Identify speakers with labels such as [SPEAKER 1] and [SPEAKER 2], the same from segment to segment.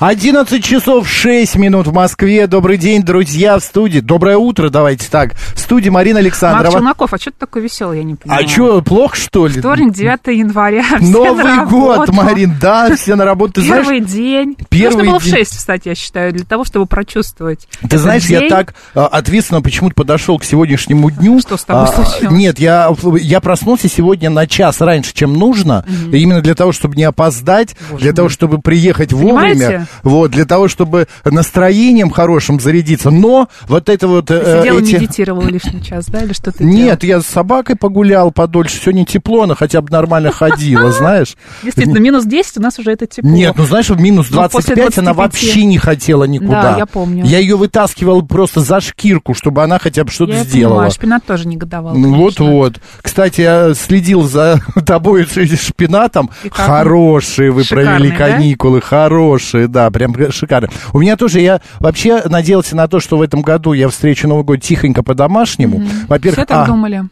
[SPEAKER 1] 11 часов 6 минут в Москве. Добрый день, друзья, в студии. Доброе утро, давайте так. В студии Марина
[SPEAKER 2] Марк
[SPEAKER 1] Александрова.
[SPEAKER 2] Челноков, а что ты такой веселый, я не
[SPEAKER 1] А
[SPEAKER 2] понимаю.
[SPEAKER 1] что, плохо что ли?
[SPEAKER 2] Вторник, 9 января. все на
[SPEAKER 1] Э, Новый
[SPEAKER 2] работу.
[SPEAKER 1] год, Марин, да, все на работу. Ты знаешь,
[SPEAKER 2] Первый день.
[SPEAKER 1] первый
[SPEAKER 2] Нужно было в
[SPEAKER 1] день.
[SPEAKER 2] 6 встать, я считаю, для того, чтобы прочувствовать.
[SPEAKER 1] Ты
[SPEAKER 2] этот
[SPEAKER 1] знаешь, я
[SPEAKER 2] день.
[SPEAKER 1] так э, ответственно почему-то подошел к сегодняшнему дню. А,
[SPEAKER 2] Что с тобой случилось?
[SPEAKER 1] Нет, я, я проснулся сегодня на час раньше, чем нужно, именно для того, чтобы не опоздать, для того, чтобы приехать вовремя,
[SPEAKER 2] Понимаете?
[SPEAKER 1] вот, для того, чтобы настроением хорошим зарядиться. Но вот это вот...
[SPEAKER 2] Ты
[SPEAKER 1] э,
[SPEAKER 2] Сидела,
[SPEAKER 1] эти-
[SPEAKER 2] медитировала лишний час, да, или что ты делала?
[SPEAKER 1] Нет, я с собакой погулял подольше. Сегодня тепло, она хотя бы нормально ходила, знаешь.
[SPEAKER 2] Действительно, минус 10 у нас уже это типа- тепло.
[SPEAKER 1] Нет, ну знаешь, в минус
[SPEAKER 2] Ну, после
[SPEAKER 1] 25 она
[SPEAKER 2] 25.
[SPEAKER 1] вообще не хотела никуда.
[SPEAKER 2] Да, я помню.
[SPEAKER 1] Я ее вытаскивал просто за шкирку, чтобы она хотя бы что-то
[SPEAKER 2] я
[SPEAKER 1] сделала.
[SPEAKER 2] понимаю, шпинат тоже негодовал.
[SPEAKER 1] Ну,
[SPEAKER 2] конечно.
[SPEAKER 1] Вот-вот. Кстати, я следил за тобой с шпинатом.
[SPEAKER 2] И как?
[SPEAKER 1] Хорошие вы
[SPEAKER 2] Шикарные,
[SPEAKER 1] провели
[SPEAKER 2] да?
[SPEAKER 1] каникулы, хорошие, да, прям шикарно. У меня тоже, я вообще надеялся на то, что в этом году я встречу Новый год тихонько по-домашнему. Во-первых,
[SPEAKER 2] Все так
[SPEAKER 1] а,
[SPEAKER 2] думали.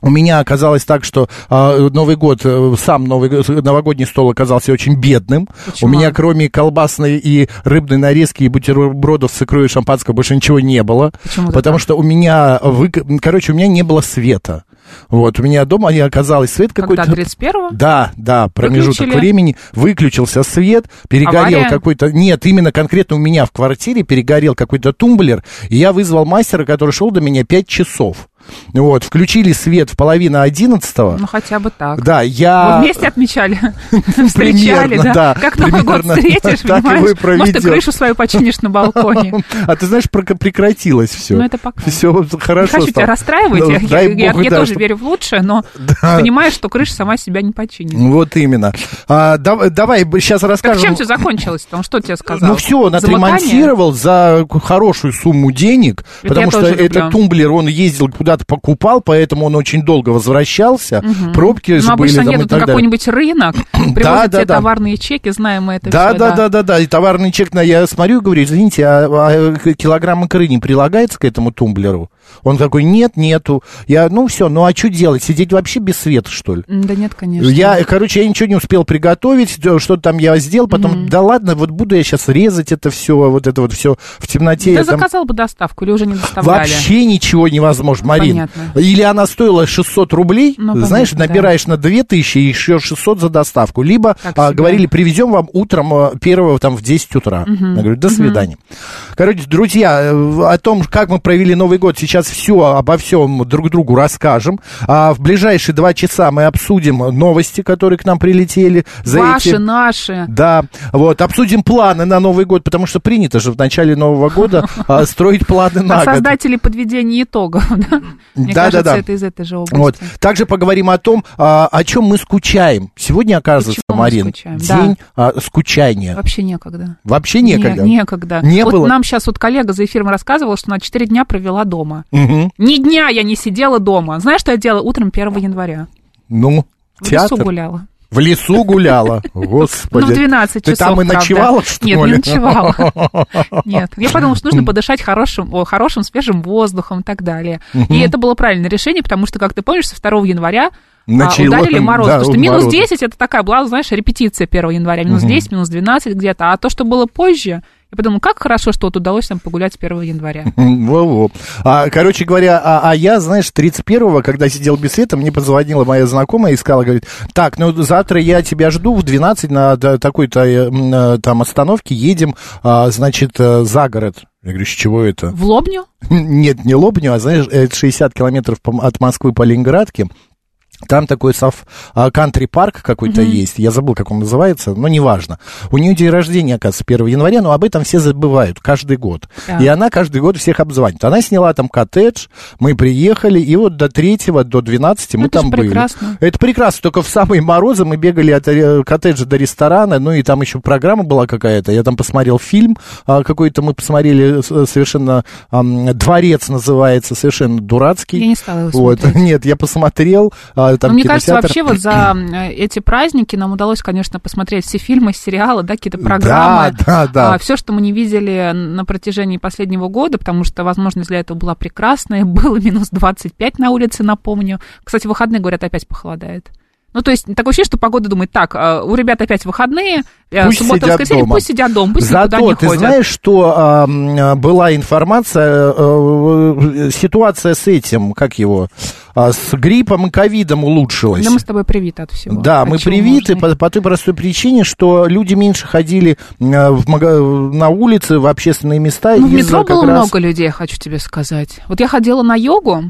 [SPEAKER 1] у меня оказалось так, что а, Новый год, э, сам Новый год, новогодний стол оказался очень бедным.
[SPEAKER 2] Почему?
[SPEAKER 1] У меня кроме колбасной и рыбной нарезки и бутербродов с икрой и шампанского больше ничего не было.
[SPEAKER 2] Почему это
[SPEAKER 1] потому
[SPEAKER 2] так?
[SPEAKER 1] что у меня, вы, короче, у меня не было света. Вот, у меня дома не оказалось свет
[SPEAKER 2] Когда,
[SPEAKER 1] какой-то.
[SPEAKER 2] 31-го?
[SPEAKER 1] Да, да, промежуток
[SPEAKER 2] Выключили?
[SPEAKER 1] времени. Выключился свет, перегорел
[SPEAKER 2] Авария?
[SPEAKER 1] какой-то... Нет, именно конкретно у меня в квартире перегорел какой-то тумблер, и я вызвал мастера, который шел до меня 5 часов. Вот, включили свет в половину одиннодцего.
[SPEAKER 2] Ну, хотя бы так.
[SPEAKER 1] Да, я...
[SPEAKER 2] Вы вместе отмечали, встречали,
[SPEAKER 1] А, Примерно,
[SPEAKER 2] да?
[SPEAKER 1] да,
[SPEAKER 2] Как Новый год
[SPEAKER 1] примерно,
[SPEAKER 2] встретишь,
[SPEAKER 1] да, так его и
[SPEAKER 2] понимаешь? Может, ты
[SPEAKER 1] проведёт.
[SPEAKER 2] крышу свою починишь на балконе.
[SPEAKER 1] А ты знаешь, прок- прекратилось все.
[SPEAKER 2] Ну, это пока.
[SPEAKER 1] Все
[SPEAKER 2] Не
[SPEAKER 1] хорошо.
[SPEAKER 2] хочу тебя
[SPEAKER 1] стало.
[SPEAKER 2] расстраивать,
[SPEAKER 1] Ну,
[SPEAKER 2] я, я-
[SPEAKER 1] дай
[SPEAKER 2] я-
[SPEAKER 1] бог,
[SPEAKER 2] я
[SPEAKER 1] да,
[SPEAKER 2] тоже
[SPEAKER 1] чтоб-
[SPEAKER 2] верю в лучшее, но
[SPEAKER 1] Да.
[SPEAKER 2] понимаю, что крыша сама себя не починит.
[SPEAKER 1] Вот именно. А, дав- давай сейчас
[SPEAKER 2] Так
[SPEAKER 1] расскажем.
[SPEAKER 2] чем все закончилось? Он что тебе сказал?
[SPEAKER 1] Ну все, он
[SPEAKER 2] Замыкание?
[SPEAKER 1] отремонтировал за хорошую сумму денег,
[SPEAKER 2] Это я
[SPEAKER 1] потому что
[SPEAKER 2] тоже люблю.
[SPEAKER 1] этот тумблер он ездил куда-то покупал, поэтому он очень долго возвращался, пробки же
[SPEAKER 2] Ну,
[SPEAKER 1] были
[SPEAKER 2] обычно
[SPEAKER 1] там и
[SPEAKER 2] едут на
[SPEAKER 1] так далее.
[SPEAKER 2] какой-нибудь рынок,
[SPEAKER 1] да,
[SPEAKER 2] привозят тебе
[SPEAKER 1] да.
[SPEAKER 2] товарные чеки, знаем мы это
[SPEAKER 1] Да,
[SPEAKER 2] всё,
[SPEAKER 1] да, да, да, да. И товарный чек на я смотрю и говорю, извините, а, а килограмм икры не прилагается к этому тумблеру? Он такой, нет, нету. Я, ну все, ну а что делать? Сидеть вообще без света, что ли?
[SPEAKER 2] М, Да нет, конечно.
[SPEAKER 1] Я, короче, я ничего не успел приготовить, то, что-то там я сделал, потом, да ладно, вот буду я сейчас резать это все, вот это вот все в темноте.
[SPEAKER 2] Ты
[SPEAKER 1] я там-
[SPEAKER 2] заказал бы доставку или уже не доставляли?
[SPEAKER 1] Вообще ничего невозможно, Марин.
[SPEAKER 2] Понятно.
[SPEAKER 1] Или она стоила 600 рублей,
[SPEAKER 2] Ну, понятно,
[SPEAKER 1] знаешь,
[SPEAKER 2] да.
[SPEAKER 1] набираешь на 2000 и еще 600 за доставку. Либо
[SPEAKER 2] Так
[SPEAKER 1] а,
[SPEAKER 2] себе.
[SPEAKER 1] говорили, привезем вам утром а, первого там в 10 утра. Я говорю, до свидания. Короче, друзья, э, о том, как мы провели Новый год, сейчас все обо всем друг другу расскажем. А в ближайшие два часа мы обсудим новости, которые к нам прилетели. За
[SPEAKER 2] Ваши,
[SPEAKER 1] эти-
[SPEAKER 2] наши.
[SPEAKER 1] да, вот, обсудим планы на Новый год, потому что принято же в начале Нового года а, строить планы на
[SPEAKER 2] От
[SPEAKER 1] год.
[SPEAKER 2] создателей подведения итогов, да? Мне
[SPEAKER 1] Да, да,
[SPEAKER 2] кажется,
[SPEAKER 1] да.
[SPEAKER 2] это из этой же области.
[SPEAKER 1] Вот. Также поговорим о том, а, о чем мы скучаем. Сегодня, оказывается,
[SPEAKER 2] Почему мы
[SPEAKER 1] Марин,
[SPEAKER 2] скучаем?
[SPEAKER 1] день а, скучания.
[SPEAKER 2] Вообще некогда.
[SPEAKER 1] Вообще некогда.
[SPEAKER 2] Не, некогда.
[SPEAKER 1] Не
[SPEAKER 2] вот
[SPEAKER 1] было?
[SPEAKER 2] нам сейчас вот коллега за эфиром рассказывала, что она 4 дня провела дома.
[SPEAKER 1] Мгм.
[SPEAKER 2] Ни дня я не сидела дома. Знаешь, что я делала утром 1 января?
[SPEAKER 1] Ну,
[SPEAKER 2] В
[SPEAKER 1] театр.
[SPEAKER 2] лесу гуляла.
[SPEAKER 1] В лесу гуляла.
[SPEAKER 2] Ну,
[SPEAKER 1] Господи.
[SPEAKER 2] в 12
[SPEAKER 1] Ты
[SPEAKER 2] часов,
[SPEAKER 1] там и
[SPEAKER 2] правда.
[SPEAKER 1] ночевала, что
[SPEAKER 2] Нет,
[SPEAKER 1] ли?
[SPEAKER 2] не ночевала. Нет. Я подумала, что нужно подышать хорошим, о, хорошим свежим воздухом и так далее. И это было правильное решение, потому что, как ты помнишь, со 2 января а,
[SPEAKER 1] Начало,
[SPEAKER 2] ударили мороз.
[SPEAKER 1] да, угу,
[SPEAKER 2] потому что минус
[SPEAKER 1] мороз.
[SPEAKER 2] 10 это такая была, знаешь, репетиция 1 января. Минус 10, минус 12 где-то. А то, что было позже, я подумала, как хорошо, что вот удалось нам погулять с 1 января.
[SPEAKER 1] М, Во-во. А, короче говоря, а, а я, знаешь, 31-го, когда сидел без света, мне позвонила моя знакомая и сказала, говорит, так, ну завтра я тебя жду в 12 на да, такой-то э, м, э, там остановке, едем, а, значит, э, за город. Я говорю, с чего это?
[SPEAKER 2] В Лобню?
[SPEAKER 1] э, Нет, не Лобню, а, знаешь, это 60 километров по- от Москвы по Ленинградке. Там такой сав, а, кантри-парк какой-то есть, я забыл, как он называется, но неважно. У нее день рождения, оказывается, 1 января, но об этом все забывают каждый год.
[SPEAKER 2] Так.
[SPEAKER 1] И она каждый год всех обзванивает. Она сняла там коттедж, мы приехали, и вот до 3, до 12 мы
[SPEAKER 2] Ну, это ж
[SPEAKER 1] там были.
[SPEAKER 2] прекрасно.
[SPEAKER 1] Это прекрасно, только в самые морозы мы бегали от э, коттеджа до ресторана, ну и там еще программа была какая-то, я там посмотрел фильм а, какой-то, мы посмотрели э, совершенно, ам, «Дворец» называется, совершенно дурацкий.
[SPEAKER 2] Я не стала его
[SPEAKER 1] Вот,
[SPEAKER 2] смотреть.
[SPEAKER 1] нет, я посмотрел, а, там
[SPEAKER 2] Ну, мне кажется,
[SPEAKER 1] кинотеатр.
[SPEAKER 2] вообще вот за э, эти праздники нам удалось, конечно, посмотреть все фильмы, сериалы, да, какие-то программы.
[SPEAKER 1] Да, да, да.
[SPEAKER 2] все, что мы не видели на протяжении последнего года, потому что возможность для этого была прекрасная. Было минус 25 на улице, напомню. Кстати, в выходные, говорят, опять похолодает. Ну, то есть, такое ощущение, что погода думает, так, э, у ребят опять выходные, э,
[SPEAKER 1] Пусть
[SPEAKER 2] суббота,
[SPEAKER 1] сидят
[SPEAKER 2] воскресенье,
[SPEAKER 1] дома.
[SPEAKER 2] пусть сидят дома, пусть никуда
[SPEAKER 1] Зато
[SPEAKER 2] не
[SPEAKER 1] ты
[SPEAKER 2] ходят.
[SPEAKER 1] знаешь, что а, м, а, была информация, э, э, ситуация с этим, как его, а, с гриппом и ковидом улучшилась.
[SPEAKER 2] Да мы с тобой привиты от всего.
[SPEAKER 1] Да,
[SPEAKER 2] От
[SPEAKER 1] мы
[SPEAKER 2] чего
[SPEAKER 1] привиты
[SPEAKER 2] можно и-
[SPEAKER 1] по, по той простой причине, что люди меньше ходили э, в мага- на улицы, в общественные места.
[SPEAKER 2] Ну, в
[SPEAKER 1] из-за
[SPEAKER 2] метро
[SPEAKER 1] как
[SPEAKER 2] было
[SPEAKER 1] раз-
[SPEAKER 2] много людей, я хочу тебе сказать. Вот я ходила на йогу,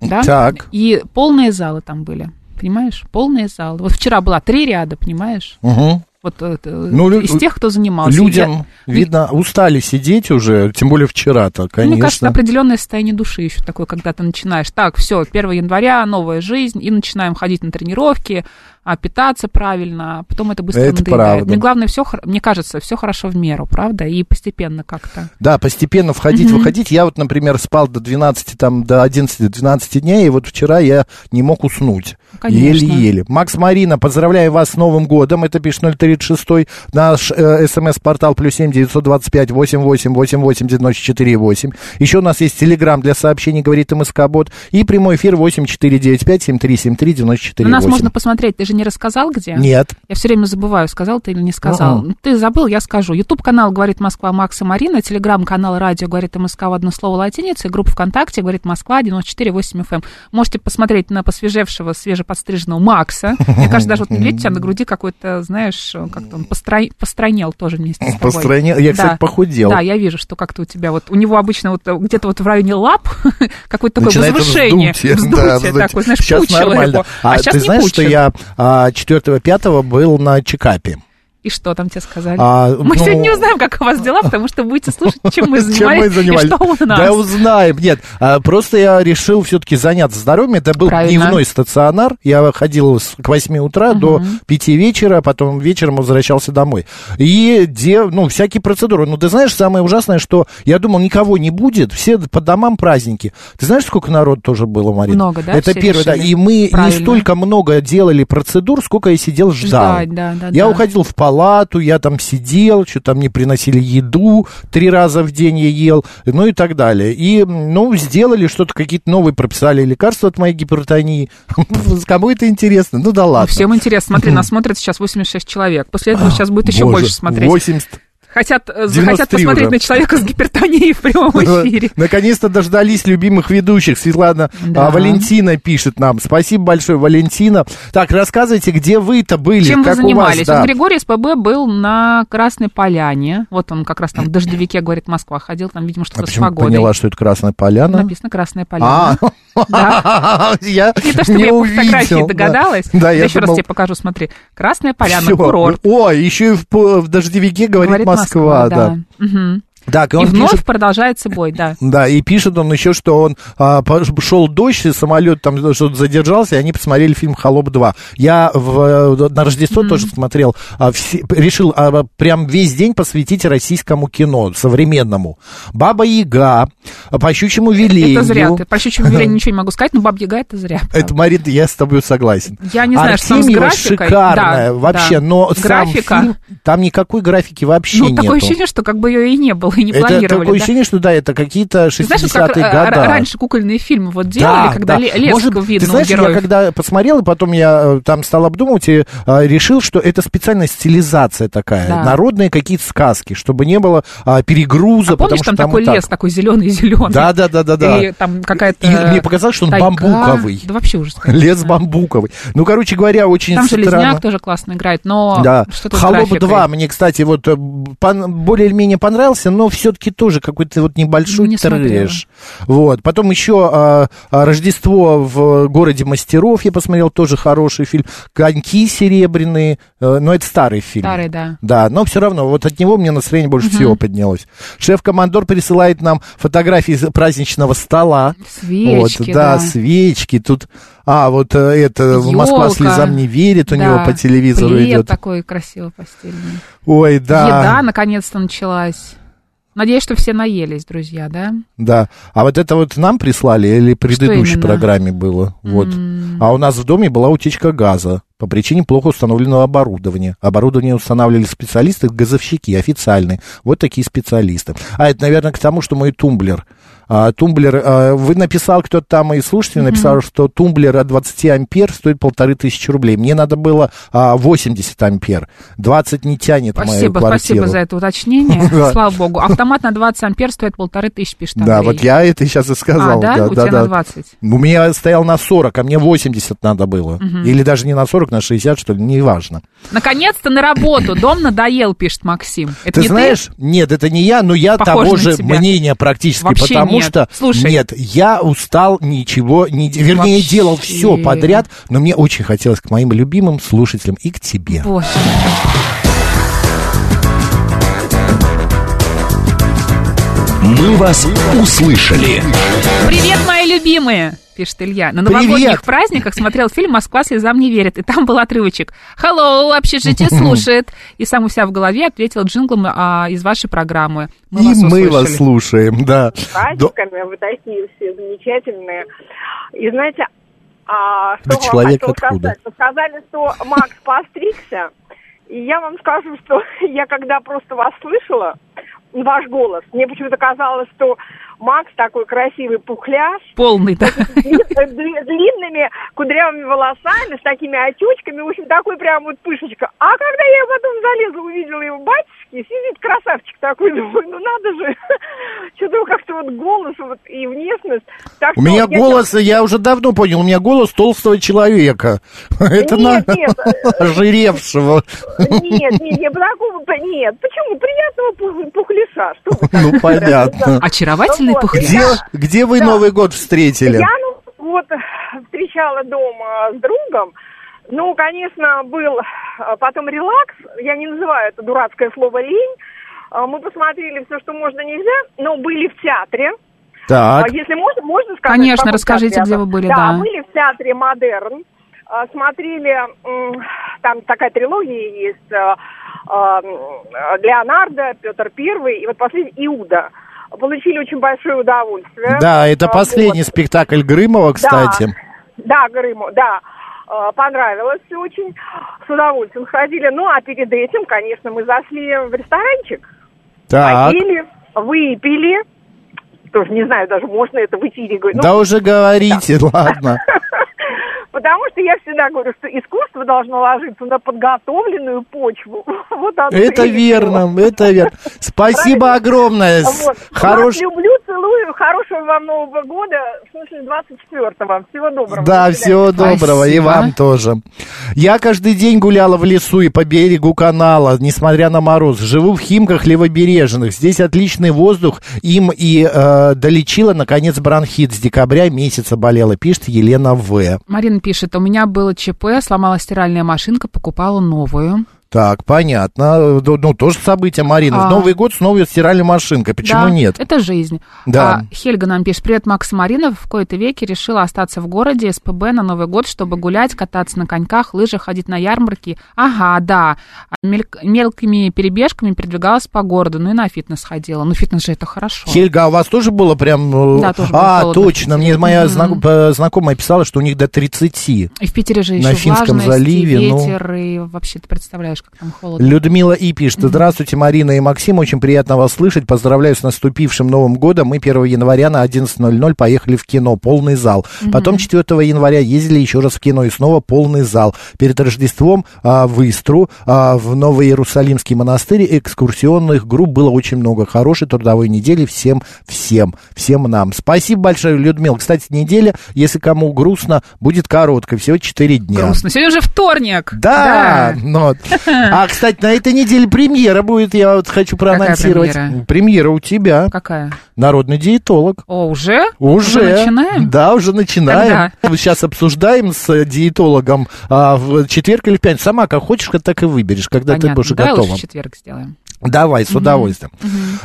[SPEAKER 2] да,
[SPEAKER 1] Так.
[SPEAKER 2] и полные залы там были, понимаешь? Полные залы. Вот вчера была три ряда, понимаешь?
[SPEAKER 1] Мгм.
[SPEAKER 2] Вот э, э,
[SPEAKER 1] Ну, лю-
[SPEAKER 2] из тех, кто занимался.
[SPEAKER 1] Людям,
[SPEAKER 2] Я-
[SPEAKER 1] видно, устали сидеть уже, тем более вчера-то,
[SPEAKER 2] Я-
[SPEAKER 1] конечно.
[SPEAKER 2] Мне кажется, определенное состояние души еще такое, когда ты начинаешь. Так, все, 1 января, новая жизнь, и начинаем ходить на тренировки, а, питаться правильно, а потом это быстро
[SPEAKER 1] Это
[SPEAKER 2] надоедает.
[SPEAKER 1] правда.
[SPEAKER 2] Мне главное, все, мне кажется, все хорошо в меру, правда? И постепенно как-то.
[SPEAKER 1] Да, постепенно входить, выходить. Я вот, например, спал до 12, там, до 11-12 дня, и вот вчера я не мог уснуть.
[SPEAKER 2] Конечно.
[SPEAKER 1] Еле-еле. Макс Марина, поздравляю вас с Новым годом. Это пишет 036 наш э, смс-портал плюс 7 925 88 девяносто восемь. Еще у нас есть телеграм для сообщений, говорит МСК Бот. И прямой эфир 8495 7373
[SPEAKER 2] На
[SPEAKER 1] 94
[SPEAKER 2] нас можно посмотреть, ты же не рассказал, где?
[SPEAKER 1] Нет.
[SPEAKER 2] Я все время забываю, сказал ты или не сказал.
[SPEAKER 1] Ну-а.
[SPEAKER 2] Ты забыл, я скажу. Ютуб-канал «Говорит Москва» Макса Марина, телеграм-канал «Радио» «Говорит МСК» в одно слово латиница, и группа ВКонтакте «Говорит Москва» 94.8 FM. эм. Можете посмотреть на посвежевшего, свежеподстриженного Макса. Мне кажется, даже вот медведь у тебя на груди какой-то, знаешь, как-то он постро- постранел тоже вместе с тобой.
[SPEAKER 1] Постранел. Я, кстати, похудел.
[SPEAKER 2] Да, я вижу, что как-то у тебя вот... У него обычно вот э, где-то вот в районе лап какое-то такое
[SPEAKER 1] Начинает
[SPEAKER 2] возвышение.
[SPEAKER 1] вздутие, да, вздутие.
[SPEAKER 2] такое, знаешь,
[SPEAKER 1] Сейчас
[SPEAKER 2] пучило
[SPEAKER 1] нормально.
[SPEAKER 2] его.
[SPEAKER 1] А,
[SPEAKER 2] А, сейчас
[SPEAKER 1] ты
[SPEAKER 2] не
[SPEAKER 1] знаешь, что
[SPEAKER 2] пучит.
[SPEAKER 1] я а, 4-5 был на чекапе.
[SPEAKER 2] И что там тебе сказали?
[SPEAKER 1] А,
[SPEAKER 2] мы
[SPEAKER 1] ну,
[SPEAKER 2] сегодня не узнаем, как у вас дела, потому что будете слушать, чем мы
[SPEAKER 1] Чем мы
[SPEAKER 2] занимались,
[SPEAKER 1] занимались?
[SPEAKER 2] и что у нас.
[SPEAKER 1] Да узнаем. Нет, а, просто я решил все-таки заняться здоровьем. Это был
[SPEAKER 2] Правильно.
[SPEAKER 1] дневной стационар. Я ходил с- к 8 утра до 5 вечера, а потом вечером возвращался домой. И где, ну, всякие процедуры. Ну, ты знаешь, самое ужасное, что я думал, никого не будет. Все по домам праздники. Ты знаешь, сколько народ тоже было, Марина?
[SPEAKER 2] Много, да,
[SPEAKER 1] Это
[SPEAKER 2] все
[SPEAKER 1] первое, да.
[SPEAKER 2] решили?
[SPEAKER 1] И мы
[SPEAKER 2] Правильно.
[SPEAKER 1] не столько много делали процедур, сколько я сидел, ждал.
[SPEAKER 2] Ждать, да, да,
[SPEAKER 1] я
[SPEAKER 2] да.
[SPEAKER 1] уходил в палату, я там сидел, что там мне приносили еду, три раза в день я ел, ну и так далее. И, м, ну, сделали что-то, какие-то новые прописали лекарства от моей гипертонии. Кому это интересно? Ну да
[SPEAKER 2] Ну,
[SPEAKER 1] ладно. А,
[SPEAKER 2] Всем интересно. Смотри, нас смотрят сейчас 86 человек. После этого сейчас будет еще
[SPEAKER 1] Боже,
[SPEAKER 2] больше смотреть.
[SPEAKER 1] 80.
[SPEAKER 2] Хотят, э, захотят
[SPEAKER 1] 93
[SPEAKER 2] посмотреть
[SPEAKER 1] уже.
[SPEAKER 2] на человека с гипертонией в прямом эфире.
[SPEAKER 1] Наконец-то дождались любимых ведущих. Светлана
[SPEAKER 2] Да.
[SPEAKER 1] а, Валентина пишет нам. Спасибо большое, Валентина. Так, рассказывайте, где вы-то были?
[SPEAKER 2] Чем вы
[SPEAKER 1] как у вас,
[SPEAKER 2] занимались?
[SPEAKER 1] да. А
[SPEAKER 2] Вот Григорий СПБ был на Красной Поляне. Вот он как раз там в дождевике, говорит, Москва ходил. Там, видимо,
[SPEAKER 1] А
[SPEAKER 2] что-то с
[SPEAKER 1] почему ты
[SPEAKER 2] погодой.
[SPEAKER 1] поняла, что это Красная Поляна?
[SPEAKER 2] Написано «Красная
[SPEAKER 1] А,
[SPEAKER 2] поляна». Да.
[SPEAKER 1] я
[SPEAKER 2] Не то, чтобы
[SPEAKER 1] не
[SPEAKER 2] я по
[SPEAKER 1] увидел.
[SPEAKER 2] фотографии
[SPEAKER 1] да.
[SPEAKER 2] догадалась.
[SPEAKER 1] Да, я
[SPEAKER 2] еще раз
[SPEAKER 1] думал,
[SPEAKER 2] тебе покажу, смотри. Красная поляна,
[SPEAKER 1] всё.
[SPEAKER 2] курорт.
[SPEAKER 1] О, еще и в, по- в дождевике говорит, Москва, да.
[SPEAKER 2] Мгм.
[SPEAKER 1] Так, и
[SPEAKER 2] И
[SPEAKER 1] он
[SPEAKER 2] вновь
[SPEAKER 1] пишет,
[SPEAKER 2] продолжается бой, да.
[SPEAKER 1] да, и пишет он еще, что он а, шел дождь, и самолет там ну, что-то задержался, и они посмотрели фильм «Холоп 2». Я в, э, на Рождество тоже смотрел, а, все- решил а, прям весь день посвятить российскому кино, современному. «Баба Яга», «По щучьему велению».
[SPEAKER 2] Это зря. Ты, по щучьему велению ничего не могу сказать, но баб Яга это зря.
[SPEAKER 1] Это,
[SPEAKER 2] правда.
[SPEAKER 1] Марин, я с тобой согласен.
[SPEAKER 2] Я не знаю, что там с
[SPEAKER 1] Артемьева
[SPEAKER 2] графикой.
[SPEAKER 1] шикарная
[SPEAKER 2] Да, да.
[SPEAKER 1] вообще, но сам
[SPEAKER 2] Графика.
[SPEAKER 1] фильм, там никакой графики вообще
[SPEAKER 2] Ну,
[SPEAKER 1] нету.
[SPEAKER 2] такое ощущение, что как бы ее и не было, и не
[SPEAKER 1] это
[SPEAKER 2] планировали.
[SPEAKER 1] такое
[SPEAKER 2] да.
[SPEAKER 1] ощущение, что да, это какие-то
[SPEAKER 2] Ты
[SPEAKER 1] 60-е
[SPEAKER 2] знаешь, вот как э, ра-
[SPEAKER 1] года.
[SPEAKER 2] раньше кукольные фильмы вот
[SPEAKER 1] Да,
[SPEAKER 2] делали, когда
[SPEAKER 1] да.
[SPEAKER 2] ле- лес
[SPEAKER 1] Может,
[SPEAKER 2] видно
[SPEAKER 1] ты знаешь,
[SPEAKER 2] у героев.
[SPEAKER 1] я когда посмотрел, и потом я э, там стал обдумывать и э, решил, что это специальная стилизация такая,
[SPEAKER 2] Да.
[SPEAKER 1] народные какие-то сказки, чтобы не было а, перегруза,
[SPEAKER 2] А помнишь, там
[SPEAKER 1] потому что там
[SPEAKER 2] такой
[SPEAKER 1] и так.
[SPEAKER 2] лес такой зеленый-зеленый?
[SPEAKER 1] Да, да, да, да, да.
[SPEAKER 2] И там какая-то...
[SPEAKER 1] И мне показалось, что он
[SPEAKER 2] тайга.
[SPEAKER 1] бамбуковый.
[SPEAKER 2] Да вообще ужас. конечно.
[SPEAKER 1] Лес бамбуковый. Ну, короче говоря, очень
[SPEAKER 2] Там
[SPEAKER 1] странно.
[SPEAKER 2] Железняк тоже классно играет, но
[SPEAKER 1] Да.
[SPEAKER 2] что-то с
[SPEAKER 1] Холоп
[SPEAKER 2] графикой.
[SPEAKER 1] 2 мне, кстати, вот э, пон- более-менее понравился, но но все-таки тоже какой-то вот небольшой
[SPEAKER 2] Не
[SPEAKER 1] трэш. Вот. Потом еще а, а, Рождество в городе мастеров я посмотрел, тоже хороший фильм. Коньки серебряные, э, но это старый фильм.
[SPEAKER 2] Старый, да.
[SPEAKER 1] Да, но все равно, вот от него мне настроение больше всего поднялось. Шеф-командор присылает нам фотографии из праздничного стола.
[SPEAKER 2] Свечки,
[SPEAKER 1] вот, да,
[SPEAKER 2] да.
[SPEAKER 1] свечки. Тут, а, вот э, это Москва
[SPEAKER 2] Ёлка.
[SPEAKER 1] слезам не верит, у
[SPEAKER 2] Да.
[SPEAKER 1] него по телевизору
[SPEAKER 2] Плед
[SPEAKER 1] идет.
[SPEAKER 2] такой красивый постельный.
[SPEAKER 1] Ой, да.
[SPEAKER 2] Еда наконец-то началась. Надеюсь, что все наелись, друзья, да?
[SPEAKER 1] Да. А вот это вот нам прислали или в предыдущей
[SPEAKER 2] именно?
[SPEAKER 1] программе было? Вот. А у нас в доме была утечка газа по причине плохо установленного оборудования. Оборудование устанавливали специалисты, газовщики официальные. Вот такие специалисты. А это, наверное, к тому, что мой тумблер. А, тумблер, а, вы написал, кто-то там и слушатель написал, что тумблер от 20 ампер стоит полторы тысячи рублей. Мне надо было а, 80 ампер. 20 не тянет мою
[SPEAKER 2] Спасибо,
[SPEAKER 1] квартиру.
[SPEAKER 2] спасибо за это уточнение.
[SPEAKER 1] Да.
[SPEAKER 2] Слава богу. Автомат на 20 ампер стоит полторы тысячи, пишет
[SPEAKER 1] Да,
[SPEAKER 2] Андрей.
[SPEAKER 1] вот я это сейчас и
[SPEAKER 2] А,
[SPEAKER 1] сказал.
[SPEAKER 2] да?
[SPEAKER 1] да,
[SPEAKER 2] У
[SPEAKER 1] да,
[SPEAKER 2] тебя на
[SPEAKER 1] да.
[SPEAKER 2] 20.
[SPEAKER 1] У меня стоял на 40, а мне 80 надо было. Или даже не на 40, на 60, что ли, неважно.
[SPEAKER 2] Наконец-то на работу. Дом надоел, пишет Максим. Это
[SPEAKER 1] Ты
[SPEAKER 2] не
[SPEAKER 1] знаешь, нет, это не я, но я
[SPEAKER 2] Похоже
[SPEAKER 1] того
[SPEAKER 2] на
[SPEAKER 1] же
[SPEAKER 2] тебя.
[SPEAKER 1] мнения практически,
[SPEAKER 2] Вообще
[SPEAKER 1] потому
[SPEAKER 2] нет.
[SPEAKER 1] что
[SPEAKER 2] Слушай.
[SPEAKER 1] нет, я устал ничего, не, де- вернее,
[SPEAKER 2] Вообще.
[SPEAKER 1] делал все подряд, но мне очень хотелось к моим любимым слушателям и к тебе.
[SPEAKER 2] ты? Боже.
[SPEAKER 3] «Мы вас услышали».
[SPEAKER 2] Привет, мои любимые! пишет Илья. На
[SPEAKER 1] Привет!
[SPEAKER 2] новогодних праздниках смотрел фильм «Москва слезам не верит», и там был отрывочек «Hello, общежитие слушает!» И сам у себя в голове ответил джинглом а, из вашей программы. Мы
[SPEAKER 1] и
[SPEAKER 2] вас
[SPEAKER 1] мы вас
[SPEAKER 2] услышали.
[SPEAKER 1] слушаем, да. До-
[SPEAKER 4] праздниками, а вы такие все замечательные. И знаете, а, что
[SPEAKER 1] Да
[SPEAKER 4] вам
[SPEAKER 1] человек
[SPEAKER 4] хотела
[SPEAKER 1] откуда?
[SPEAKER 4] сказать? Вы сказали, что Макс постригся, и я вам скажу, что я когда просто вас слышала, ваш голос, мне почему-то казалось, что Макс такой красивый пухляж,
[SPEAKER 2] Полный, да.
[SPEAKER 4] с длинными кудрявыми волосами, с такими отечками, в общем, такой прям вот пышечка. А когда я потом залезла, увидела его батюшки, сидит красавчик такой, думаю, ну надо же. Что-то как-то вот голос вот и внешность. Так
[SPEAKER 1] У
[SPEAKER 4] что
[SPEAKER 1] меня
[SPEAKER 4] я
[SPEAKER 1] голос, я уже давно понял, у меня голос толстого человека. Это
[SPEAKER 4] Нет,
[SPEAKER 1] на-
[SPEAKER 4] нет.
[SPEAKER 1] ожиревшего.
[SPEAKER 4] Нет, нет, я бы такого... Нет, почему? Приятного пух- пухляша. Что вы так?
[SPEAKER 1] Ну, понятно.
[SPEAKER 2] Очаровательный
[SPEAKER 4] Вот.
[SPEAKER 2] пухляш.
[SPEAKER 1] Где, где вы
[SPEAKER 4] Да.
[SPEAKER 1] Новый год встретили?
[SPEAKER 4] Я ну, вот встречала дома с другом. Ну, конечно, был э, потом релакс. Я не называю это дурацкое слово лень. Э, Мы посмотрели все, что можно, нельзя, но были в театре.
[SPEAKER 1] Так.
[SPEAKER 4] А Если можно, можно сказать.
[SPEAKER 2] Конечно,
[SPEAKER 4] в каком
[SPEAKER 2] расскажите,
[SPEAKER 4] театре?
[SPEAKER 2] где вы были, да.
[SPEAKER 4] были в театре Модерн. А, Смотрели, м, там такая трилогия есть, а, а, м, Леонардо, Петр Первый и вот последний Иуда. Получили очень большое удовольствие.
[SPEAKER 1] Да, это
[SPEAKER 4] А,
[SPEAKER 1] последний
[SPEAKER 4] вот.
[SPEAKER 1] спектакль Грымова, кстати.
[SPEAKER 4] Да, да, Грыму, да. Э, Понравилось всё очень. С удовольствием сходили. Ну, а перед этим, конечно, мы зашли в ресторанчик.
[SPEAKER 1] Так.
[SPEAKER 4] Ходили, выпили. Тоже не знаю, даже можно это в эфире говорить. Ну,
[SPEAKER 1] Да уже говорите, ладно.
[SPEAKER 4] Потому что я всегда говорю, что искусство должно ложиться на подготовленную почву. Вот оно
[SPEAKER 1] Это
[SPEAKER 4] и было.
[SPEAKER 1] верно, это верно. Спасибо
[SPEAKER 4] Правильно.
[SPEAKER 1] огромное. С-
[SPEAKER 4] Вот.
[SPEAKER 1] Хорош...
[SPEAKER 4] Вас люблю, целую. Хорошего вам Нового года. В смысле, 24-го. Всего доброго.
[SPEAKER 1] Да,
[SPEAKER 4] До свидания.
[SPEAKER 1] всего доброго, и
[SPEAKER 2] Спасибо.
[SPEAKER 1] вам тоже. Я каждый день гуляла в лесу и по берегу канала, несмотря на мороз. Живу в Химках Левобережных. Здесь отличный воздух. Им и э, долечила, наконец, бронхит. С декабря месяца болела, пишет Елена В.
[SPEAKER 2] Марина пишет, у меня было ЧП, сломала стиральная машинка, покупала новую.
[SPEAKER 1] Так, понятно. Ну, ну, тоже событие, Марина.
[SPEAKER 2] А.
[SPEAKER 1] Новый год с новой стиральной машинкой. Почему
[SPEAKER 2] Да,
[SPEAKER 1] нет?
[SPEAKER 2] Это жизнь.
[SPEAKER 1] Да.
[SPEAKER 2] А, Хельга нам пишет, привет, Макс Марина, в кои-то веки решила остаться в городе СПБ на Новый год, чтобы гулять, кататься на коньках, лыжах, ходить на ярмарки. Ага, да. А мельк- мелкими перебежками передвигалась по городу, ну и на фитнес ходила. Ну фитнес же это хорошо.
[SPEAKER 1] Хельга, а у вас тоже было прям... э,
[SPEAKER 2] Да, тоже было
[SPEAKER 1] а,
[SPEAKER 2] холодно.
[SPEAKER 1] точно. Мне моя зна- э, знакомая писала, что у них до 30.
[SPEAKER 2] И в Питере же еще
[SPEAKER 1] На Финском
[SPEAKER 2] влажность, и
[SPEAKER 1] заливе, ну.
[SPEAKER 2] ветер, и вообще ты представляешь, как там холодно.
[SPEAKER 1] Людмила И пишет. Здравствуйте, Марина и Максим. Очень приятно вас слышать. Поздравляю с наступившим Новым годом. Мы 1 января на 11.00 поехали в кино. Полный зал. Потом 4 января ездили еще раз в кино. И снова полный зал. Перед Рождеством а, в Истру, а, в Новый Иерусалимский монастырь экскурсионных групп было очень много. Хорошей трудовой недели всем, всем, всем нам. Спасибо большое, Людмила. Кстати, неделя, если кому грустно, будет короткой. Всего 4 дня.
[SPEAKER 2] Грустно. Сегодня уже вторник.
[SPEAKER 1] Да, ну вот. А, кстати, на этой неделе премьера будет, я вот хочу проанонсировать.
[SPEAKER 2] премьера?
[SPEAKER 1] у тебя.
[SPEAKER 2] Какая?
[SPEAKER 1] Народный диетолог.
[SPEAKER 2] О, уже? Ну,
[SPEAKER 1] Уже.
[SPEAKER 2] начинаем?
[SPEAKER 1] Да, уже начинаем. Сейчас обсуждаем с э, диетологом а, в четверг или в пятницу. Сама как хочешь, так и выберешь, когда ты
[SPEAKER 2] Понятно.
[SPEAKER 1] будешь
[SPEAKER 2] Давай
[SPEAKER 1] готова.
[SPEAKER 2] лучше в четверг сделаем.
[SPEAKER 1] Давай, с удовольствием.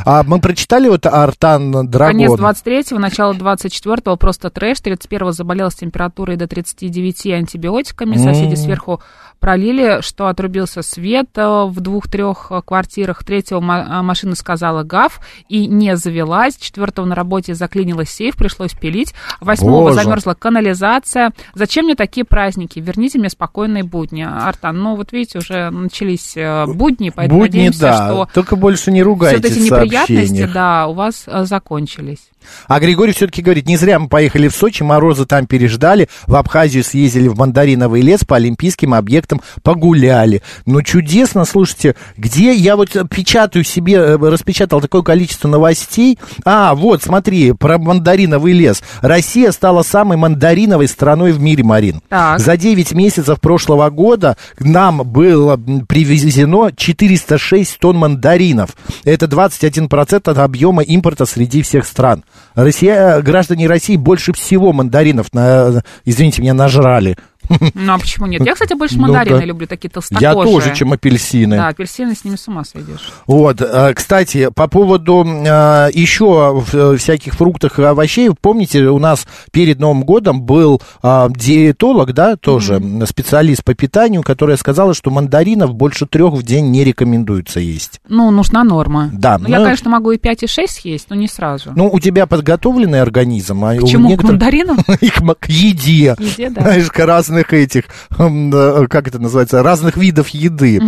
[SPEAKER 1] А мы прочитали вот Артан
[SPEAKER 2] Конец
[SPEAKER 1] Драгон.
[SPEAKER 2] 23-го, начало 24-го, просто трэш. 31-го заболел с температурой до 39 антибиотиками. Соседи сверху пролили, что отрубился свет э, в двух-трех э, квартирах. 3-го ма- а, машина сказала гав и не завелась. 4-го на работе заклинилась сейф, пришлось пилить. 8-го
[SPEAKER 1] Боже.
[SPEAKER 2] замерзла канализация. Зачем мне такие праздники? Верните мне спокойные будни. Артан, ну вот видите, уже начались э, будни, поэтому
[SPEAKER 1] Будни,
[SPEAKER 2] надеемся,
[SPEAKER 1] да.
[SPEAKER 2] что...
[SPEAKER 1] Только больше не
[SPEAKER 2] Все
[SPEAKER 1] ругайтесь
[SPEAKER 2] вот эти
[SPEAKER 1] в
[SPEAKER 2] неприятности,
[SPEAKER 1] сообщениях.
[SPEAKER 2] да, у вас э, закончились.
[SPEAKER 1] А Григорий все-таки говорит, не зря мы поехали в Сочи, морозы там переждали, в Абхазию съездили в Мандариновый лес, по олимпийским объектам погуляли. Ну, чудесно, слушайте, где я вот печатаю себе, э, распечатал такое количество новостей. А, вот, смотри, про Мандариновый лес. Россия стала самой мандариновой страной в мире, Марин.
[SPEAKER 2] Так.
[SPEAKER 1] За 9 месяцев прошлого года к нам было м, привезено 406 тонн мандаринов. Это 21% от объема импорта среди всех стран. Россия, э, граждане России больше всего мандаринов, на, э, извините меня, нажрали.
[SPEAKER 2] Ну, а почему нет? Я, кстати, больше
[SPEAKER 1] Ну,
[SPEAKER 2] мандарины
[SPEAKER 1] да.
[SPEAKER 2] люблю, такие толстокожие.
[SPEAKER 1] Я тоже, чем апельсины.
[SPEAKER 2] Да, апельсины с ними с ума сойдешь.
[SPEAKER 1] Вот, э, кстати, по поводу э, еще э, всяких фруктов и овощей, помните, у нас перед Новым годом был э, диетолог, да, тоже м, специалист по питанию, которая сказала, что мандаринов больше трех в день не рекомендуется есть.
[SPEAKER 2] Ну, нужна норма.
[SPEAKER 1] Да,
[SPEAKER 2] Ну, я,
[SPEAKER 1] ну-
[SPEAKER 2] конечно, могу и 5, и 6 съесть, но не сразу.
[SPEAKER 1] Ну, у тебя подготовленный организм, а
[SPEAKER 2] Почему?
[SPEAKER 1] у
[SPEAKER 2] К
[SPEAKER 1] некоторых
[SPEAKER 2] мандаринам?
[SPEAKER 1] и к ма- к еде.
[SPEAKER 2] К еде, да.
[SPEAKER 1] Знаешь, к разных этих, м, э, как это называется, разных видов еды.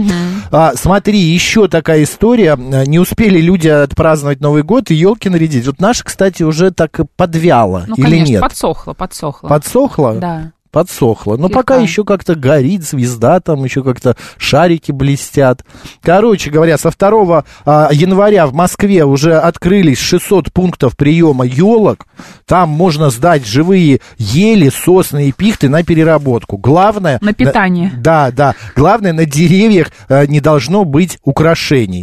[SPEAKER 1] А, смотри, еще такая история. Э, Не успели люди отпраздновать Новый год и елки нарядить. Вот наша, кстати, уже так и подвяла
[SPEAKER 2] Ну,
[SPEAKER 1] или
[SPEAKER 2] конечно,
[SPEAKER 1] нет?
[SPEAKER 2] подсохло, подсохло.
[SPEAKER 1] Подсохла?
[SPEAKER 2] Да.
[SPEAKER 1] Подсохла. Но
[SPEAKER 2] Слегка.
[SPEAKER 1] пока еще как-то горит звезда, там еще как-то шарики блестят. Короче говоря, со 2 а, января в Москве уже открылись 600 пунктов приема елок. Там можно сдать живые ели, сосны и пихты на переработку. Главное...
[SPEAKER 2] На питание.
[SPEAKER 1] Да, да. Главное, на деревьях э, не должно быть украшений.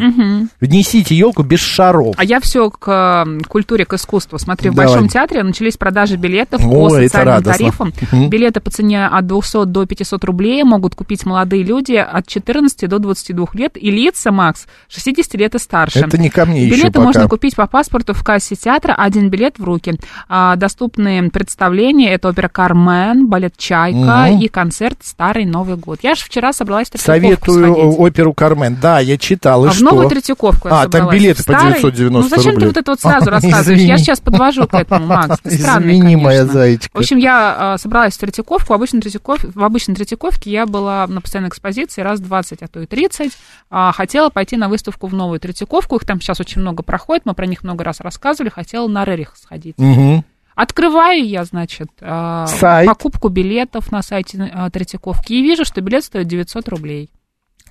[SPEAKER 1] Несите елку без шаров.
[SPEAKER 2] А я все к э, культуре, к искусству. Смотри, в
[SPEAKER 1] Давай.
[SPEAKER 2] Большом театре начались продажи билетов по
[SPEAKER 1] О, это
[SPEAKER 2] социальным
[SPEAKER 1] радостно.
[SPEAKER 2] тарифам. Билеты по цене от 200 до 500 рублей могут купить молодые люди от 14 до 22 лет и лица, Макс, 60 лет и старше.
[SPEAKER 1] Это не ко мне еще
[SPEAKER 2] Билеты
[SPEAKER 1] пока.
[SPEAKER 2] можно купить по паспорту в кассе театра, один билет в руки. А, доступные представления – это опера «Кармен», балет «Чайка» и концерт «Старый Новый год». Я же вчера собралась А в Третьяковку
[SPEAKER 1] Советую
[SPEAKER 2] сходить.
[SPEAKER 1] оперу «Кармен». Да, я читал. И
[SPEAKER 2] А в
[SPEAKER 1] что?
[SPEAKER 2] новую Третьяковку я
[SPEAKER 1] А, там
[SPEAKER 2] собралась.
[SPEAKER 1] билеты по
[SPEAKER 2] Старый-
[SPEAKER 1] 990
[SPEAKER 2] Ну зачем ты
[SPEAKER 1] рублей.
[SPEAKER 2] вот это вот сразу
[SPEAKER 1] А,
[SPEAKER 2] рассказываешь? Я
[SPEAKER 1] извини.
[SPEAKER 2] сейчас подвожу к этому, Макс. Ты странный,
[SPEAKER 1] Извини, моя
[SPEAKER 2] конечно.
[SPEAKER 1] зайчка.
[SPEAKER 2] В общем, я э, собралась в Третьяковку. Обычно Третьяков... В обычной Третьяковке я была на постоянной экспозиции раз 20, а то и 30. А, хотела пойти на выставку в новую Третьяковку. Их там сейчас очень много проходит. Мы про них много раз рассказывали. Хотела на Рерих сходить.
[SPEAKER 1] Мгм.
[SPEAKER 2] Открываю я, значит, э,
[SPEAKER 1] Сайт.
[SPEAKER 2] покупку билетов на сайте э, Третьяковки и вижу, что билет стоит 900 рублей.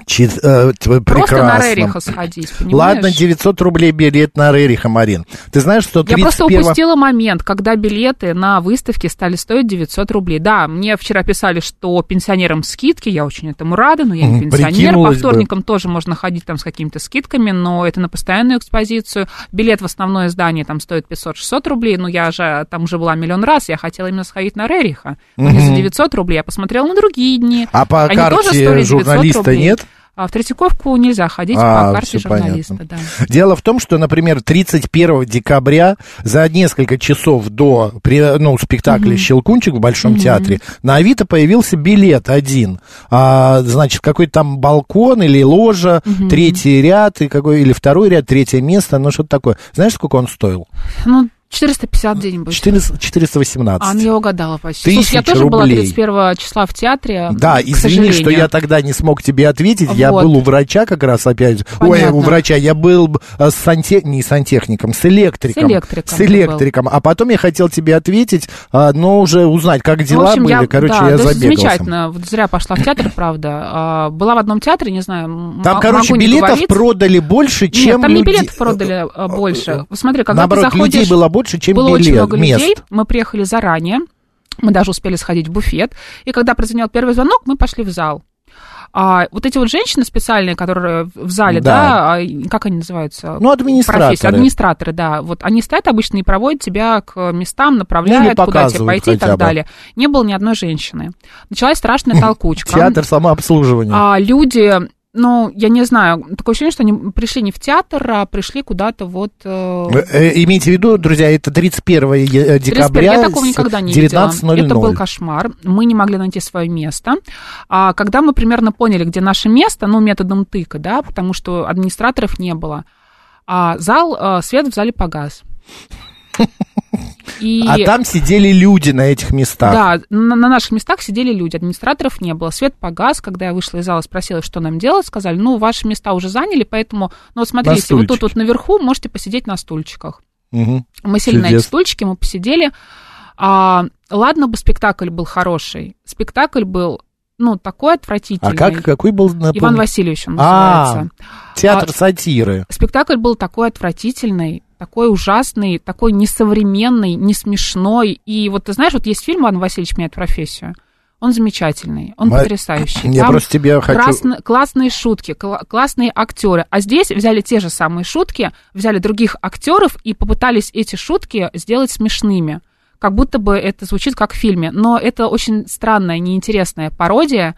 [SPEAKER 1] Чит- э, тв-
[SPEAKER 2] Просто на
[SPEAKER 1] прекрасно.
[SPEAKER 2] Рериха сходить, понимаешь?
[SPEAKER 1] Ладно, 900 рублей билет на Рериха, Марин. Ты знаешь, что
[SPEAKER 2] Я
[SPEAKER 1] 31...
[SPEAKER 2] просто упустила момент, когда билеты на выставке стали стоить 900 рублей. Да, мне вчера писали, что пенсионерам скидки, я очень этому рада, но я не
[SPEAKER 1] Мгм,
[SPEAKER 2] пенсионер. По
[SPEAKER 1] прикинулась бы.
[SPEAKER 2] вторникам тоже можно ходить там с какими-то скидками, но это на постоянную экспозицию. Билет в основное издание там стоит 500-600 рублей, но я же там уже была миллион раз, я хотела именно сходить на Рериха. Но не за 900 рублей, я посмотрела на другие дни.
[SPEAKER 1] А по
[SPEAKER 2] Они тоже
[SPEAKER 1] карте
[SPEAKER 2] стоили 900
[SPEAKER 1] журналиста
[SPEAKER 2] рублей.
[SPEAKER 1] нет?
[SPEAKER 2] А в Третьяковку нельзя ходить
[SPEAKER 1] А,
[SPEAKER 2] по карте
[SPEAKER 1] всё понятно.
[SPEAKER 2] журналиста. Да.
[SPEAKER 1] Дело в том, что, например, 31 декабря за несколько часов до пре- ну, спектакля «Щелкунчик» в Большом театре на Авито появился билет один. А, значит, какой-то там балкон или ложа, третий ряд, и какой, или второй ряд, третье место, ну что-то такое. Знаешь, сколько он стоил?
[SPEAKER 2] Ну, 450 где-нибудь.
[SPEAKER 1] 400 418.
[SPEAKER 2] А, ну я угадала почти. Слушай, я
[SPEAKER 1] Тысяча
[SPEAKER 2] тоже была
[SPEAKER 1] рублей.
[SPEAKER 2] 31 числа в театре.
[SPEAKER 1] Да,
[SPEAKER 2] к
[SPEAKER 1] извини, что
[SPEAKER 2] сожалению.
[SPEAKER 1] я тогда не смог тебе ответить. Я
[SPEAKER 2] Вот.
[SPEAKER 1] был у врача как раз опять. Ой,
[SPEAKER 2] Понятно.
[SPEAKER 1] у врача. Я был б- э, с санте... не сантехником, с электриком.
[SPEAKER 2] С электриком
[SPEAKER 1] С электриком. А потом я хотел тебе ответить, а, но уже узнать, как
[SPEAKER 2] Ну,
[SPEAKER 1] дела
[SPEAKER 2] в общем,
[SPEAKER 1] были.
[SPEAKER 2] я,
[SPEAKER 1] Короче,
[SPEAKER 2] да,
[SPEAKER 1] я
[SPEAKER 2] да,
[SPEAKER 1] забегался.
[SPEAKER 2] Замечательно. Вот зря пошла в театр, правда. А, была в одном театре, не знаю. м-
[SPEAKER 1] Там,
[SPEAKER 2] м-
[SPEAKER 1] короче,
[SPEAKER 2] могу не
[SPEAKER 1] билетов
[SPEAKER 2] говорить.
[SPEAKER 1] продали больше, чем
[SPEAKER 2] Нет, там не
[SPEAKER 1] людей-
[SPEAKER 2] билетов продали а, больше. Смотри, когда
[SPEAKER 1] Наоборот,
[SPEAKER 2] ты заходишь...
[SPEAKER 1] людей было больше, чем
[SPEAKER 2] было очень
[SPEAKER 1] билет-
[SPEAKER 2] много людей.
[SPEAKER 1] мест.
[SPEAKER 2] Мы приехали заранее. Мы даже успели сходить в буфет. И когда прозвенел первый звонок, мы пошли в зал. А вот эти вот женщины специальные, которые в зале,
[SPEAKER 1] Да.
[SPEAKER 2] да, а, как они называются?
[SPEAKER 1] Ну, администраторы.
[SPEAKER 2] Профессия, администраторы, да. Вот они стоят обычно и проводят тебя к местам,
[SPEAKER 1] Ну, или
[SPEAKER 2] направляют, куда тебе
[SPEAKER 1] показывают
[SPEAKER 2] пойти и
[SPEAKER 1] хотя
[SPEAKER 2] так
[SPEAKER 1] бы.
[SPEAKER 2] далее. Не было ни одной женщины. Началась страшная толкучка.
[SPEAKER 1] Театр самообслуживания.
[SPEAKER 2] А люди, ну, я не знаю, такое ощущение, что они пришли не в театр, а пришли куда-то вот... э,
[SPEAKER 1] Э, э, Имейте в виду, друзья, это 31 е-
[SPEAKER 2] 31.
[SPEAKER 1] э, декабря.
[SPEAKER 2] Я такого никогда не видела.
[SPEAKER 1] 19.00.
[SPEAKER 2] Это был кошмар. Мы не могли найти свое место. А когда мы примерно поняли, где наше место, ну, методом тыка, да, потому что администраторов не было, а зал, э, свет в зале погас. И,
[SPEAKER 1] А там сидели люди на этих местах.
[SPEAKER 2] да, на, на наших местах сидели люди, администраторов не было. Свет погас, когда я вышла из зала, спросила, что нам делать, сказали, ну, ваши места уже заняли, поэтому, ну, вот смотрите, вот тут
[SPEAKER 1] стульчике.
[SPEAKER 2] вот наверху можете посидеть на стульчиках.
[SPEAKER 1] Мгм.
[SPEAKER 2] Мы сели на
[SPEAKER 1] Чудес.
[SPEAKER 2] эти стульчики, мы посидели. А, ладно бы спектакль был хороший. Спектакль был, ну, такой отвратительный.
[SPEAKER 1] А как, какой был напомню,
[SPEAKER 2] Иван Васильевич он
[SPEAKER 1] А.
[SPEAKER 2] называется.
[SPEAKER 1] театр
[SPEAKER 2] а-
[SPEAKER 1] сатиры?
[SPEAKER 2] Спектакль был такой отвратительный, такой ужасный, такой несовременный, не смешной. И вот ты знаешь, вот есть фильм «Иван Васильевич меняет профессию». Он замечательный, он
[SPEAKER 1] Ма-
[SPEAKER 2] потрясающий.
[SPEAKER 1] Я
[SPEAKER 2] Там
[SPEAKER 1] просто тебе хочу...
[SPEAKER 2] красно- классные шутки, кла- классные актеры. А здесь взяли те же самые шутки, взяли других актеров и попытались эти шутки сделать смешными. Как будто бы это звучит как в фильме. Но это очень странная, неинтересная пародия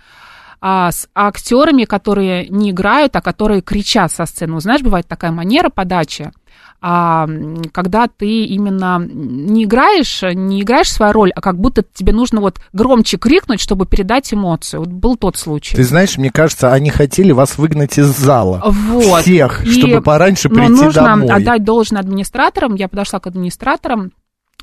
[SPEAKER 2] а, с актерами, которые не играют, а которые кричат со сцены. Вот знаешь, бывает такая манера подачи, а, м, когда ты именно не играешь, не играешь свою роль, а как будто тебе нужно вот громче крикнуть, чтобы передать эмоцию. Вот был тот случай.
[SPEAKER 1] Ты знаешь, мне кажется, они хотели вас выгнать из зала.
[SPEAKER 2] Вот.
[SPEAKER 1] Всех,
[SPEAKER 2] И-
[SPEAKER 1] чтобы пораньше
[SPEAKER 2] Но
[SPEAKER 1] прийти
[SPEAKER 2] нужно
[SPEAKER 1] домой.
[SPEAKER 2] отдать должное администраторам. Я подошла к администраторам,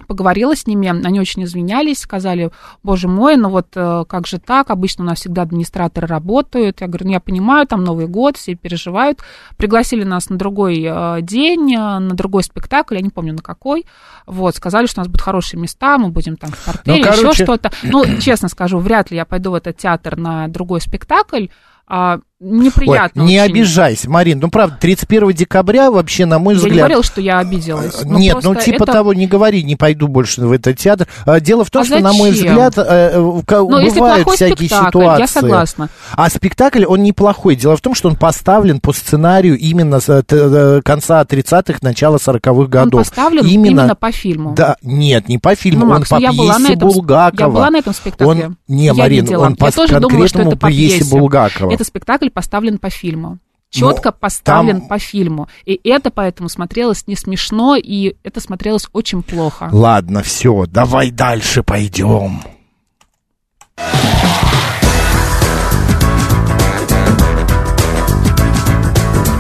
[SPEAKER 2] поговорила с ними, они очень извинялись, сказали, боже мой, ну вот э, как же так, обычно у нас всегда администраторы работают. Я говорю, ну я понимаю, там Новый год, все переживают. Пригласили нас на другой э, день, э, на другой спектакль, я не помню на какой. Вот, сказали, что у нас будут хорошие места, мы будем там в
[SPEAKER 1] Ну,
[SPEAKER 2] портере, еще
[SPEAKER 1] короче,
[SPEAKER 2] что-то. Ну, честно скажу, вряд ли я пойду в этот театр на другой спектакль. А, неприятно.
[SPEAKER 1] Ой, не
[SPEAKER 2] очень.
[SPEAKER 1] обижайся, Марин, ну правда, 31 декабря вообще, на мой
[SPEAKER 2] Я
[SPEAKER 1] взгляд...
[SPEAKER 2] не говорила, что я обиделась. но
[SPEAKER 1] Нет, ну
[SPEAKER 2] просто
[SPEAKER 1] типа
[SPEAKER 2] это-
[SPEAKER 1] того, не говори, не пойду больше в этот театр. А, Дело в том,
[SPEAKER 2] А
[SPEAKER 1] что, на мой
[SPEAKER 2] зачем?
[SPEAKER 1] взгляд, э, э, в- ка-
[SPEAKER 2] Ну, если
[SPEAKER 1] бывают
[SPEAKER 2] плохой
[SPEAKER 1] всякие
[SPEAKER 2] спектакль,
[SPEAKER 1] ситуации.
[SPEAKER 2] я согласна.
[SPEAKER 1] А спектакль, он неплохой. Дело в том, что он поставлен по сценарию именно с э, т- э, конца 30-х, начала 40-х
[SPEAKER 2] Он
[SPEAKER 1] годов.
[SPEAKER 2] поставлен по фильму.
[SPEAKER 1] Да, нет, не по фильму,
[SPEAKER 2] Ну,
[SPEAKER 1] он
[SPEAKER 2] Макс,
[SPEAKER 1] по
[SPEAKER 2] ну, я была на
[SPEAKER 1] пьесе
[SPEAKER 2] этом-
[SPEAKER 1] Булгакова.
[SPEAKER 2] я была на этом спектакле.
[SPEAKER 1] Он, не,
[SPEAKER 2] Я
[SPEAKER 1] Марин,
[SPEAKER 2] видела.
[SPEAKER 1] он по
[SPEAKER 2] Я тоже думала, что
[SPEAKER 1] конкретному
[SPEAKER 2] это по
[SPEAKER 1] пьесе
[SPEAKER 2] пьесе.
[SPEAKER 1] Булгакова. Ну,
[SPEAKER 2] Это спектакль поставлен по фильму. Четко
[SPEAKER 1] там-
[SPEAKER 2] поставлен по фильму. И это поэтому смотрелось не смешно, и это смотрелось очень плохо.
[SPEAKER 1] Ладно, все, давай дальше пойдем.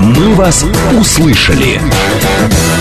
[SPEAKER 3] «Мы вас услышали».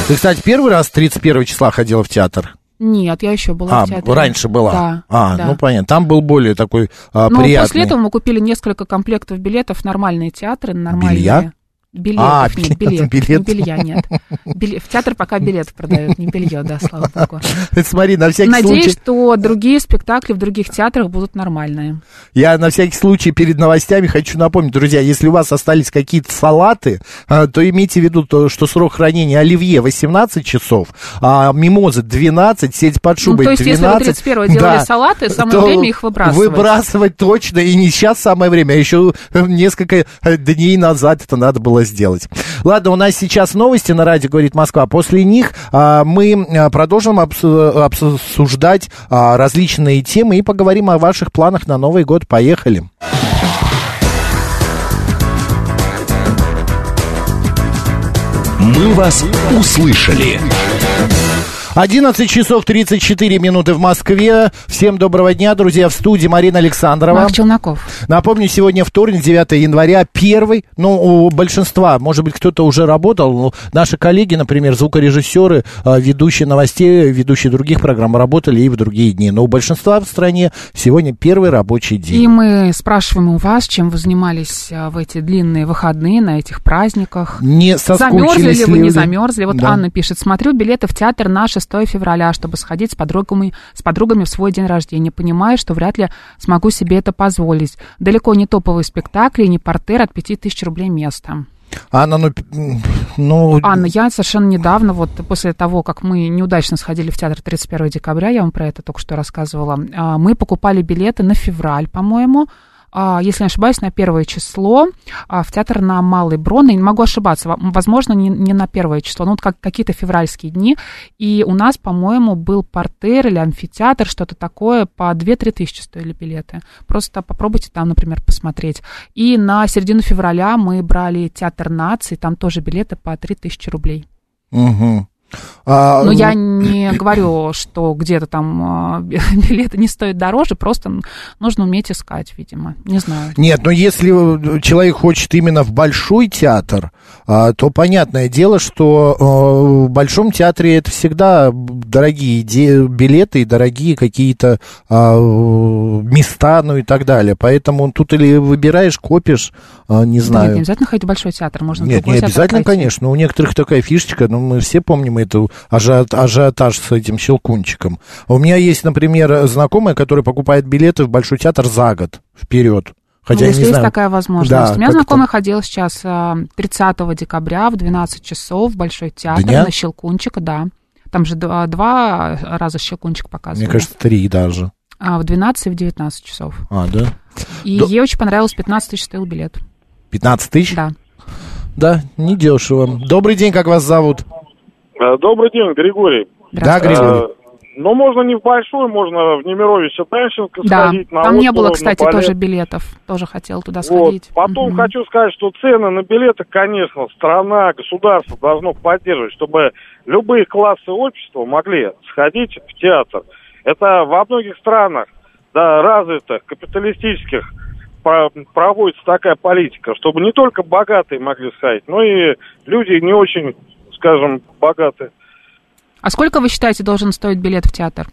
[SPEAKER 1] Ты, кстати, первый раз 31 числа ходила в театр?
[SPEAKER 2] Нет, я еще была
[SPEAKER 1] а,
[SPEAKER 2] в театре.
[SPEAKER 1] раньше была?
[SPEAKER 2] Да.
[SPEAKER 1] А,
[SPEAKER 2] да.
[SPEAKER 1] ну понятно. Там был более такой а,
[SPEAKER 2] Но
[SPEAKER 1] приятный.
[SPEAKER 2] Ну, после этого мы купили несколько комплектов билетов в нормальные театры, на нормальные...
[SPEAKER 1] Белья?
[SPEAKER 2] Билетов,
[SPEAKER 1] А,
[SPEAKER 2] нет, билет,
[SPEAKER 1] билет, билет.
[SPEAKER 2] Не белья, нет. Белье- В театр пока билет продают, не белье, да, слава богу.
[SPEAKER 1] Смотри, на всякий
[SPEAKER 2] Надеюсь,
[SPEAKER 1] случай...
[SPEAKER 2] что другие спектакли в других театрах будут нормальные.
[SPEAKER 1] Я на всякий случай перед новостями хочу напомнить, друзья, если у вас остались какие-то салаты, а, то имейте в виду, то, что срок хранения оливье 18 часов, а мимозы 12, сеть под
[SPEAKER 2] Ну,
[SPEAKER 1] шубой
[SPEAKER 2] то есть, если вы
[SPEAKER 1] 12.
[SPEAKER 2] 31-го делали салаты, самое
[SPEAKER 1] то
[SPEAKER 2] время их выбрасывать.
[SPEAKER 1] Выбрасывать точно, и не сейчас самое время, а еще э, несколько э, дней назад это надо было сделать. Ладно, у нас сейчас новости на радио «Говорит Москва». После них а, мы э, продолжим обсу- обсуждать а, различные темы и поговорим о ваших планах на Новый год. Поехали.
[SPEAKER 3] «Мы вас услышали».
[SPEAKER 1] 11 часов 34 минуты в Москве. Всем доброго дня, друзья. В студии Марина Александрова.
[SPEAKER 2] Марк Челноков.
[SPEAKER 1] Напомню, сегодня вторник, 9 января, первый, ну, у большинства, может быть, кто-то уже работал, но наши коллеги, например, звукорежиссеры, э, ведущие новостей, ведущие других программ работали и в другие дни, но у большинства в стране сегодня первый рабочий
[SPEAKER 2] И
[SPEAKER 1] день.
[SPEAKER 2] мы спрашиваем у вас, чем вы занимались а, в эти длинные выходные, на этих праздниках.
[SPEAKER 1] Не
[SPEAKER 2] Замерзли
[SPEAKER 1] соскучились
[SPEAKER 2] ли вы, не
[SPEAKER 1] люди?
[SPEAKER 2] замерзли? Вот
[SPEAKER 1] Да.
[SPEAKER 2] Анна пишет, смотрю билеты в театр на 6 февраля, чтобы сходить с подругами, с подругами в свой день рождения. Понимаю, что вряд ли смогу себе это позволить. Далеко не топовые спектакли, не портер от 5000 рублей места.
[SPEAKER 1] Анна, ну, п- м, ну,
[SPEAKER 2] Анна, А, я совершенно недавно, вот после того, как мы неудачно сходили в театр 31 декабря, я вам про это только что рассказывала, а, мы покупали билеты на февраль, по-моему, а, а, если не ошибаюсь, на первое число а, в театр на Малой Бронной. Не могу ошибаться, во- возможно, не, не на первое число, ну, вот как, какие-то февральские дни. И у нас, по-моему, был портер или амфитеатр, что-то такое, по 2-3 тысячи стоили билеты. Просто попробуйте там, например, посмотреть. И на середину февраля мы брали театр нации, там тоже билеты по 3 тысячи рублей.
[SPEAKER 1] Мгм. А,
[SPEAKER 2] Но я не говорю, что где-то там а, билеты не стоят дороже, просто н- нужно уметь искать, видимо. Не знаю.
[SPEAKER 1] Нет, но если э, человек хочет именно в большой театр, а, то понятное дело, что э, в большом театре это всегда дорогие де- билеты и дорогие какие-то а, э, места, ну и так далее. Поэтому тут или выбираешь, копишь, а, не
[SPEAKER 2] Да
[SPEAKER 1] знаю.
[SPEAKER 2] Нет, не обязательно ходить в большой театр, можно в
[SPEAKER 1] Нет,
[SPEAKER 2] другой
[SPEAKER 1] не
[SPEAKER 2] театр
[SPEAKER 1] обязательно,
[SPEAKER 2] пойти.
[SPEAKER 1] конечно. У некоторых такая фишечка, но мы все помним эту ажиот- ажиотаж с этим щелкунчиком. А У меня есть, например, знакомая, которая покупает билеты в Большой театр за год вперед.
[SPEAKER 2] Ну,
[SPEAKER 1] Хотя я
[SPEAKER 2] если
[SPEAKER 1] не
[SPEAKER 2] есть
[SPEAKER 1] знаю.
[SPEAKER 2] такая возможность.
[SPEAKER 1] Да,
[SPEAKER 2] У меня
[SPEAKER 1] как
[SPEAKER 2] знакомая ходила сейчас а, 30 декабря в 12 часов в Большой театр
[SPEAKER 1] Дня?
[SPEAKER 2] на Щелкунчика, да. Там же два, два раза Щелкунчик показывали.
[SPEAKER 1] Мне кажется, три даже.
[SPEAKER 2] А, в 12 и в 19 часов.
[SPEAKER 1] А, да?
[SPEAKER 2] И
[SPEAKER 1] Да.
[SPEAKER 2] ей очень понравилось, 15 тысяч стоил билет.
[SPEAKER 1] 15 тысяч?
[SPEAKER 2] Да.
[SPEAKER 1] Да, недешево. Добрый день, как вас зовут?
[SPEAKER 5] Э, Добрый день, Григорий.
[SPEAKER 1] Да, Григорий.
[SPEAKER 5] Э, Ну, можно не в Большой, можно в Немировище Танченко
[SPEAKER 2] Да,
[SPEAKER 5] сходить. на
[SPEAKER 2] там не
[SPEAKER 5] Осколов,
[SPEAKER 2] было,
[SPEAKER 5] на
[SPEAKER 2] кстати,
[SPEAKER 5] Поле.
[SPEAKER 2] тоже билетов. Тоже хотела туда
[SPEAKER 5] Вот.
[SPEAKER 2] сходить.
[SPEAKER 5] Потом
[SPEAKER 2] Мгм.
[SPEAKER 5] хочу сказать, что цены на билеты, конечно, страна, государство должно поддерживать, чтобы любые классы общества могли сходить в театр. Это во многих странах, да, развитых, капиталистических, про- проводится такая политика, чтобы не только богатые могли сходить, но и люди не очень, скажем, богатые.
[SPEAKER 2] А сколько вы считаете должен стоить билет в театр?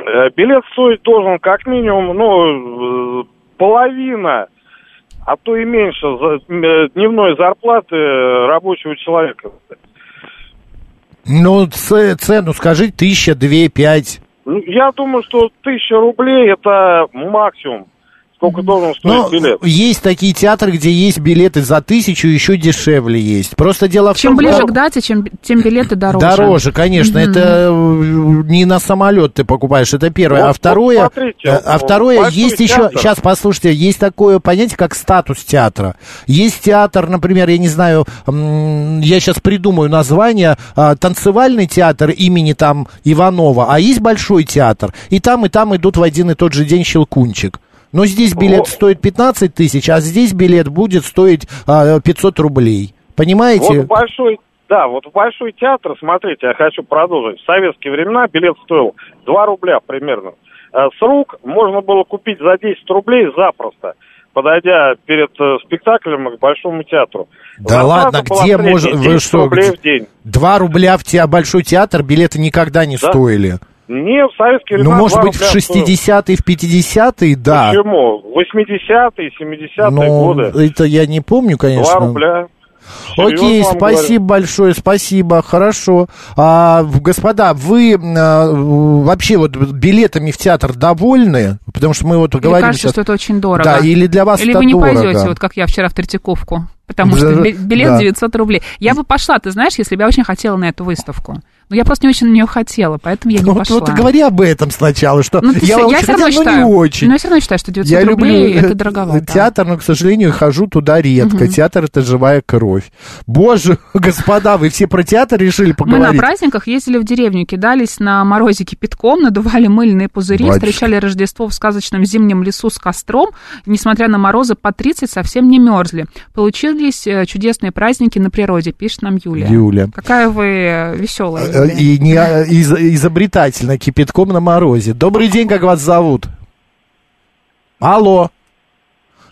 [SPEAKER 5] Э, Билет стоить должен как минимум, ну, э, половина, а то и меньше за- э, дневной зарплаты э, рабочего человека.
[SPEAKER 1] Ну, ц- цену скажи, тысяча, две, пять.
[SPEAKER 5] Ну, Я думаю, что тысяча рублей это максимум, сколько должен стоить
[SPEAKER 1] Ну,
[SPEAKER 5] билет.
[SPEAKER 1] есть такие театры, где есть билеты за тысячу, еще дешевле есть. Просто дело в
[SPEAKER 5] Ну,
[SPEAKER 2] Чем
[SPEAKER 1] том,
[SPEAKER 2] ближе
[SPEAKER 1] что-
[SPEAKER 2] к дате, чем, тем билеты дороже.
[SPEAKER 1] Дороже, конечно.
[SPEAKER 2] Мгм.
[SPEAKER 1] Это э, не на самолет ты покупаешь, это первое.
[SPEAKER 5] Вот,
[SPEAKER 1] а
[SPEAKER 5] вот
[SPEAKER 1] второе,
[SPEAKER 5] Ну, смотрите,
[SPEAKER 1] э, а
[SPEAKER 5] вот
[SPEAKER 1] второе
[SPEAKER 5] большой
[SPEAKER 1] есть еще...
[SPEAKER 5] театр.
[SPEAKER 1] Сейчас, послушайте, есть такое понятие, как статус театра. Есть театр, например, я не знаю, м, я сейчас придумаю название, а, танцевальный театр имени там Иванова, а есть большой театр. И там, и там идут в один и тот же день щелкунчик. Но здесь билет
[SPEAKER 5] Во-
[SPEAKER 1] стоит 15 тысяч, а здесь билет будет стоить а, 500 рублей. Понимаете?
[SPEAKER 5] Вот в большой, да, вот в большой театр, смотрите, я хочу продолжить. В советские времена билет стоил 2 рубля примерно. Э, С рук можно было купить за 10 рублей запросто, подойдя перед э, спектаклем к большому театру.
[SPEAKER 1] Да ладно,
[SPEAKER 5] была
[SPEAKER 1] где
[SPEAKER 5] средняя
[SPEAKER 1] можно- вы
[SPEAKER 5] 10
[SPEAKER 1] что,
[SPEAKER 5] рублей
[SPEAKER 1] где-
[SPEAKER 5] в день.
[SPEAKER 1] 2 рубля в те- Большой театр билеты никогда не
[SPEAKER 5] Да.
[SPEAKER 1] стоили.
[SPEAKER 5] Не, в советские
[SPEAKER 1] Ну,
[SPEAKER 5] времена
[SPEAKER 1] может
[SPEAKER 5] 2
[SPEAKER 1] быть, в
[SPEAKER 5] рубля стоил.
[SPEAKER 1] 60-е, в 50-е, да.
[SPEAKER 5] Почему? В 80-е, 70-е
[SPEAKER 1] Но
[SPEAKER 5] годы.
[SPEAKER 1] это я не
[SPEAKER 5] 2
[SPEAKER 1] помню, конечно.
[SPEAKER 5] рубля.
[SPEAKER 1] Окей,
[SPEAKER 5] Серьезно вам говорю.
[SPEAKER 1] спасибо большое, спасибо, хорошо. А, в- господа, вы э, вообще вот билетами в театр довольны? Потому что мы вот
[SPEAKER 2] Или
[SPEAKER 1] говорим
[SPEAKER 2] кажется,
[SPEAKER 1] сейчас-
[SPEAKER 2] что это очень дорого.
[SPEAKER 1] Да, или для вас
[SPEAKER 2] Или
[SPEAKER 1] это
[SPEAKER 2] вы не
[SPEAKER 1] дорого?
[SPEAKER 2] пойдете, вот как я вчера в Третьяковку, потому что
[SPEAKER 1] Да,
[SPEAKER 2] би- билет
[SPEAKER 1] да.
[SPEAKER 2] 900 рублей. Я бы пошла, ты знаешь, если бы я очень хотела на эту выставку. Но я просто не очень на нее хотела, поэтому я не
[SPEAKER 1] Ну, Вот,
[SPEAKER 2] пошла.
[SPEAKER 1] вот и говори об этом сначала, что
[SPEAKER 2] Ну, ты
[SPEAKER 1] я
[SPEAKER 2] всё-
[SPEAKER 1] очень
[SPEAKER 2] всё равно
[SPEAKER 1] хотел, но
[SPEAKER 2] считаю,
[SPEAKER 1] не очень.
[SPEAKER 2] Но я все равно считаю, что 900
[SPEAKER 1] Я
[SPEAKER 2] рублей
[SPEAKER 1] люблю э,
[SPEAKER 2] это дороговато.
[SPEAKER 1] театр, но, к сожалению, хожу туда редко. Театр это живая кровь. Боже, господа, вы все про театр решили
[SPEAKER 2] Мы на
[SPEAKER 1] поговорить?
[SPEAKER 2] праздниках ездили в деревню, кидались на морозе кипятком, надували мыльные пузыри,
[SPEAKER 1] Батюшки.
[SPEAKER 2] встречали Рождество в сказочном зимнем лесу с костром. Несмотря на морозы по 30, совсем не мерзли. Получились э, чудесные праздники на природе, пишет нам Юлия.
[SPEAKER 1] Юля.
[SPEAKER 2] Какая вы веселая.
[SPEAKER 1] Э,
[SPEAKER 2] Юлия.
[SPEAKER 1] И не а, из- изобретательно, кипятком на морозе. Добрый день, как вас зовут? Алло.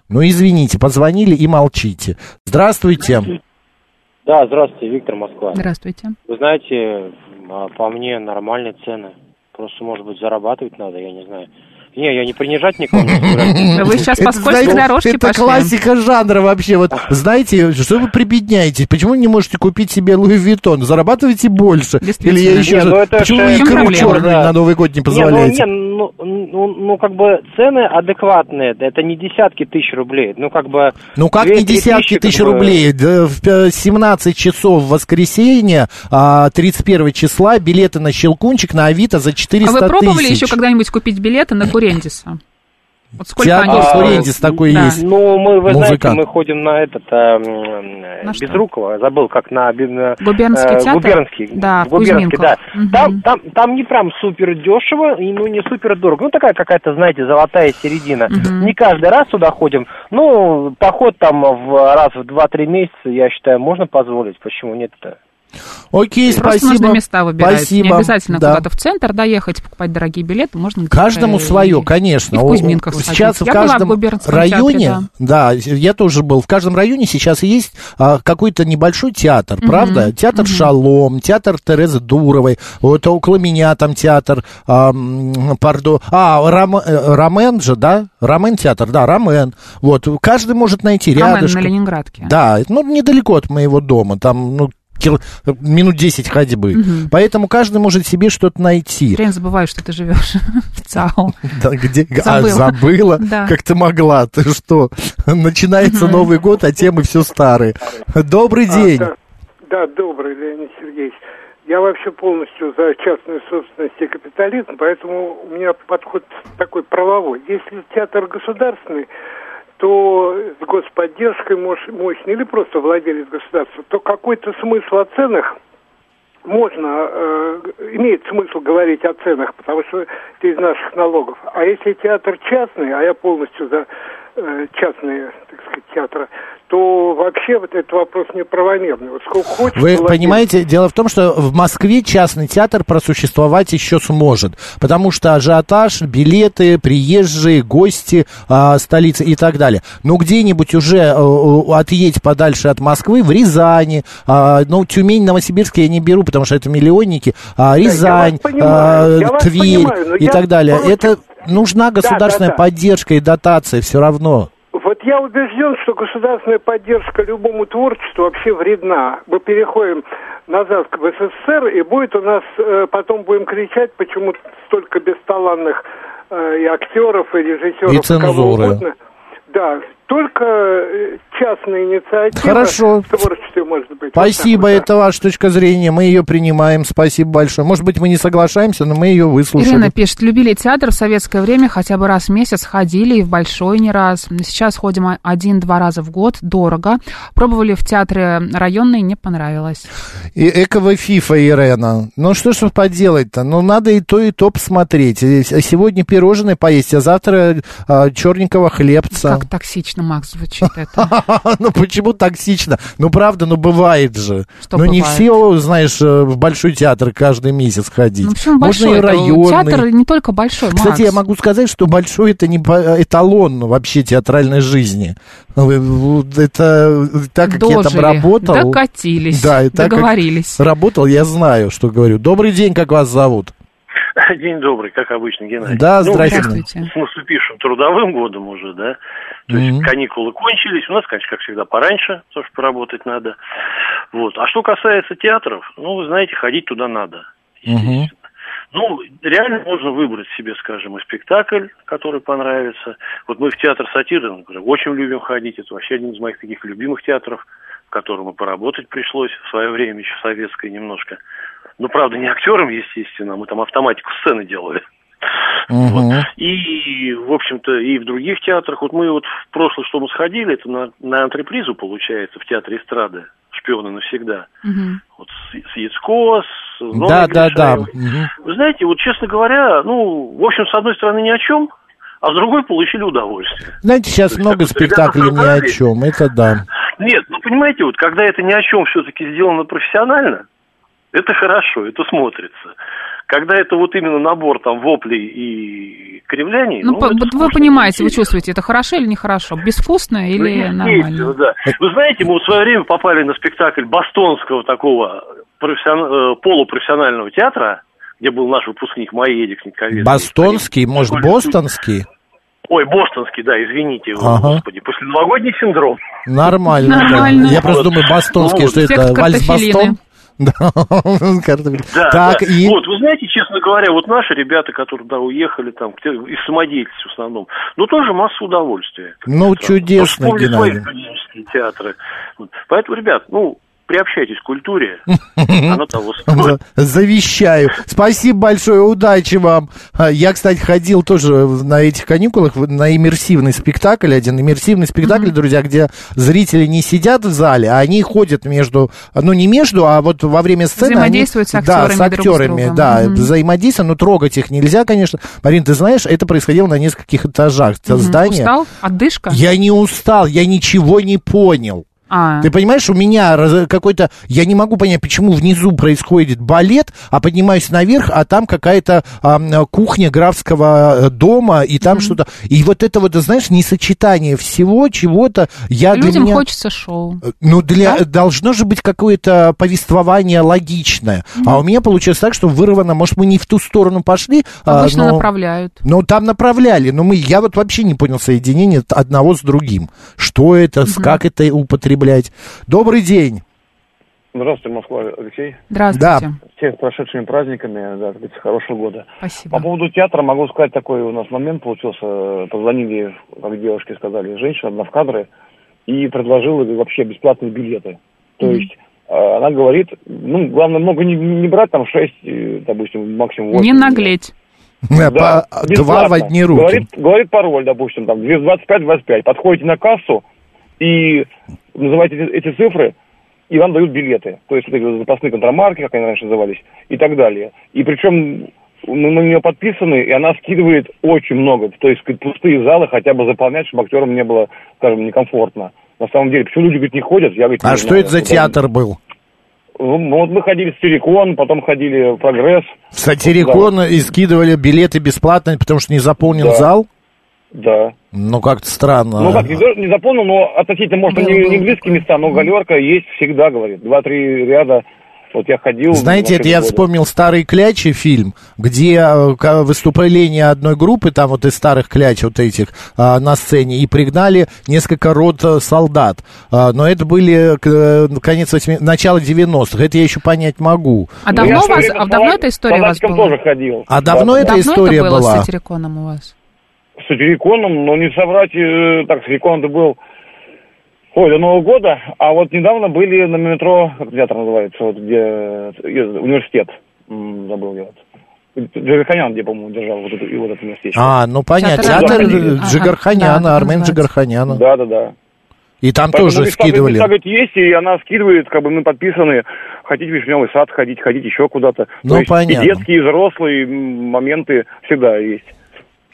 [SPEAKER 1] Ну, извините, позвонили и молчите. Здравствуйте.
[SPEAKER 6] Да, здравствуйте, Виктор Москва.
[SPEAKER 2] Здравствуйте.
[SPEAKER 6] Вы знаете, а, по мне нормальные цены. Просто, может быть, зарабатывать надо, я не знаю. Не, я не принижать никого. не собираюсь.
[SPEAKER 2] Вы сейчас по
[SPEAKER 1] Это,
[SPEAKER 2] скользкой
[SPEAKER 1] знаете,
[SPEAKER 2] дорожке
[SPEAKER 1] это
[SPEAKER 2] пошли.
[SPEAKER 1] классика жанра вообще. Вот знаете, что вы прибедняетесь? Почему не можете купить себе Луи Виттон? Зарабатываете больше. Или
[SPEAKER 2] Действительно.
[SPEAKER 1] я еще
[SPEAKER 6] Не,
[SPEAKER 1] же-
[SPEAKER 6] ну это
[SPEAKER 1] Почему
[SPEAKER 6] же
[SPEAKER 1] вы икру
[SPEAKER 2] проблема,
[SPEAKER 1] черную
[SPEAKER 6] да.
[SPEAKER 1] на Новый год не
[SPEAKER 6] Не, ну,
[SPEAKER 1] позволяете?
[SPEAKER 6] не, ну, ну, ну, как бы цены адекватные, это не десятки тысяч рублей, ну, как бы...
[SPEAKER 1] Ну как
[SPEAKER 6] две-
[SPEAKER 1] не
[SPEAKER 6] три
[SPEAKER 1] десятки
[SPEAKER 6] как
[SPEAKER 1] тысяч
[SPEAKER 6] бы.
[SPEAKER 1] рублей? Да, В э, 17 часов в воскресенье, а, 31 числа, билеты на Щелкунчик на Авито за
[SPEAKER 2] А
[SPEAKER 1] 400
[SPEAKER 2] вы пробовали
[SPEAKER 1] тысяч.
[SPEAKER 2] еще когда-нибудь купить билеты на Курендиса? Вот сколько
[SPEAKER 1] Театр
[SPEAKER 2] они
[SPEAKER 1] в
[SPEAKER 2] стоят?
[SPEAKER 1] Флоренде такой
[SPEAKER 2] Да.
[SPEAKER 1] есть.
[SPEAKER 6] Ну, мы, вы
[SPEAKER 1] Музыкант.
[SPEAKER 6] знаете, мы ходим на этот, э, м, э,
[SPEAKER 2] На что?
[SPEAKER 6] Безрукова, забыл, как на... би- на,
[SPEAKER 2] Губернский
[SPEAKER 6] э,
[SPEAKER 2] театр?
[SPEAKER 6] Губернский.
[SPEAKER 2] Да, в
[SPEAKER 6] губернский,
[SPEAKER 2] Кузьминках.
[SPEAKER 6] да.
[SPEAKER 2] Мгм.
[SPEAKER 6] Там, там, там не прям супер дешево, и ну не супер дорого. Ну, такая какая-то, знаете, золотая середина.
[SPEAKER 2] Мгм.
[SPEAKER 6] Не каждый раз туда ходим. Ну, поход там в раз в 2-3 месяца, я считаю, можно позволить. Почему нет-то?
[SPEAKER 1] Окей,
[SPEAKER 2] Просто
[SPEAKER 1] спасибо.
[SPEAKER 2] нужно места выбирать.
[SPEAKER 1] Спасибо.
[SPEAKER 2] Не обязательно
[SPEAKER 1] Да.
[SPEAKER 2] куда-то в центр доехать, покупать дорогие билеты. Можно где-то
[SPEAKER 1] Каждому
[SPEAKER 2] Э, и-
[SPEAKER 1] свое, конечно.
[SPEAKER 2] и в
[SPEAKER 1] О,
[SPEAKER 2] Кузьминках
[SPEAKER 1] Сейчас
[SPEAKER 2] сходить.
[SPEAKER 1] в
[SPEAKER 2] Я была в
[SPEAKER 1] каждом
[SPEAKER 2] Губернском
[SPEAKER 1] районе,
[SPEAKER 2] театре,
[SPEAKER 1] да. я тоже был. В каждом районе сейчас есть а, какой-то небольшой театр, правда? Театр Шалом, театр Терезы Дуровой. Вот около меня там театр, а, м, пардо, а Рам- э, Рамен же, да? Рамен театр, да, Рамен. Вот каждый может найти
[SPEAKER 2] Рамен
[SPEAKER 1] рядышком.
[SPEAKER 2] на Ленинградке.
[SPEAKER 1] Да, это, ну, недалеко от моего дома, там, ну, кил- минут 10 ходьбы.
[SPEAKER 2] Мгм.
[SPEAKER 1] Поэтому каждый может себе что-то найти.
[SPEAKER 2] Время забываю, что ты живешь в ЦАО.
[SPEAKER 1] Да, где? А,
[SPEAKER 2] Забыла.
[SPEAKER 1] забыла?
[SPEAKER 2] Да.
[SPEAKER 1] Как ты могла? Ты что? Начинается Новый год, а темы все старые. Добрый день.
[SPEAKER 7] А, да, да, добрый, Леонид Сергеевич. Я вообще полностью за частную собственность и капитализм, поэтому у меня подход такой правовой. Если театр государственный, то с господдержкой мощ- мощной или просто владелец государства, то какой-то смысл о ценах можно, э, имеет смысл говорить о ценах, потому что это из наших налогов. А если театр частный, а я полностью за э, частные, так сказать, театры, то вообще вот этот вопрос неправомерный. Вот сколько хочешь...
[SPEAKER 1] Вы
[SPEAKER 7] владеть-
[SPEAKER 1] понимаете, дело в том, что в Москве частный театр просуществовать еще сможет, потому что ажиотаж, билеты, приезжие, гости, а, столицы и так далее. Но где-нибудь уже э, э, отъедь подальше от Москвы, в Рязани, а, ну, Тюмень, Новосибирск я не беру, потому что это миллионники, а, Рязань,
[SPEAKER 7] понимаю,
[SPEAKER 1] а,
[SPEAKER 7] я вас
[SPEAKER 1] Тверь
[SPEAKER 7] понимаю, но
[SPEAKER 1] и
[SPEAKER 7] я
[SPEAKER 1] так далее.
[SPEAKER 7] против.
[SPEAKER 1] Это нужна государственная
[SPEAKER 7] да.
[SPEAKER 1] поддержка и дотация все равно.
[SPEAKER 7] Вот я убежден, что государственная поддержка любому творчеству вообще вредна. Мы переходим назад в СССР, и будет у нас, э, потом будем кричать, почему столько бесталанных э, и актеров, и режиссеров,
[SPEAKER 1] И
[SPEAKER 7] кого
[SPEAKER 1] цензуры.
[SPEAKER 7] угодно. Да, только э, частная инициатива
[SPEAKER 1] Хорошо.
[SPEAKER 7] в творчестве может быть. Вот так
[SPEAKER 1] Спасибо,
[SPEAKER 7] вот, да.
[SPEAKER 1] это ваша точка зрения, мы ее принимаем, спасибо большое. Может быть, мы не соглашаемся, но мы ее выслушали.
[SPEAKER 2] Ирина пишет, любили театр в советское время, хотя бы раз в месяц ходили и в большой не раз. Сейчас ходим о- один-два раза в год, дорого. Пробовали в театры районные, не понравилось.
[SPEAKER 1] И Экова Фифа, Ирена. Ну что ж вы поделать-то? Ну надо и то, и то посмотреть. И с- Сегодня пирожные поесть, а завтра а, черненького хлебца.
[SPEAKER 2] Как токсично, Макс, звучит это.
[SPEAKER 1] Ну почему токсично? Ну правда, ну бывает же.
[SPEAKER 2] Что
[SPEAKER 1] Ну не
[SPEAKER 2] бывает?
[SPEAKER 1] все, знаешь, э, в большой театр каждый месяц ходить.
[SPEAKER 2] Ну, почему
[SPEAKER 1] Можно и
[SPEAKER 2] большой? Это
[SPEAKER 1] районный.
[SPEAKER 2] Театр не только большой, Макс.
[SPEAKER 1] Кстати, я могу сказать, что большой это не по- э, эталон вообще театральной жизни. Ну, э, Это так как я там
[SPEAKER 2] Дожили,
[SPEAKER 1] работал.
[SPEAKER 2] докатились,
[SPEAKER 1] Да, и так как
[SPEAKER 2] договорились.
[SPEAKER 1] Работал, я знаю, что говорю. Добрый день, как вас зовут?
[SPEAKER 8] День добрый, как обычно, Геннадий.
[SPEAKER 1] Да,
[SPEAKER 8] Ну,
[SPEAKER 1] здрасте.
[SPEAKER 8] С наступившим трудовым годом уже, да. То есть
[SPEAKER 1] Мгм.
[SPEAKER 8] каникулы кончились. У нас, конечно, как всегда, пораньше, потому что поработать надо. Вот. А что касается театров, ну, вы знаете, ходить туда надо.
[SPEAKER 1] Мгм.
[SPEAKER 8] Ну, реально можно выбрать себе, скажем, и спектакль, который понравится. Вот мы в театр сатиры, например, очень любим ходить. Это вообще один из моих таких любимых театров, в котором и поработать пришлось в свое время, еще советское немножко. Ну, правда, не актером, естественно, мы там автоматику сцены делали.
[SPEAKER 1] Мгм.
[SPEAKER 8] И, в общем-то, и в других театрах. Вот мы вот в прошлое, что мы сходили, это на, на антрепризу, получается, в театре эстрады «Шпионы навсегда». Вот с, с Яцко, с Зоной
[SPEAKER 1] Да, да, да.
[SPEAKER 8] Гришаевой.
[SPEAKER 1] Мгм.
[SPEAKER 8] Вы знаете, вот, честно говоря, ну, в общем, с одной стороны, ни о чем, а с другой получили удовольствие.
[SPEAKER 1] Знаете, сейчас много спектаклей ни о
[SPEAKER 8] собрались.
[SPEAKER 1] чем. Это да.
[SPEAKER 8] Нет, ну, понимаете, вот, когда это ни о чем все-таки сделано профессионально, это хорошо, это смотрится. Когда это вот именно набор там воплей и кривляний...
[SPEAKER 2] Ну, по-
[SPEAKER 8] это
[SPEAKER 2] вот вы
[SPEAKER 8] скучно,
[SPEAKER 2] понимаете, вы
[SPEAKER 8] неинтересно.
[SPEAKER 2] чувствуете, это хорошо или нехорошо? Безвкусно
[SPEAKER 8] Ну,
[SPEAKER 2] или
[SPEAKER 8] естественно,
[SPEAKER 2] нормально?
[SPEAKER 8] да. Вы знаете, мы вот в свое время попали на спектакль Бастонского такого профессион- э, полупрофессионального театра, где был наш выпускник Маедик Никовец.
[SPEAKER 1] Бастонский, может,
[SPEAKER 8] Школьный
[SPEAKER 1] бостонский?
[SPEAKER 8] Ой, бостонский, да, извините,
[SPEAKER 1] Ага.
[SPEAKER 8] господи, последновогодний синдром.
[SPEAKER 1] Нормально. да.
[SPEAKER 8] Нормально.
[SPEAKER 1] Я просто
[SPEAKER 8] Вот.
[SPEAKER 1] думаю, бастонский,
[SPEAKER 8] Ну,
[SPEAKER 1] что
[SPEAKER 8] вот.
[SPEAKER 1] это
[SPEAKER 8] Сект
[SPEAKER 1] вальс-бастон?
[SPEAKER 8] картофелины.
[SPEAKER 1] Да, картофель.
[SPEAKER 8] Да,
[SPEAKER 1] Так,
[SPEAKER 8] да.
[SPEAKER 1] и...
[SPEAKER 8] Вот, вы знаете, честно говоря, вот наши ребята, которые туда уехали, там, где- из самодеятельности в основном, ну, тоже масса удовольствия.
[SPEAKER 1] Ну,
[SPEAKER 8] Потому что
[SPEAKER 1] чудесно,
[SPEAKER 8] вспомнили свои
[SPEAKER 1] Геннадий.
[SPEAKER 8] студенческие театры. Вот. Поэтому, ребят, ну, приобщайтесь к культуре. Оно того стоит.
[SPEAKER 1] Завещаю. Спасибо большое, удачи вам. А, Я, кстати, ходил тоже в- на этих каникулах в- на иммерсивный спектакль, один иммерсивный спектакль, друзья, где зрители не сидят в зале, а они ходят между, ну не между, а вот во время сцены они,
[SPEAKER 2] Взаимодействуют с
[SPEAKER 1] да,
[SPEAKER 2] актерами друг
[SPEAKER 1] с
[SPEAKER 2] с
[SPEAKER 1] актерами,
[SPEAKER 2] другом.
[SPEAKER 1] да,
[SPEAKER 2] Мгм.
[SPEAKER 1] взаимодействуют, но трогать их нельзя, конечно. Марин, ты знаешь, это происходило на нескольких этажах это
[SPEAKER 2] Мгм.
[SPEAKER 1] здания.
[SPEAKER 2] Устал? Отдышка?
[SPEAKER 1] Я не устал, я ничего не понял.
[SPEAKER 2] А.
[SPEAKER 1] Ты понимаешь, у меня раз- какой-то... Я не могу понять, почему внизу происходит балет, а поднимаюсь наверх, а там какая-то ам, э, кухня графского э, дома, и там что-то... И вот это вот, знаешь, несочетание всего, чего-то... Я для
[SPEAKER 2] Людям
[SPEAKER 1] меня-
[SPEAKER 2] хочется шоу.
[SPEAKER 1] ну, для, должно же быть какое-то повествование логичное. А у меня получилось так, что вырвано, может, мы не в ту сторону пошли. а,
[SPEAKER 2] Обычно
[SPEAKER 1] но-
[SPEAKER 2] направляют.
[SPEAKER 1] Ну, там направляли, но мы, я вот вообще не понял соединение т- одного с другим. Что это, с- как это употреблять. Добрый день.
[SPEAKER 9] Здравствуйте, Москва, Алексей.
[SPEAKER 1] Здравствуйте.
[SPEAKER 9] Всех с прошедшими праздниками, да, как говорится, хорошего года.
[SPEAKER 2] Спасибо.
[SPEAKER 9] По поводу театра могу сказать, такой у нас момент получился. Позвонили, как девушки сказали, женщина, одна в кадре, и предложила вообще бесплатные билеты. То
[SPEAKER 2] Мгм.
[SPEAKER 9] есть э, она говорит, ну, главное, много не, не брать, там, шесть, э, допустим, максимум восемь.
[SPEAKER 2] Не наглеть.
[SPEAKER 9] Да,
[SPEAKER 1] Э, По-
[SPEAKER 9] бесплатно.
[SPEAKER 1] Два в одни руки.
[SPEAKER 9] Говорит, говорит пароль, допустим, там, 25-25. Подходите на кассу и называете эти- эти цифры, и вам дают билеты. То есть вот эти вот запасные контрамарки, как они раньше назывались, и так далее. И причем мы на нее подписаны, и она скидывает очень много. То есть говорит, пустые залы хотя бы заполнять, чтобы актерам не было, скажем, некомфортно. На самом деле, почему люди, говорит, не ходят, я, говорит, не
[SPEAKER 1] А что
[SPEAKER 9] знаю,
[SPEAKER 1] это за
[SPEAKER 9] куда
[SPEAKER 1] театр был?
[SPEAKER 9] они- Ну, Вот мы ходили в Силикон, потом ходили в Прогресс.
[SPEAKER 1] В Сатирикон и скидывали билеты бесплатно, потому что не заполнил
[SPEAKER 9] Да.
[SPEAKER 1] зал?
[SPEAKER 9] Да.
[SPEAKER 1] Ну, как-то странно.
[SPEAKER 9] Ну как, не, то- не запомнил, но относительно, может, не, не близкие места, но галерка есть всегда, говорит. Два-три ряда. Вот я ходил.
[SPEAKER 1] Знаете, это
[SPEAKER 9] вообще
[SPEAKER 1] я
[SPEAKER 9] года.
[SPEAKER 1] вспомнил старый клячи фильм, где э, к- выступление одной группы, там вот из старых кляч вот этих, а, на сцене, и пригнали несколько род э, солдат. А, Но это были э, конец 80 начало 90-х, это я еще понять могу.
[SPEAKER 2] А
[SPEAKER 9] я
[SPEAKER 2] давно,
[SPEAKER 9] всё
[SPEAKER 2] вас-
[SPEAKER 9] время
[SPEAKER 2] а
[SPEAKER 9] с
[SPEAKER 2] давно
[SPEAKER 9] солдат-
[SPEAKER 2] эта история у вас
[SPEAKER 9] солдатиком
[SPEAKER 2] была?
[SPEAKER 9] тоже ходил.
[SPEAKER 1] А давно эта история
[SPEAKER 2] это было
[SPEAKER 1] была?
[SPEAKER 2] с Сатириконом у вас?
[SPEAKER 9] С Сатириконом, но не соврать, э, так, Сатирикон-то был... Ой, до Нового года, а вот недавно были на метро, как театр называется, вот где э, университет, М, забыл я. вот. Джигарханян, где, по-моему, держал вот это, и вот это местечко.
[SPEAKER 1] А, ну понятно,
[SPEAKER 9] Театр
[SPEAKER 1] театр
[SPEAKER 9] Армения.
[SPEAKER 1] э, Джигарханяна, Армен Джигарханяна.
[SPEAKER 9] Да, да, да.
[SPEAKER 1] И там
[SPEAKER 9] Поэтому
[SPEAKER 1] тоже
[SPEAKER 9] бесплатные
[SPEAKER 1] скидывали.
[SPEAKER 9] места, говорит, есть, и она скидывает, как бы мы подписаны. Хотите в Вишневый сад ходить, ходить еще куда-то.
[SPEAKER 1] Ну,
[SPEAKER 9] То есть
[SPEAKER 1] понятно.
[SPEAKER 9] И детские, и взрослые м, моменты всегда есть.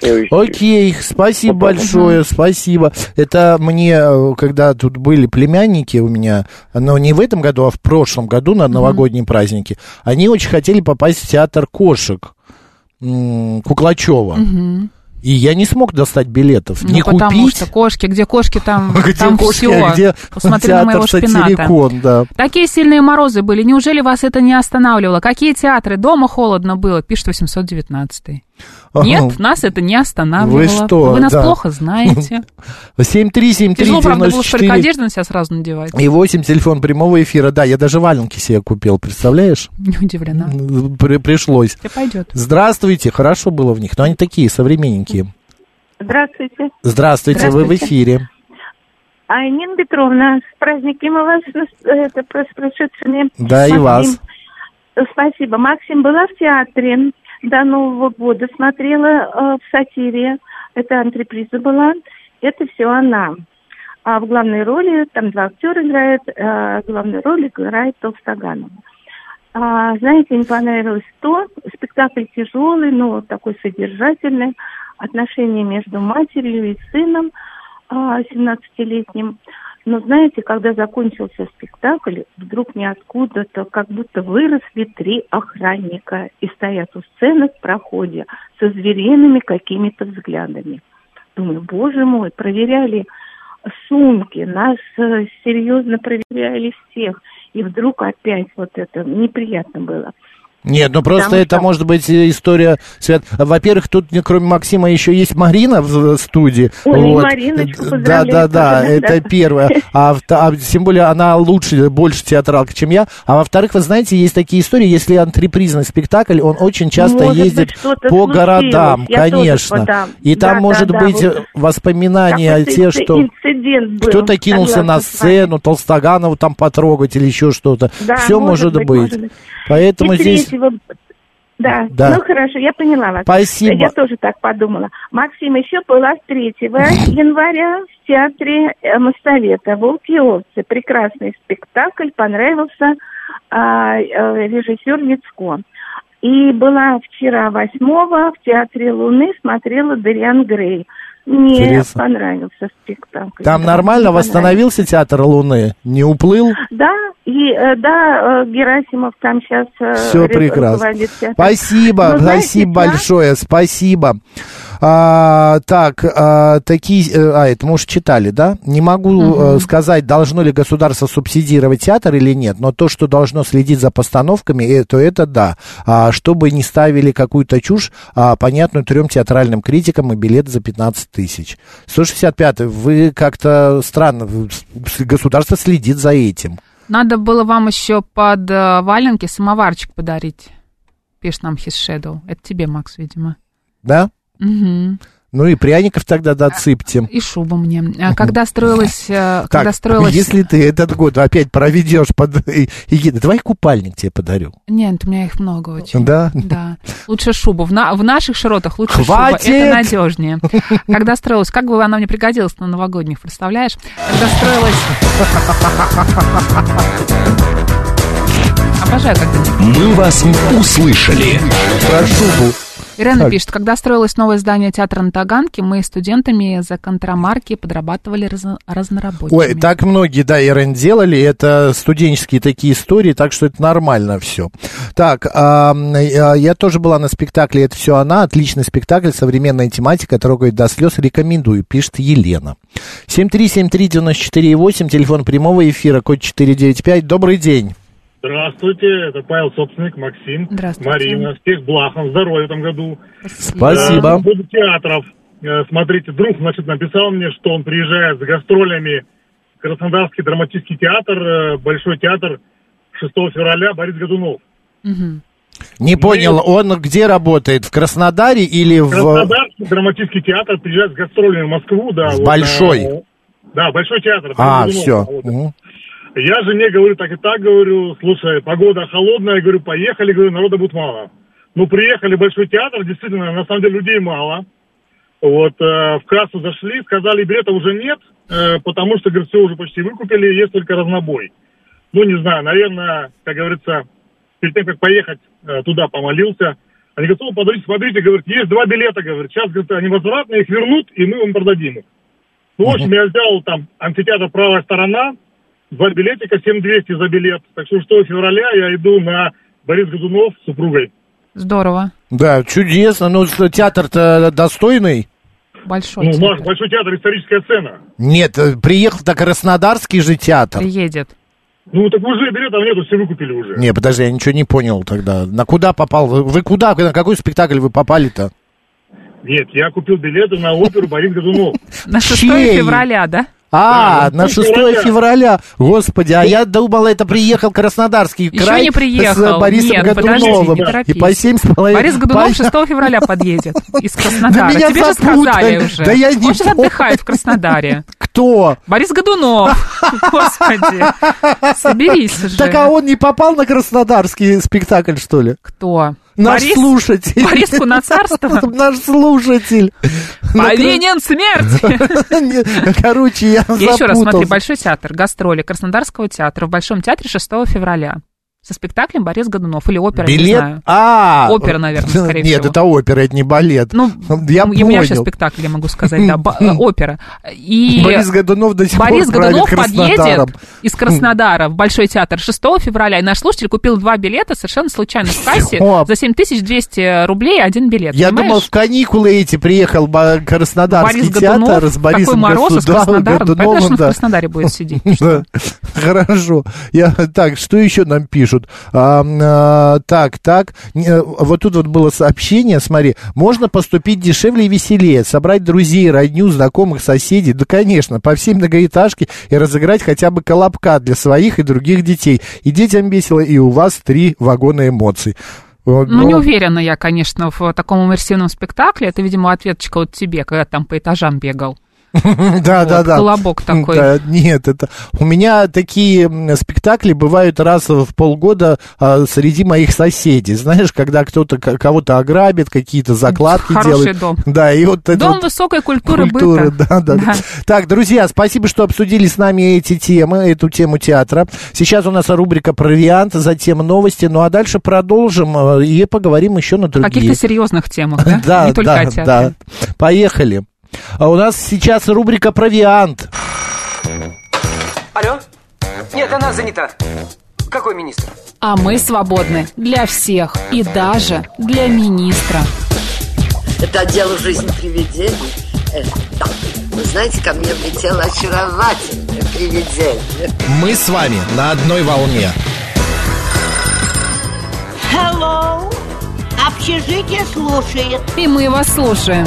[SPEAKER 9] То есть,
[SPEAKER 1] Окей, спасибо большое, спасибо. Это мне, э, когда тут были племянники у меня, но не в этом году, а в прошлом году на новогодние праздники, они очень хотели попасть в театр кошек м, Куклачева.
[SPEAKER 2] Мгм.
[SPEAKER 1] И я не смог достать билетов. не
[SPEAKER 2] ну, потому
[SPEAKER 1] купить.
[SPEAKER 2] что кошки, где кошки, там,
[SPEAKER 1] Где
[SPEAKER 2] там
[SPEAKER 1] кошки,
[SPEAKER 2] все.
[SPEAKER 1] а где
[SPEAKER 2] Посмотри на моего
[SPEAKER 1] театр
[SPEAKER 2] шпината.
[SPEAKER 1] Сатирикон, да.
[SPEAKER 2] Такие сильные морозы были. Неужели вас это не останавливало? Какие театры? Дома холодно было, пишет 819 Нет, ну. нас это не останавливало.
[SPEAKER 1] Вы что,
[SPEAKER 2] Вы нас
[SPEAKER 1] да.
[SPEAKER 2] плохо знаете.
[SPEAKER 1] 737394394.
[SPEAKER 2] Тяжело, правда, было столько одежды на себя сразу надевать.
[SPEAKER 1] И 8, телефон прямого эфира. Да, я даже валенки себе купил, представляешь?
[SPEAKER 2] Не удивлена.
[SPEAKER 1] При- пришлось.
[SPEAKER 2] Тебе пойдет.
[SPEAKER 1] Здравствуйте, хорошо было в них, но они такие современненькие.
[SPEAKER 10] Здравствуйте.
[SPEAKER 1] Здравствуйте, вы в
[SPEAKER 10] Здравствуйте.
[SPEAKER 1] эфире.
[SPEAKER 10] А, Нина Петровна, с праздниками вас, нас- это, про- с прошедшими.
[SPEAKER 1] Да, и вас.
[SPEAKER 10] Спасибо. Максим была в театре до Нового года, смотрела э, в сатире. Это антреприза была. Это все она. А в главной роли, там два актера играют, э, главную роль играет Толстоганова. А, знаете, мне понравилось то, спектакль тяжелый, но такой содержательный, отношения между матерью и сыном а, 17-летним. Но знаете, когда закончился спектакль, вдруг ниоткуда-то как будто выросли три охранника и стоят у сцены в проходе со звериными какими-то взглядами. Думаю, боже мой, проверяли сумки, нас э, серьезно проверяли всех. И вдруг опять вот это неприятно было.
[SPEAKER 1] Нет, ну просто
[SPEAKER 10] Потому
[SPEAKER 1] это
[SPEAKER 10] что-
[SPEAKER 1] может быть э, история свят. Во-первых, тут не- кроме Максима еще есть Марина в э, студии.
[SPEAKER 10] Ой,
[SPEAKER 1] Вот.
[SPEAKER 10] Мариночку
[SPEAKER 1] Да,
[SPEAKER 10] поздравляю
[SPEAKER 1] да, да,
[SPEAKER 10] тоже, да.
[SPEAKER 1] это первое. А, вт- а тем более она лучше, больше театралка, чем я. А во-вторых, вы знаете, есть такие истории, если антрепризный спектакль, он очень часто
[SPEAKER 10] Может быть,
[SPEAKER 1] ездит
[SPEAKER 10] что-то
[SPEAKER 1] по
[SPEAKER 10] случилось.
[SPEAKER 1] городам,
[SPEAKER 10] Я тоже
[SPEAKER 1] конечно.
[SPEAKER 10] подам.
[SPEAKER 1] И
[SPEAKER 10] Да,
[SPEAKER 1] там
[SPEAKER 10] да,
[SPEAKER 1] может
[SPEAKER 10] да,
[SPEAKER 1] быть
[SPEAKER 10] вот
[SPEAKER 1] э, воспоминания
[SPEAKER 10] какой-то
[SPEAKER 1] те,
[SPEAKER 10] инци-
[SPEAKER 1] что
[SPEAKER 10] инцидент был,
[SPEAKER 1] кто-то кинулся
[SPEAKER 10] согласна
[SPEAKER 1] на
[SPEAKER 10] с вами.
[SPEAKER 1] сцену, Толстоганова там потрогать или еще что-то.
[SPEAKER 10] Да,
[SPEAKER 1] Все
[SPEAKER 10] может
[SPEAKER 1] может
[SPEAKER 10] быть,
[SPEAKER 1] быть.
[SPEAKER 10] может быть.
[SPEAKER 1] Поэтому
[SPEAKER 10] И
[SPEAKER 1] здесь
[SPEAKER 10] третьего- Да.
[SPEAKER 1] Да.
[SPEAKER 10] ну хорошо, я поняла вас.
[SPEAKER 1] Спасибо.
[SPEAKER 10] Я тоже так подумала. Максим, еще была 3 января в театре э, Моссовета «Волки и овцы». Прекрасный спектакль, понравился а, э, режиссер Яцко. И была вчера 8 в театре Луны, смотрела Дариан Грей. Мне
[SPEAKER 1] Интересно.
[SPEAKER 10] понравился спектакль.
[SPEAKER 1] там
[SPEAKER 10] Да,
[SPEAKER 1] нормально
[SPEAKER 10] мне понравился.
[SPEAKER 1] восстановился театр Луны, не уплыл.
[SPEAKER 10] Да, и э, да, э, Герасимов там э, сейчас
[SPEAKER 1] Все прекрасно.
[SPEAKER 10] Ну,
[SPEAKER 1] Спасибо, спасибо большое, спасибо. А, так, а, такие, э, а это мы уже читали, да? Не могу э, сказать, должно ли государство субсидировать театр или нет, но то, что должно следить за постановками, э, то это да. А, чтобы не ставили какую-то чушь, а, понятную трем театральным критикам и билет за 15 тысяч. 165 вы как-то странно, вы- с- государство следит за этим.
[SPEAKER 2] Надо было вам еще под э, валенки самоварчик подарить. Пишет нам His Shadow. Это тебе, Макс, видимо.
[SPEAKER 1] Да?
[SPEAKER 2] Мгм.
[SPEAKER 1] Ну и пряников тогда досыпьте.
[SPEAKER 2] И шуба мне. А Когда строилась... э,
[SPEAKER 1] Так,
[SPEAKER 2] Когда строилась...
[SPEAKER 1] если ты этот год опять проведешь под э- эгидой, давай купальник тебе подарю.
[SPEAKER 2] Нет, у меня их много очень.
[SPEAKER 1] Да?
[SPEAKER 2] Да. Лучше шубу. В, на- в наших широтах лучше
[SPEAKER 1] Хватит!
[SPEAKER 2] шуба. Это надежнее. Когда строилась... Как бы она мне пригодилась на новогодних, представляешь? Когда строилась... Обожаю, когда
[SPEAKER 3] Мы вас услышали.
[SPEAKER 2] Ирена пишет, когда строилось новое здание театра на Таганке, мы студентами за контрамарки подрабатывали разно- разнорабочими.
[SPEAKER 1] Ой, так многие, да, Ирен, делали. Это студенческие такие истории, так что это нормально все. Так, а, м, я я тоже была на спектакле «Это все она». Отличный спектакль, современная тематика, трогает до слез. Рекомендую, пишет Елена. 7373948, телефон прямого эфира, код 495. Добрый день.
[SPEAKER 11] Здравствуйте, это Павел Собственник, Максим, Марина. Всех благ, вам здоровья в этом году.
[SPEAKER 1] Спасибо.
[SPEAKER 11] Э, по поводу театров. Э, Смотрите, друг, значит, написал мне, что он приезжает с гастролями в Краснодарский драматический театр, э, Большой театр, 6 февраля, Борис Годунов.
[SPEAKER 1] Не понял, он где работает? В Краснодаре или в...
[SPEAKER 11] Краснодарский драматический театр приезжает с гастролями в Москву, да. вот,
[SPEAKER 1] Большой.
[SPEAKER 11] э, Да, Большой театр.
[SPEAKER 1] А,
[SPEAKER 11] Борис Годунов,
[SPEAKER 1] все.
[SPEAKER 11] вот. Я жене говорю так и так, говорю, слушай, погода холодная, говорю, поехали, говорю, народа будет мало. Ну, приехали в Большой театр, действительно, на самом деле людей мало. Вот, э, в кассу зашли, сказали, билета уже нет, э, потому что, говорит, все уже почти выкупили, есть только разнобой. Ну, не знаю, наверное, как говорится, перед тем, как поехать э, туда, помолился. Они говорят, «О, подождите, смотрите, говорит, есть два билета, говорит, сейчас, говорит, они возвратные, их вернут, и мы вам продадим их. Ну, в общем, я взял там амфитеатр «Правая сторона», два билетика, 7200 за билет. Так что 6 февраля я иду на Борис Годунов с супругой.
[SPEAKER 2] Здорово.
[SPEAKER 1] Да, чудесно. Ну, что, театр-то достойный?
[SPEAKER 2] Большой
[SPEAKER 11] Ну,
[SPEAKER 2] театр.
[SPEAKER 11] Маш, Большой театр, историческая сцена.
[SPEAKER 1] Нет, э, приехал-то Краснодарский же театр.
[SPEAKER 2] Приедет.
[SPEAKER 11] Ну, так уже билетов нету, все выкупили уже.
[SPEAKER 1] Не, подожди, я ничего не понял тогда. На куда попал? Вы, вы куда? На какой спектакль вы попали-то?
[SPEAKER 11] Нет, я купил билеты на оперу Борис Годунов.
[SPEAKER 2] На 6
[SPEAKER 1] Чей?
[SPEAKER 2] февраля, да?
[SPEAKER 1] А,
[SPEAKER 11] Да,
[SPEAKER 1] на
[SPEAKER 11] ну,
[SPEAKER 1] 6
[SPEAKER 11] февраля.
[SPEAKER 1] февраля. Господи, а я думал, это приехал Краснодарский
[SPEAKER 2] Еще
[SPEAKER 1] край
[SPEAKER 2] не приехал.
[SPEAKER 1] с Борисом
[SPEAKER 2] Нет, подожди,
[SPEAKER 1] Годуновым.
[SPEAKER 2] не торопись.
[SPEAKER 1] и по семь с половиной.
[SPEAKER 2] Борис Годунов
[SPEAKER 1] По-
[SPEAKER 2] 6 февраля подъедет из Краснодара.
[SPEAKER 1] меня
[SPEAKER 2] Тебе же
[SPEAKER 1] запутали.
[SPEAKER 2] сказали уже.
[SPEAKER 1] Да я не
[SPEAKER 2] Он сейчас отдыхает в Краснодаре.
[SPEAKER 1] Кто?
[SPEAKER 2] Борис Годунов. Господи. Соберись уже.
[SPEAKER 1] Так а он не попал на краснодарский спектакль, что ли?
[SPEAKER 2] Кто?
[SPEAKER 1] Наш
[SPEAKER 2] Борис?
[SPEAKER 1] слушатель.
[SPEAKER 2] Борис Кунацарство?
[SPEAKER 1] Наш слушатель.
[SPEAKER 2] Повинен смерти.
[SPEAKER 1] Короче, я
[SPEAKER 2] Я еще раз смотри,
[SPEAKER 1] запутался.
[SPEAKER 2] Большой театр, гастроли Краснодарского театра в Большом театре 6 февраля. Со спектаклем Борис Годунов или опера, не
[SPEAKER 1] Билет?
[SPEAKER 2] знаю.
[SPEAKER 1] А,
[SPEAKER 2] Опера, наверное, скорее
[SPEAKER 1] Нет,
[SPEAKER 2] всего.
[SPEAKER 1] это опера, это не балет.
[SPEAKER 2] Ну,
[SPEAKER 1] я
[SPEAKER 2] У меня сейчас
[SPEAKER 1] понял.
[SPEAKER 2] спектакль, я могу сказать, да, ба- э, опера. И
[SPEAKER 1] Борис Годунов до сих
[SPEAKER 2] Борис
[SPEAKER 1] пор правит
[SPEAKER 2] Годунов
[SPEAKER 1] Краснодаром.
[SPEAKER 2] подъедет из Краснодара в Большой театр 6 февраля, и наш слушатель купил два билета совершенно случайно в кассе
[SPEAKER 1] О.
[SPEAKER 2] за 7200 рублей один билет,
[SPEAKER 1] Я
[SPEAKER 2] понимаешь?
[SPEAKER 1] думал, в каникулы эти приехал ба- Краснодарский
[SPEAKER 2] Борис
[SPEAKER 1] театр
[SPEAKER 2] Годунов,
[SPEAKER 1] с
[SPEAKER 2] такой
[SPEAKER 1] Борисом
[SPEAKER 2] мороз из
[SPEAKER 1] Государом,
[SPEAKER 2] Краснодара, ну,
[SPEAKER 1] Годуновым,
[SPEAKER 2] понятно, что он в
[SPEAKER 1] да.
[SPEAKER 2] Краснодаре будет сидеть.
[SPEAKER 1] Да. Хорошо. Я, так, что еще нам пишут? пишут. А, а, так, так. Не, Вот тут вот было сообщение, смотри. Можно поступить дешевле и веселее, собрать друзей, родню, знакомых, соседей. Да, конечно, по всей многоэтажке и разыграть хотя бы колобка для своих и других детей. И детям весело, и у вас три вагона эмоций. Вот,
[SPEAKER 2] Ну, не уверена я, конечно, в таком иммерсивном спектакле. Это, видимо, ответочка вот тебе, когда там по этажам бегал.
[SPEAKER 1] Да, да, да.
[SPEAKER 2] колобок такой.
[SPEAKER 1] Да, нет, это у меня такие м, спектакли бывают раз в полгода а, среди моих соседей. Знаешь, когда кто-то к- кого-то ограбит, какие-то закладки
[SPEAKER 2] Хороший
[SPEAKER 1] делают.
[SPEAKER 2] дом.
[SPEAKER 1] Да, и вот это
[SPEAKER 2] Дом
[SPEAKER 1] вот
[SPEAKER 2] высокой культуры,
[SPEAKER 1] культура,
[SPEAKER 2] быта.
[SPEAKER 1] да, да, да.
[SPEAKER 2] Да.
[SPEAKER 1] Так, друзья, спасибо, что обсудили с нами эти темы, эту тему театра. Сейчас у нас рубрика «Провиант», затем новости, ну а дальше продолжим э, и поговорим еще на другие.
[SPEAKER 2] Каких-то серьезных темах, да?
[SPEAKER 1] Да,
[SPEAKER 2] Не только
[SPEAKER 1] да,
[SPEAKER 2] о театре.
[SPEAKER 1] да. Поехали. А у нас сейчас рубрика «Провиант».
[SPEAKER 12] Алло? Нет, она занята. Какой министр?
[SPEAKER 2] А мы свободны для всех и даже для министра.
[SPEAKER 13] Это отдел жизни привидений. Э, так, Вы знаете, ко мне влетело очаровательное привидение.
[SPEAKER 1] Мы с вами на одной волне.
[SPEAKER 14] Hello. Общежитие слушает.
[SPEAKER 15] И мы вас слушаем.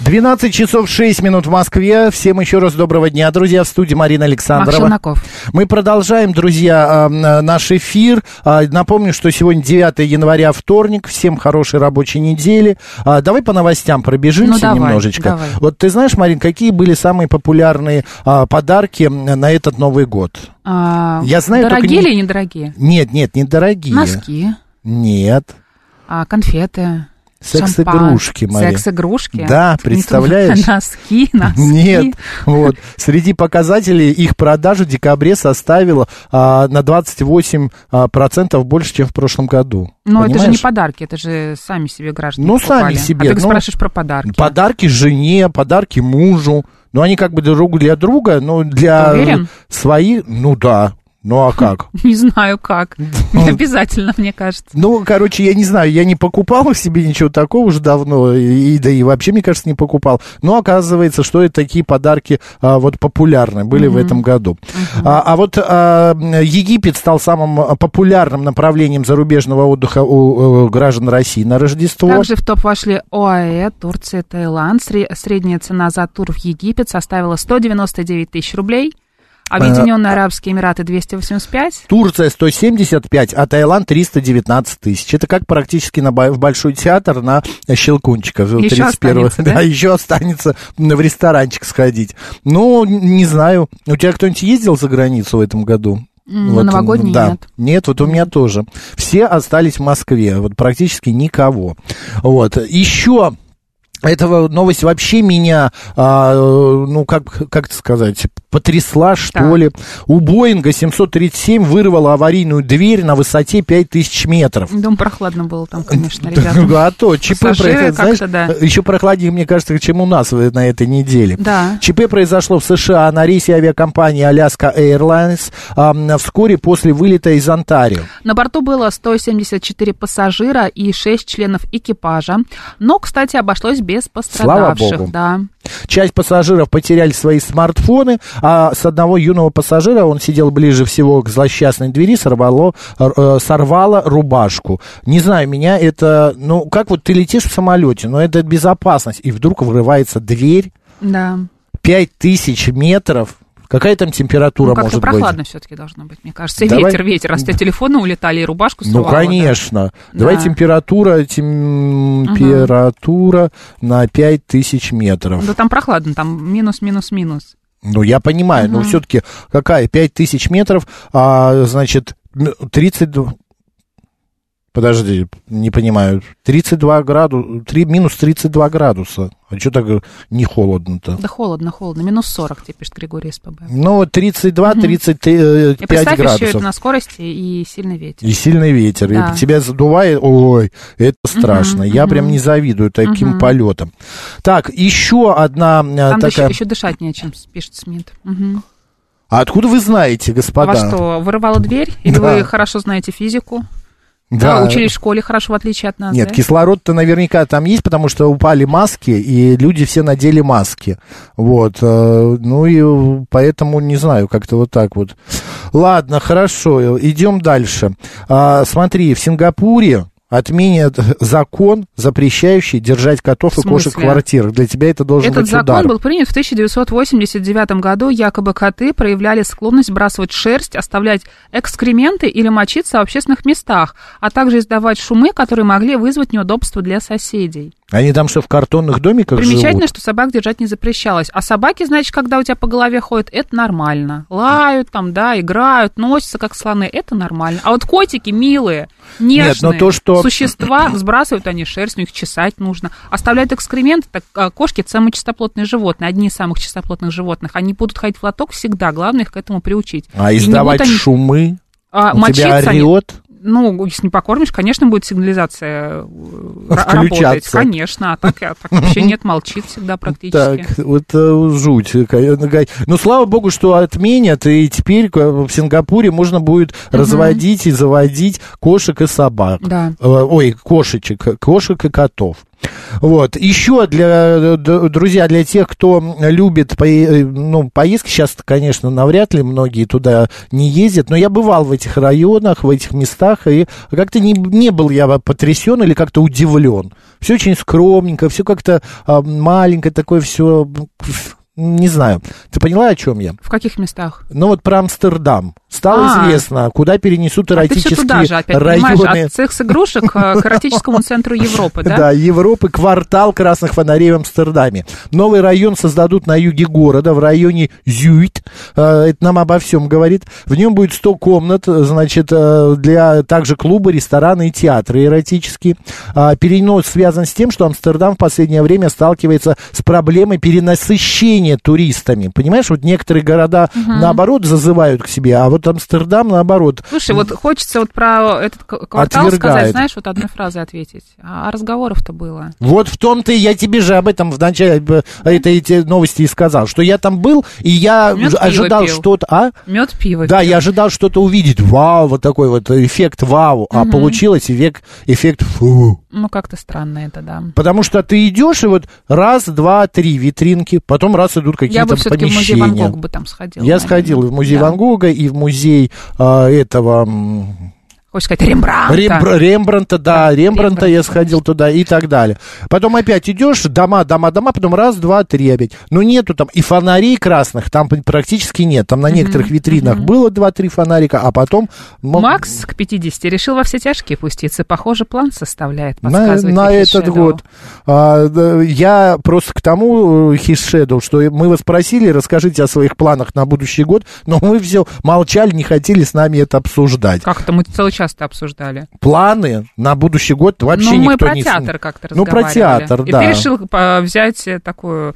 [SPEAKER 1] 12 часов 6 минут в Москве. Всем еще раз доброго дня, друзья. В студии Марина Александрова.
[SPEAKER 2] Максим Наков.
[SPEAKER 1] Мы продолжаем, друзья, э, м, наш эфир. Э, Напомню, что сегодня 9 января, вторник. Всем хорошей рабочей недели. Э, Давай по новостям пробежимся
[SPEAKER 2] Ну, давай,
[SPEAKER 1] немножечко.
[SPEAKER 2] давай.
[SPEAKER 1] Вот ты знаешь, Марин, какие были самые популярные э, подарки м, на этот Новый год?
[SPEAKER 2] А,
[SPEAKER 1] Я знаю, только
[SPEAKER 2] дорогие
[SPEAKER 1] не-
[SPEAKER 2] или недорогие?
[SPEAKER 1] Нет, нет, недорогие.
[SPEAKER 2] Носки,
[SPEAKER 1] Нет.
[SPEAKER 2] а, конфеты,
[SPEAKER 1] Секс-игрушки,
[SPEAKER 2] шампан,
[SPEAKER 1] Мария.
[SPEAKER 2] Секс-игрушки?
[SPEAKER 1] Да,
[SPEAKER 2] Не
[SPEAKER 1] представляешь?
[SPEAKER 2] то, Носки, носки.
[SPEAKER 1] Нет, вот. Среди показателей их продажи в декабре составила а, на 28% а, процентов больше, чем в прошлом году.
[SPEAKER 2] Но это же не
[SPEAKER 1] Понимаешь?
[SPEAKER 2] подарки, это же сами себе граждане
[SPEAKER 1] Ну, сами
[SPEAKER 2] покупали.
[SPEAKER 1] себе,
[SPEAKER 2] А ты
[SPEAKER 1] ну.
[SPEAKER 2] спрашиваешь про подарки.
[SPEAKER 1] Подарки жене, подарки мужу. Ну, они как бы друг для друга, но для
[SPEAKER 2] Ты уверен?
[SPEAKER 1] своих... Ну, да. Ну, а как?
[SPEAKER 2] Не знаю как. Не обязательно, мне кажется.
[SPEAKER 1] Ну, короче, я не знаю, я не покупал себе ничего такого уже давно, и, и да и вообще, мне кажется, не покупал. Но оказывается, что и такие подарки а, вот популярны были в этом году. А, а вот а, м, Египет стал самым а, популярным направлением зарубежного отдыха у э, граждан России на Рождество.
[SPEAKER 2] Также в топ вошли ОАЭ, Турция, Таиланд. Сре- Средняя цена за тур в Египет составила 199 тысяч рублей.
[SPEAKER 1] А-
[SPEAKER 2] Объединенные Арабские Эмираты 285.
[SPEAKER 1] Турция 175, а Таиланд 319 тысяч. Это как практически на, бо- в Большой театр на Щелкунчиков.
[SPEAKER 2] Еще
[SPEAKER 1] 31
[SPEAKER 2] останется, да?
[SPEAKER 1] еще останется в ресторанчик сходить. Ну, не знаю. У тебя кто-нибудь ездил за границу в этом году?
[SPEAKER 2] М, на новогодний
[SPEAKER 1] да.
[SPEAKER 2] нет.
[SPEAKER 1] Нет, вот у меня тоже. Все остались в Москве, вот практически никого. Вот. Еще этого новость вообще меня, а, э, ну, как, как это сказать, потрясла, что ли. У Боинга 737 вырвала аварийную дверь на высоте 5000 метров.
[SPEAKER 2] Дом прохладно было там, конечно,
[SPEAKER 1] Ну,
[SPEAKER 2] ребята.
[SPEAKER 1] А то, ЧП
[SPEAKER 2] Пассажиры
[SPEAKER 1] произошло,
[SPEAKER 2] как-то,
[SPEAKER 1] знаешь,
[SPEAKER 2] да.
[SPEAKER 1] еще прохладнее, мне кажется, чем у нас э, на этой неделе.
[SPEAKER 2] Да.
[SPEAKER 1] ЧП произошло в США на рейсе авиакомпании Аляска Airlines а, вскоре после вылета из Онтарио.
[SPEAKER 2] На борту было 174 пассажира и 6 членов экипажа. Но, кстати, обошлось без пострадавших.
[SPEAKER 1] богу.
[SPEAKER 2] Да.
[SPEAKER 1] Часть пассажиров потеряли свои смартфоны, а с одного юного пассажира, он сидел ближе всего к злосчастной двери, сорвало, э, сорвало рубашку. Не знаю, меня это... Ну, как вот ты летишь в самолете, но это безопасность, и вдруг вырывается дверь,
[SPEAKER 2] Да.
[SPEAKER 1] 5000 метров, какая там температура
[SPEAKER 2] Ну, как-то
[SPEAKER 1] может
[SPEAKER 2] прохладно
[SPEAKER 1] быть?
[SPEAKER 2] все-таки должно быть, мне кажется. И
[SPEAKER 1] Давай.
[SPEAKER 2] ветер, ветер. А с тебя телефоны улетали, и рубашку
[SPEAKER 1] Ну,
[SPEAKER 2] срывало, да.
[SPEAKER 1] конечно. Давай
[SPEAKER 2] Да.
[SPEAKER 1] температура, температура на 5000 метров.
[SPEAKER 2] Да там прохладно, там минус, минус, минус.
[SPEAKER 1] Ну, я понимаю, но
[SPEAKER 2] Мгм.
[SPEAKER 1] все-таки какая? 5000 метров, а, значит, м, 32... Подожди, не понимаю. 32 градуса, минус 32 градуса. А что так э, не холодно-то?
[SPEAKER 2] Да холодно, холодно. Минус 40, тебе пишет Григорий СПБ.
[SPEAKER 1] Ну, 32,
[SPEAKER 2] Мгм.
[SPEAKER 1] 35
[SPEAKER 2] И представь еще это
[SPEAKER 1] э, градусов.
[SPEAKER 2] на скорости и сильный ветер.
[SPEAKER 1] И сильный ветер,
[SPEAKER 2] Да.
[SPEAKER 1] и тебя задувает, ой, это страшно. Я прям не завидую таким
[SPEAKER 2] Мгм.
[SPEAKER 1] полетам. Так, еще одна э,
[SPEAKER 2] Там
[SPEAKER 1] такая...
[SPEAKER 2] еще, еще дышать не о чем, пишет Смит. Мгм.
[SPEAKER 1] А откуда вы знаете, господа?
[SPEAKER 2] А вас что, вырывала дверь? Или
[SPEAKER 1] Да.
[SPEAKER 2] вы хорошо знаете физику?
[SPEAKER 1] Да.
[SPEAKER 2] учились в школе хорошо, в отличие от нас,
[SPEAKER 1] Нет,
[SPEAKER 2] А, да?
[SPEAKER 1] кислород-то наверняка там есть, потому что упали маски, и люди все надели маски. Вот. э, Ну и поэтому не знаю, как-то вот так вот. Ладно, хорошо, идем дальше. А, Смотри, в Сингапуре отменят закон, запрещающий держать котов и
[SPEAKER 2] В
[SPEAKER 1] кошек в
[SPEAKER 2] смысле?
[SPEAKER 1] квартирах. Для тебя это должен
[SPEAKER 2] Этот
[SPEAKER 1] быть
[SPEAKER 2] закон
[SPEAKER 1] удар.
[SPEAKER 2] был принят в 1989 году. Якобы коты проявляли склонность сбрасывать шерсть, оставлять экскременты или мочиться в общественных местах, а также издавать шумы, которые могли вызвать неудобства для соседей.
[SPEAKER 1] Они там что, в картонных домиках
[SPEAKER 2] Примечательно,
[SPEAKER 1] живут?
[SPEAKER 2] что собак держать не запрещалось. А собаки, значит, когда у тебя по голове ходят, это нормально. Лают там, да, играют, носятся как слоны, это нормально. А вот котики милые, нежные,
[SPEAKER 1] Нет, но то, что-
[SPEAKER 2] существа, сбрасывают они шерсть, ну их чесать нужно. Оставляют экскременты, так а, кошки это самые чистоплотные животные, одни из самых чистоплотных животных. Они будут ходить в лоток всегда, главное их к этому приучить.
[SPEAKER 1] А
[SPEAKER 2] И не
[SPEAKER 1] издавать
[SPEAKER 2] будут они-
[SPEAKER 1] шумы?
[SPEAKER 2] А,
[SPEAKER 1] У тебя
[SPEAKER 2] мочиться они-
[SPEAKER 1] орет?
[SPEAKER 2] Ну, если не покормишь, конечно, будет сигнализация э, ра- работать.
[SPEAKER 1] Включаться.
[SPEAKER 2] Конечно, а так, а так вообще нет, молчит всегда практически.
[SPEAKER 1] Так, вот э, жуть. Ну, слава богу, что отменят, и теперь э, в Сингапуре можно будет разводить и заводить кошек и собак.
[SPEAKER 2] Да.
[SPEAKER 1] Э, Ой, кошечек, кошек и котов. Вот. Еще для, э, д- друзья, для тех, кто любит пое- э, ну, поездки, сейчас, конечно, навряд ли многие туда не ездят, но я бывал в этих районах, в этих местах, и как-то не, не был я потрясен или как-то удивлен. Все очень скромненько, все как-то а, маленькое такое все, не знаю. Ты поняла, о чем я?
[SPEAKER 2] В каких местах?
[SPEAKER 1] Ну вот про Амстердам. Стало
[SPEAKER 2] А.
[SPEAKER 1] известно, куда перенесут
[SPEAKER 2] А ты
[SPEAKER 1] эротические
[SPEAKER 2] все туда же опять,
[SPEAKER 1] районы.
[SPEAKER 2] понимаешь, А от секс-игрушек э, к эротическому центру Европы, да?
[SPEAKER 1] Европы, квартал красных фонарей в Амстердаме. Новый район создадут на юге города, в районе Зюит. Э, Это нам обо всем говорит. В нем будет 100 комнат, э, значит, э, для также клубы, рестораны и театры эротические. А, Перенос связан с тем, что Амстердам в последнее время сталкивается с проблемой перенасыщения туристами. Понимаешь, вот некоторые города, наоборот, зазывают к себе, а вот Амстердам, наоборот,
[SPEAKER 2] Слушай, вот хочется вот про этот к- квартал сказать,
[SPEAKER 1] Отвергает.
[SPEAKER 2] знаешь, вот одной фразой ответить. А а разговоров-то было.
[SPEAKER 1] Вот в том-то и я тебе же об этом в начале э, этой эти новости и сказал, что я там был, и я
[SPEAKER 2] Мёд,
[SPEAKER 1] ж-
[SPEAKER 2] пиво
[SPEAKER 1] ожидал
[SPEAKER 2] пил.
[SPEAKER 1] что-то, а?
[SPEAKER 2] Мед, пиво.
[SPEAKER 1] Да, я ожидал что-то увидеть. Вау, вот такой вот эффект вау. А
[SPEAKER 2] Мгм.
[SPEAKER 1] получилось эффект, эффект фу.
[SPEAKER 2] Ну, как-то странно это, да.
[SPEAKER 1] Потому что ты идешь, и вот раз, два, три витринки, потом раз идут
[SPEAKER 2] Я
[SPEAKER 1] какие-то
[SPEAKER 2] бы все-таки в музей Ван
[SPEAKER 1] помещения.
[SPEAKER 2] Гога бы там сходила.
[SPEAKER 1] Я
[SPEAKER 2] наверное.
[SPEAKER 1] сходил и в музей Ван Гога, и в музей а, этого... м,
[SPEAKER 2] Хочешь сказать, Рембрандта.
[SPEAKER 1] Рембр- Рембрандта, да, Рембрандта я сходил туда и так далее. Потом опять идешь, дома, дома, дома, потом раз, два, три опять. Но нету там и фонарей красных, там практически нет. Там на некоторых витринах было два-три фонарика, а потом... м-
[SPEAKER 2] Макс к 50 решил во все тяжкие пуститься. Похоже, план составляет,
[SPEAKER 1] на,
[SPEAKER 2] подсказывает
[SPEAKER 1] на
[SPEAKER 2] Вики
[SPEAKER 1] этот
[SPEAKER 2] Shadow.
[SPEAKER 1] год. А, да, я просто к тому, э, His Shadow, что мы вас просили, расскажите о своих планах на будущий год, но мы все молчали, не хотели с нами это обсуждать.
[SPEAKER 2] Как-то мы целый час-то обсуждали.
[SPEAKER 1] Планы на будущий год вообще
[SPEAKER 2] ну, мы
[SPEAKER 1] никто
[SPEAKER 2] про
[SPEAKER 1] не... с-
[SPEAKER 2] театр как-то
[SPEAKER 1] Ну, про
[SPEAKER 2] разговаривали.
[SPEAKER 1] театр,
[SPEAKER 2] и
[SPEAKER 1] да.
[SPEAKER 2] ты решил э, взять э, такую,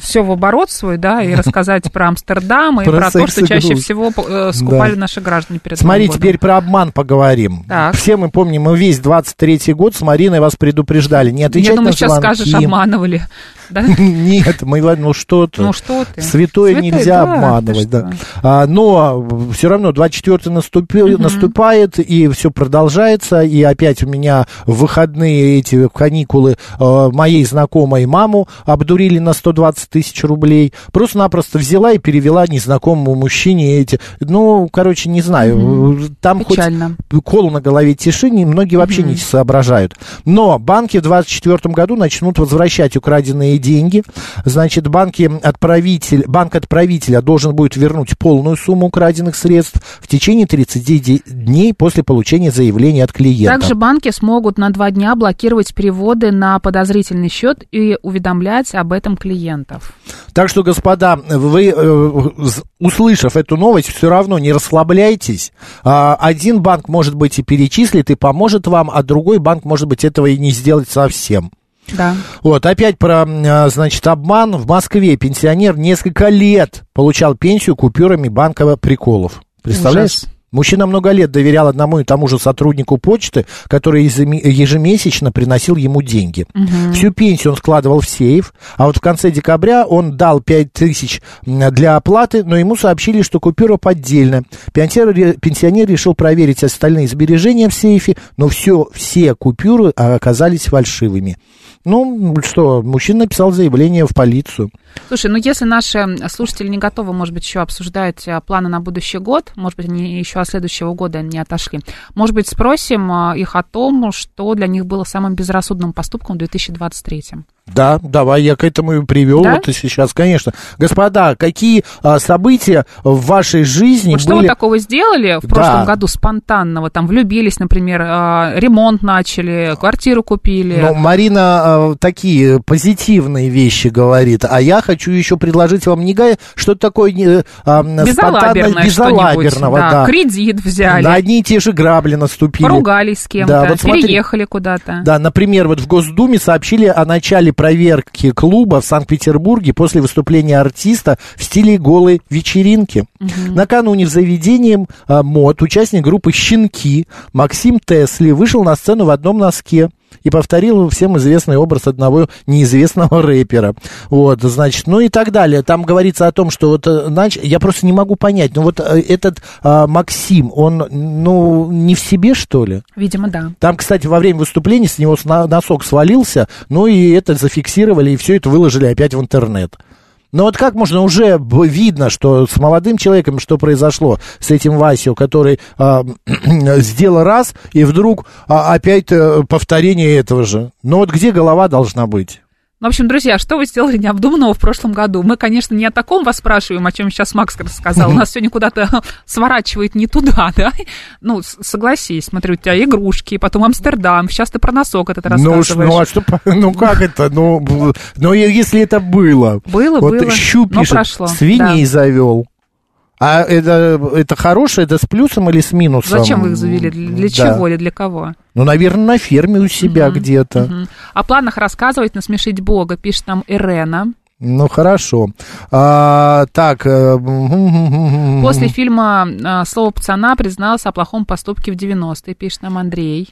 [SPEAKER 2] все в оборот свой, да, и рассказать про Амстердам, и
[SPEAKER 1] Про
[SPEAKER 2] про то, что
[SPEAKER 1] секс-игрушки.
[SPEAKER 2] чаще всего э, скупали
[SPEAKER 1] Да.
[SPEAKER 2] наши граждане перед
[SPEAKER 1] Смотри,
[SPEAKER 2] Новым годом.
[SPEAKER 1] теперь про обман поговорим. Все мы помним, мы весь 23-й год с Мариной вас предупреждали. Не отвечать
[SPEAKER 2] Я думаю,
[SPEAKER 1] на
[SPEAKER 2] сейчас
[SPEAKER 1] звонки.
[SPEAKER 2] скажешь, обманывали. Да?
[SPEAKER 1] Нет, мы, ну что ты.
[SPEAKER 2] Ну что ты.
[SPEAKER 1] Святое,
[SPEAKER 2] Святое,
[SPEAKER 1] нельзя
[SPEAKER 2] да,
[SPEAKER 1] обманывать,
[SPEAKER 2] ты
[SPEAKER 1] да. А, но все равно 24 наступил, наступает, и все продолжается. И опять у меня в выходные эти каникулы э, моей знакомой маму обдурили на 120 тысяч рублей. Просто-напросто взяла и перевела незнакомому мужчине эти. Ну, короче, не знаю. Там
[SPEAKER 2] Печально.
[SPEAKER 1] хоть колу на голове тишини, многие вообще не соображают. Но банки в 2024 году начнут возвращать украденные деньги. Значит, банки отправитель, банк отправителя должен будет вернуть полную сумму украденных средств в течение 30 де- дней после получения заявления от клиента.
[SPEAKER 2] Также банки смогут на два дня блокировать переводы на подозрительный счет и уведомлять об этом клиентов.
[SPEAKER 1] Так что, господа, вы, э, з- услышав эту новость, все равно не расслабляйтесь. А, Один банк, может быть, и перечислит, и поможет вам, а другой банк, может быть, этого и не сделать совсем.
[SPEAKER 2] Да.
[SPEAKER 1] Вот, опять про, э, значит, обман. В Москве пенсионер несколько лет получал пенсию купюрами банка приколов. Представляешь?
[SPEAKER 2] Ужас.
[SPEAKER 1] Мужчина много лет доверял одному и тому же сотруднику почты, который ежеме- ежемесячно приносил ему деньги.
[SPEAKER 16] Мгм.
[SPEAKER 1] Всю пенсию он складывал в сейф, а вот в конце декабря он дал 5 тысяч м, для оплаты, но ему сообщили, что купюра поддельная. Пенсионер, пенсионер решил проверить остальные сбережения в сейфе, но все, все купюры а, оказались фальшивыми. Ну, что, мужчина написал заявление в полицию.
[SPEAKER 2] Слушай, ну если наши слушатели не готовы, может быть, еще обсуждать э, планы на будущий год, может быть, они еще от следующего года не отошли, может быть, спросим э, их о том, что для них было самым безрассудным поступком в 2023.
[SPEAKER 1] Да, давай, я к этому и привел
[SPEAKER 2] Да?
[SPEAKER 1] вот и сейчас, конечно. Господа, какие а, события в вашей жизни
[SPEAKER 2] Вот что
[SPEAKER 1] были...
[SPEAKER 2] вы такого сделали в прошлом
[SPEAKER 1] Да.
[SPEAKER 2] году спонтанного? Там влюбились, например, э, ремонт начали, квартиру купили.
[SPEAKER 1] Ну, Марина э, такие позитивные вещи говорит, а я хочу еще предложить вам, не га- что-то такое э, а, м, спонтанное,
[SPEAKER 2] Безалаберное
[SPEAKER 1] безалаберного,
[SPEAKER 2] что-нибудь, да.
[SPEAKER 1] да.
[SPEAKER 2] Кредит взяли.
[SPEAKER 1] На одни и те же грабли наступили.
[SPEAKER 2] Поругались с кем-то,
[SPEAKER 1] Да, вот смотри.
[SPEAKER 2] переехали куда-то.
[SPEAKER 1] Да, например, вот в Госдуме сообщили о начале проверки клуба в Санкт-Петербурге после выступления артиста в стиле голой вечеринки. Накануне в заведении а, МОД участник группы «Щенки» Максим Тесли вышел на сцену в одном носке и повторил всем известный образ одного неизвестного рэпера. Вот, значит, ну и так далее. Там говорится о том, что вот, э, нач- я просто не могу понять, ну вот э, этот а, Максим, он, ну, не в себе, что ли?
[SPEAKER 2] Видимо, да.
[SPEAKER 1] Там, кстати, во время выступления с него сна- носок свалился, ну и это зафиксировали, и все это выложили опять в интернет. Но вот как можно уже б- видно, что с молодым человеком, что произошло с этим Васио, который а, сделал раз, и вдруг а, опять э, повторение этого же. Ну вот где голова должна быть?
[SPEAKER 2] Ну, в общем, друзья, что вы сделали необдуманного в прошлом году? Мы, конечно, не о таком вас спрашиваем, о чем сейчас Макс рассказал. У нас сегодня куда-то сворачивает не туда, да? Ну, с- согласись, смотри, у тебя игрушки, потом Амстердам, сейчас ты про носок этот
[SPEAKER 1] Ну, уж,
[SPEAKER 2] рассказываешь.
[SPEAKER 1] ну, а что, по- ну как это? Ну, б- ну, е- если это было.
[SPEAKER 2] Было,
[SPEAKER 1] вот
[SPEAKER 2] было,
[SPEAKER 1] Щу
[SPEAKER 2] но
[SPEAKER 1] пишет,
[SPEAKER 2] прошло,
[SPEAKER 1] свиней
[SPEAKER 2] да.
[SPEAKER 1] завел. А это, это хорошее, это с плюсом или с минусом?
[SPEAKER 2] Зачем вы их завели? Для, для
[SPEAKER 1] Да.
[SPEAKER 2] чего или для кого?
[SPEAKER 1] Ну, наверное, на ферме у себя где-то.
[SPEAKER 2] Мгм. О планах рассказывать, насмешить Бога, пишет нам Ирена.
[SPEAKER 1] Ну, хорошо. А, так. э, м-м-м-м-м.
[SPEAKER 2] После фильма а, «Слово пацана» признался о плохом поступке в 90-е, пишет нам Андрей.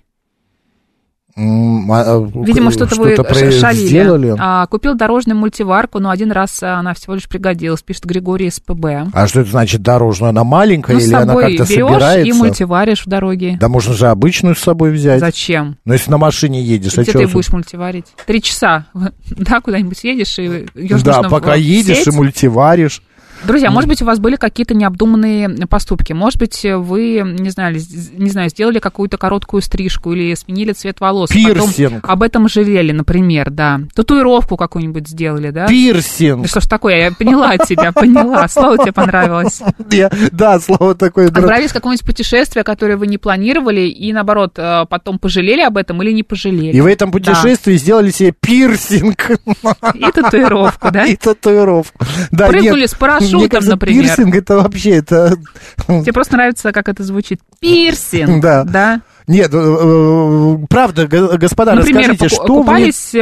[SPEAKER 1] М, а, а,
[SPEAKER 2] Видимо, что-то вы
[SPEAKER 1] про-
[SPEAKER 2] ш- шалили.
[SPEAKER 1] сделали. А...
[SPEAKER 2] А, купил дорожную мультиварку, но один раз а, она всего лишь пригодилась, пишет Григорий СПБ.
[SPEAKER 1] А что это значит дорожная? Она маленькая
[SPEAKER 2] Ну, с
[SPEAKER 1] или она
[SPEAKER 2] собой
[SPEAKER 1] как-то
[SPEAKER 2] берешь
[SPEAKER 1] собирается?
[SPEAKER 2] и мультиваришь в дороге.
[SPEAKER 1] Да можно же обычную с собой взять.
[SPEAKER 2] Зачем?
[SPEAKER 1] Ну, если на машине едешь,
[SPEAKER 2] И
[SPEAKER 1] а
[SPEAKER 2] Где
[SPEAKER 1] чё
[SPEAKER 2] ты
[SPEAKER 1] ж-
[SPEAKER 2] будешь мультиварить? Три часа, да, куда-нибудь едешь и ешь
[SPEAKER 1] Да,
[SPEAKER 2] нужно в-
[SPEAKER 1] пока
[SPEAKER 2] в
[SPEAKER 1] едешь
[SPEAKER 2] сеть.
[SPEAKER 1] и мультиваришь.
[SPEAKER 2] Друзья, может быть, у вас были какие-то необдуманные поступки. Может быть, вы, не знаю, с- не знаю, сделали какую-то короткую стрижку или сменили цвет волос. потом
[SPEAKER 1] Пирсинг.
[SPEAKER 2] об этом жалели, например, да. Татуировку какую-нибудь сделали, да?
[SPEAKER 1] Пирсинг.
[SPEAKER 2] Да что ж такое, я поняла тебя, поняла. Слово тебе понравилось.
[SPEAKER 1] Я- Да, слово такое. дурак.
[SPEAKER 2] Отправились в какое-нибудь путешествие, которое вы не планировали, и наоборот, э, потом пожалели об этом или не пожалели.
[SPEAKER 1] И в этом
[SPEAKER 2] Да.
[SPEAKER 1] путешествии сделали себе пирсинг.
[SPEAKER 2] И татуировку, да?
[SPEAKER 1] И татуировку. Да,
[SPEAKER 2] Прыгнули
[SPEAKER 1] нет,
[SPEAKER 2] с парашютом,
[SPEAKER 1] мне кажется,
[SPEAKER 2] например.
[SPEAKER 1] Пирсинг это вообще это.
[SPEAKER 2] Тебе просто нравится, как это звучит. Пирсинг.
[SPEAKER 1] Да.
[SPEAKER 2] Да.
[SPEAKER 1] Нет, э, э, правда, го- господа,
[SPEAKER 2] Например,
[SPEAKER 1] расскажите,
[SPEAKER 2] поку-
[SPEAKER 1] что вы-
[SPEAKER 2] купались э,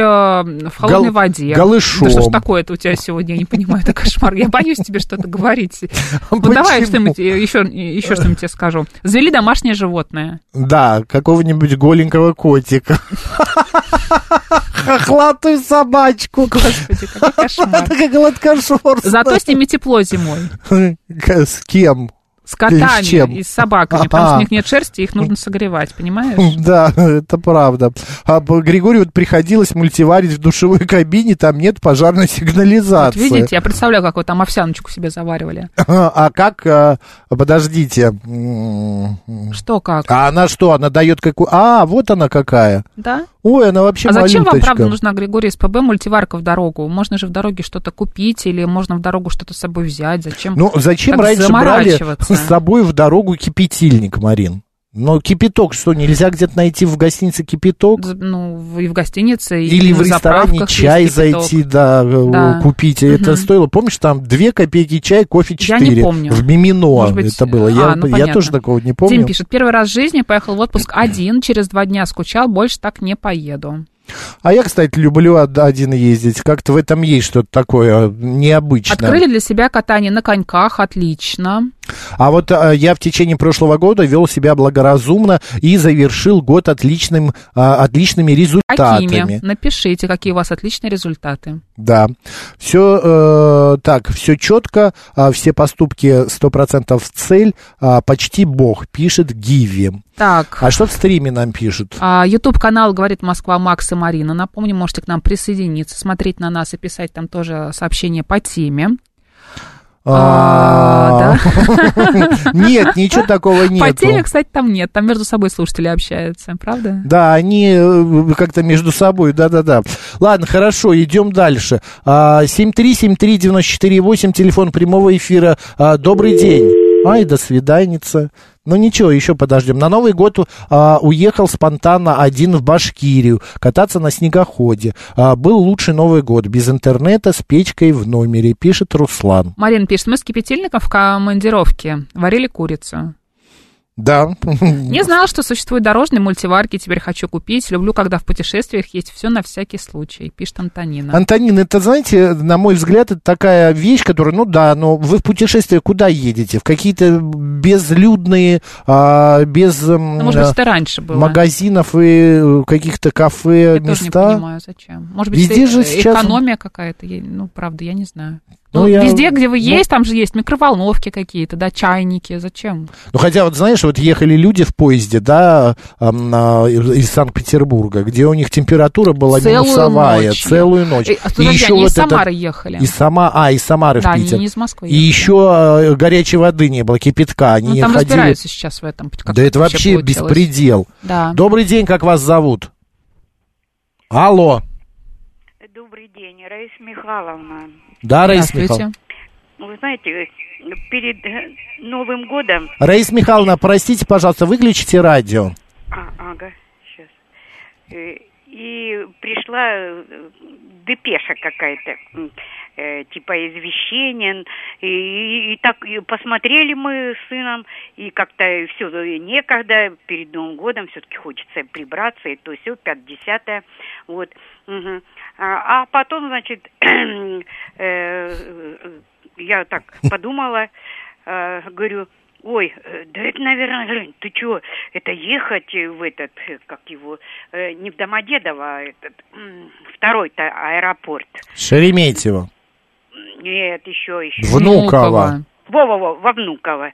[SPEAKER 2] в холодной
[SPEAKER 1] Гол-
[SPEAKER 2] воде.
[SPEAKER 1] голышом.
[SPEAKER 2] Да что ж такое-то у тебя сегодня, я не понимаю, это кошмар. Я боюсь тебе что-то говорить. Ну давай
[SPEAKER 1] А Почему?
[SPEAKER 2] что-нибудь, э, еще, еще что-нибудь тебе скажу. Завели домашнее животное.
[SPEAKER 1] Да, какого-нибудь голенького котика. Хохлатую собачку.
[SPEAKER 2] Господи, какой кошмар.
[SPEAKER 1] Такая гладкошерстная.
[SPEAKER 2] Зато с ними тепло зимой.
[SPEAKER 1] С кем?
[SPEAKER 2] С
[SPEAKER 1] С
[SPEAKER 2] котами
[SPEAKER 1] чем?
[SPEAKER 2] и с собаками, потому что у
[SPEAKER 1] Ага.
[SPEAKER 2] них нет шерсти, их нужно согревать, понимаешь?
[SPEAKER 1] Да, это правда. А б- Григорию вот приходилось мультиварить в душевой кабине, там нет пожарной
[SPEAKER 2] Вот
[SPEAKER 1] сигнализации.
[SPEAKER 2] видите, я представляю, как вы там овсяночку себе заваривали.
[SPEAKER 1] А как, а, подождите. М.
[SPEAKER 2] Что как?
[SPEAKER 1] А она что, она дает какую... А, вот она какая.
[SPEAKER 2] Да?
[SPEAKER 1] Ой, она вообще
[SPEAKER 2] а зачем вам,
[SPEAKER 1] малюточка.
[SPEAKER 2] правда, нужна Григорий СПБ мультиварка в дорогу? Можно же в дороге что-то купить или можно в дорогу что-то с собой взять. Зачем
[SPEAKER 1] Ну, зачем
[SPEAKER 2] так
[SPEAKER 1] раньше брали
[SPEAKER 2] заморачиваться?
[SPEAKER 1] с собой в дорогу кипятильник, Марин? Но кипяток что, нельзя где-то найти в гостинице кипяток?
[SPEAKER 2] Ну, в- и в гостинице, и
[SPEAKER 1] Или
[SPEAKER 2] на
[SPEAKER 1] в ресторане
[SPEAKER 2] заправках
[SPEAKER 1] чай
[SPEAKER 2] есть кипяток.
[SPEAKER 1] зайти, да, э,
[SPEAKER 2] Да.
[SPEAKER 1] купить. Это
[SPEAKER 2] Мгм.
[SPEAKER 1] стоило, помнишь, там 2 копейки чай, кофе 4.
[SPEAKER 2] не помню.
[SPEAKER 1] В Мимино
[SPEAKER 2] Может быть,
[SPEAKER 1] это было. Я,
[SPEAKER 2] а, ну,
[SPEAKER 1] я
[SPEAKER 2] понятно.
[SPEAKER 1] тоже такого не помню.
[SPEAKER 2] Дим пишет, первый раз в жизни поехал в отпуск один, через два дня скучал, больше так не поеду.
[SPEAKER 1] А я, кстати, люблю од- один ездить. Как-то в этом есть что-то такое э, необычное.
[SPEAKER 2] Открыли для себя катание на коньках, отлично.
[SPEAKER 1] А вот а, я в течение прошлого года вел себя благоразумно и завершил год отличным, а, отличными результатами.
[SPEAKER 2] Какими? Напишите, какие у вас отличные результаты.
[SPEAKER 1] Да, все так, все четко, а, все поступки 100% в цель, а, почти бог, пишет Гиви.
[SPEAKER 2] Так.
[SPEAKER 1] А что в стриме нам пишут?
[SPEAKER 2] А, YouTube-канал «Говорит Москва» Макс и Марина. Напомню, можете к нам присоединиться, смотреть на нас и писать там тоже сообщения по теме. А, да.
[SPEAKER 1] Нет, ничего такого
[SPEAKER 2] По
[SPEAKER 1] нет.
[SPEAKER 2] теме, кстати, там нет. Там между собой слушатели общаются, правда?
[SPEAKER 1] Да, они э, как-то между собой, да-да-да. Ладно, хорошо, идем дальше. А, 7373948, телефон прямого эфира. А, Добрый день. Ай, до свиданица. Ну ничего, еще подождем. На Новый год а, уехал спонтанно один в Башкирию кататься на снегоходе. А, был лучший Новый год. Без интернета, с печкой в номере, пишет Руслан.
[SPEAKER 2] Марина пишет, мы с кипятильником в командировке варили курицу.
[SPEAKER 1] Да.
[SPEAKER 2] Не знала, что существуют дорожные мультиварки, теперь хочу купить. Люблю, когда в путешествиях есть все на всякий случай, пишет Антонина.
[SPEAKER 1] Антонин, это, знаете, на мой взгляд, это такая вещь, которая, ну да, но вы в путешествие куда едете? В какие-то безлюдные, а, без м,
[SPEAKER 2] Ну, может быть, это раньше было.
[SPEAKER 1] магазинов и э, каких-то
[SPEAKER 2] Я
[SPEAKER 1] кафе,
[SPEAKER 2] тоже не
[SPEAKER 1] места.
[SPEAKER 2] понимаю, зачем. Может быть,
[SPEAKER 1] Везде
[SPEAKER 2] это
[SPEAKER 1] же
[SPEAKER 2] э,
[SPEAKER 1] сейчас-
[SPEAKER 2] экономия какая-то, я- ну, правда, я не знаю.
[SPEAKER 1] Ну,
[SPEAKER 2] Ну,
[SPEAKER 1] я-
[SPEAKER 2] Везде, где вы
[SPEAKER 1] ну-
[SPEAKER 2] есть, там же есть микроволновки какие-то, да, чайники, зачем?
[SPEAKER 1] Ну, хотя, вот знаешь, вот ехали люди в поезде, да, ам, на- из Санкт-Петербурга, где у них температура была
[SPEAKER 2] Целую
[SPEAKER 1] минусовая
[SPEAKER 2] ночь.
[SPEAKER 1] целую ночь.
[SPEAKER 2] И, а, подожди, они из Самары ехали.
[SPEAKER 1] Из Сама... А, из Самары
[SPEAKER 2] Да,
[SPEAKER 1] в
[SPEAKER 2] они
[SPEAKER 1] Питер.
[SPEAKER 2] не из Москвы
[SPEAKER 1] И
[SPEAKER 2] ехали.
[SPEAKER 1] еще э, горячей воды не было, кипятка, они
[SPEAKER 2] Ну,
[SPEAKER 1] не
[SPEAKER 2] там
[SPEAKER 1] ходили.
[SPEAKER 2] разбираются сейчас в этом. как
[SPEAKER 1] да это вообще
[SPEAKER 2] получилось.
[SPEAKER 1] беспредел.
[SPEAKER 2] Да.
[SPEAKER 1] Добрый день, как вас зовут? Алло.
[SPEAKER 16] Добрый день, Раиса Михайловна.
[SPEAKER 1] Да, Раиса Михайловна.
[SPEAKER 16] Вы знаете, перед э, Новым годом...
[SPEAKER 1] Раиса Михайловна, простите, пожалуйста, выключите радио.
[SPEAKER 16] А, ага, сейчас. И пришла э, депеша какая-то, м, э, типа извещения. И, и- и так и посмотрели мы с сыном, и как-то все некогда, перед Новым годом все-таки хочется прибраться, и то все, 50 вот. Мгм. А, а потом, значит, э, э, я так подумала, э, говорю, ой, э, да это, наверное, Жень, ты чего, это ехать э, в этот, э, как его, э, не в Домодедово, а этот, м, второй-то аэропорт.
[SPEAKER 1] Шереметьево.
[SPEAKER 16] Нет, еще, еще.
[SPEAKER 1] Внуково.
[SPEAKER 16] Во-во-во, во Внуково.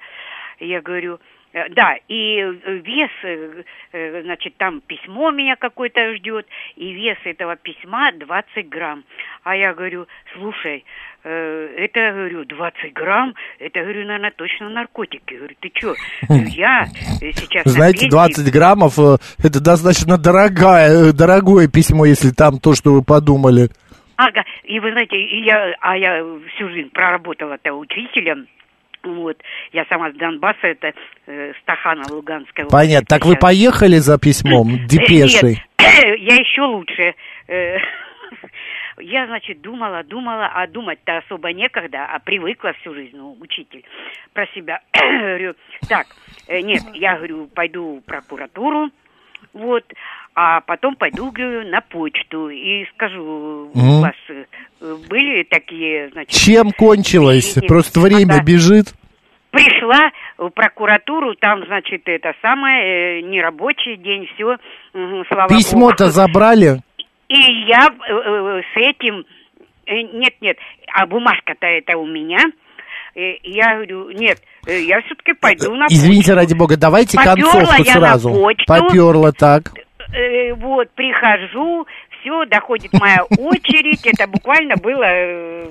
[SPEAKER 16] Я говорю, э, да, и э, вес, э, э, значит, там письмо меня какое-то ждет, и вес этого письма 20 грамм. А я говорю, слушай, э, это, говорю, 20 грамм, это, говорю, наверное, точно наркотики. Говорю, ты что, я э, сейчас... на
[SPEAKER 1] Знаете,
[SPEAKER 16] пенсии,
[SPEAKER 1] 20 граммов э, это достаточно дорогое, э, дорогое письмо, если там то, что вы подумали.
[SPEAKER 16] Ага, и вы знаете, и я, а я всю жизнь проработала-то учителем, вот, я сама с Донбасса, это э, Стахана Луганская. область.
[SPEAKER 1] Понятно. Так вы
[SPEAKER 16] Сейчас.
[SPEAKER 1] поехали за письмом, депешей?
[SPEAKER 16] Нет, я еще лучше. Э, Я, значит, думала, думала, а думать-то особо некогда, а привыкла всю жизнь, ну, учитель, про себя. Говорю, так, э, нет, я, говорю, пойду в прокуратуру, вот, а потом пойду, говорю, на почту и скажу,
[SPEAKER 1] Мгм.
[SPEAKER 16] у вас э, были такие, значит...
[SPEAKER 1] Чем кончилось?
[SPEAKER 16] Извините.
[SPEAKER 1] Просто время
[SPEAKER 16] Ага.
[SPEAKER 1] бежит.
[SPEAKER 16] Пришла в прокуратуру, там, значит, это самое, э, нерабочий день, все, слава
[SPEAKER 1] Письмо-то
[SPEAKER 16] богу.
[SPEAKER 1] забрали?
[SPEAKER 16] И я э, э, с этим... э, Нет, нет, а бумажка-то это у меня. Э, Я говорю, нет, э, я все-таки пойду на
[SPEAKER 1] Извините, ради бога, давайте
[SPEAKER 16] Попёрла
[SPEAKER 1] концовку
[SPEAKER 16] я на
[SPEAKER 1] сразу.
[SPEAKER 16] почту.
[SPEAKER 1] Поперла так.
[SPEAKER 16] Э, Вот, прихожу, все, доходит моя очередь. Это буквально было э,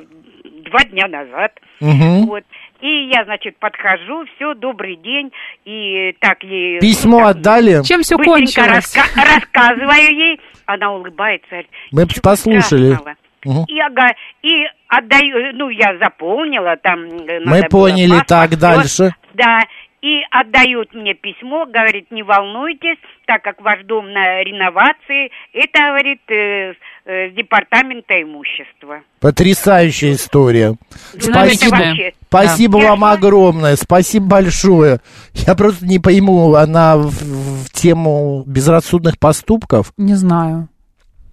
[SPEAKER 16] два дня назад.
[SPEAKER 1] Мгм.
[SPEAKER 16] Вот. И я, значит, подхожу, все, добрый день, и так ей...
[SPEAKER 1] Письмо
[SPEAKER 16] так
[SPEAKER 1] отдали? Чем всё
[SPEAKER 16] быстренько
[SPEAKER 1] кончилось?
[SPEAKER 16] раска- рассказываю ей, она улыбается. говорит,
[SPEAKER 1] Мы б
[SPEAKER 16] «Ничего
[SPEAKER 1] послушали.
[SPEAKER 16] страшного».
[SPEAKER 1] Мгм.
[SPEAKER 16] И, ага, и отдаю, ну, я заполнила там... э,
[SPEAKER 1] Мы
[SPEAKER 16] надо было
[SPEAKER 1] поняли,
[SPEAKER 16] паспорт,
[SPEAKER 1] так
[SPEAKER 16] всё.
[SPEAKER 1] дальше.
[SPEAKER 16] Да, и отдают мне письмо, говорит, не волнуйтесь, так как ваш дом на реновации, это, говорит, э, э, с департамента имущества.
[SPEAKER 1] Потрясающая история.
[SPEAKER 16] Ну, это
[SPEAKER 1] Спасибо,
[SPEAKER 16] вообще-
[SPEAKER 1] спасибо
[SPEAKER 16] Да.
[SPEAKER 1] вам огромное, спасибо большое. Я просто не пойму, она в, в тему безрассудных поступков.
[SPEAKER 2] Не знаю.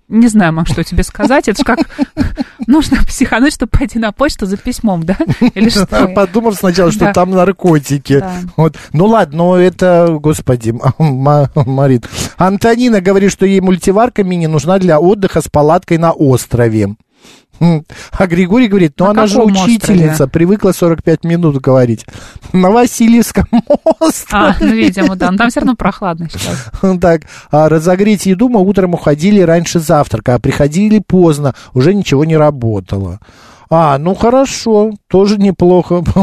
[SPEAKER 2] Не знаю, Мак, что тебе сказать. Это же как нужно психануть, чтобы пойти на почту за письмом, да? Или что?
[SPEAKER 1] Подумал сначала, что
[SPEAKER 2] Да.
[SPEAKER 1] там наркотики.
[SPEAKER 2] Да.
[SPEAKER 1] Вот. Ну ладно, но это, господи, Ма- Марин. Антонина говорит, что ей мультиварка мини нужна для отдыха с палаткой на острове. М. А Григорий говорит, ну
[SPEAKER 2] На
[SPEAKER 1] она же
[SPEAKER 2] каком острове?
[SPEAKER 1] учительница, привыкла 45 минут говорить. На Васильевском острове.
[SPEAKER 2] А, ну, видимо, да. Но там все равно прохладно сейчас.
[SPEAKER 1] Так, а, разогреть еду мы утром уходили раньше завтрака, а приходили поздно, уже ничего не работало. А, ну хорошо, тоже неплохо.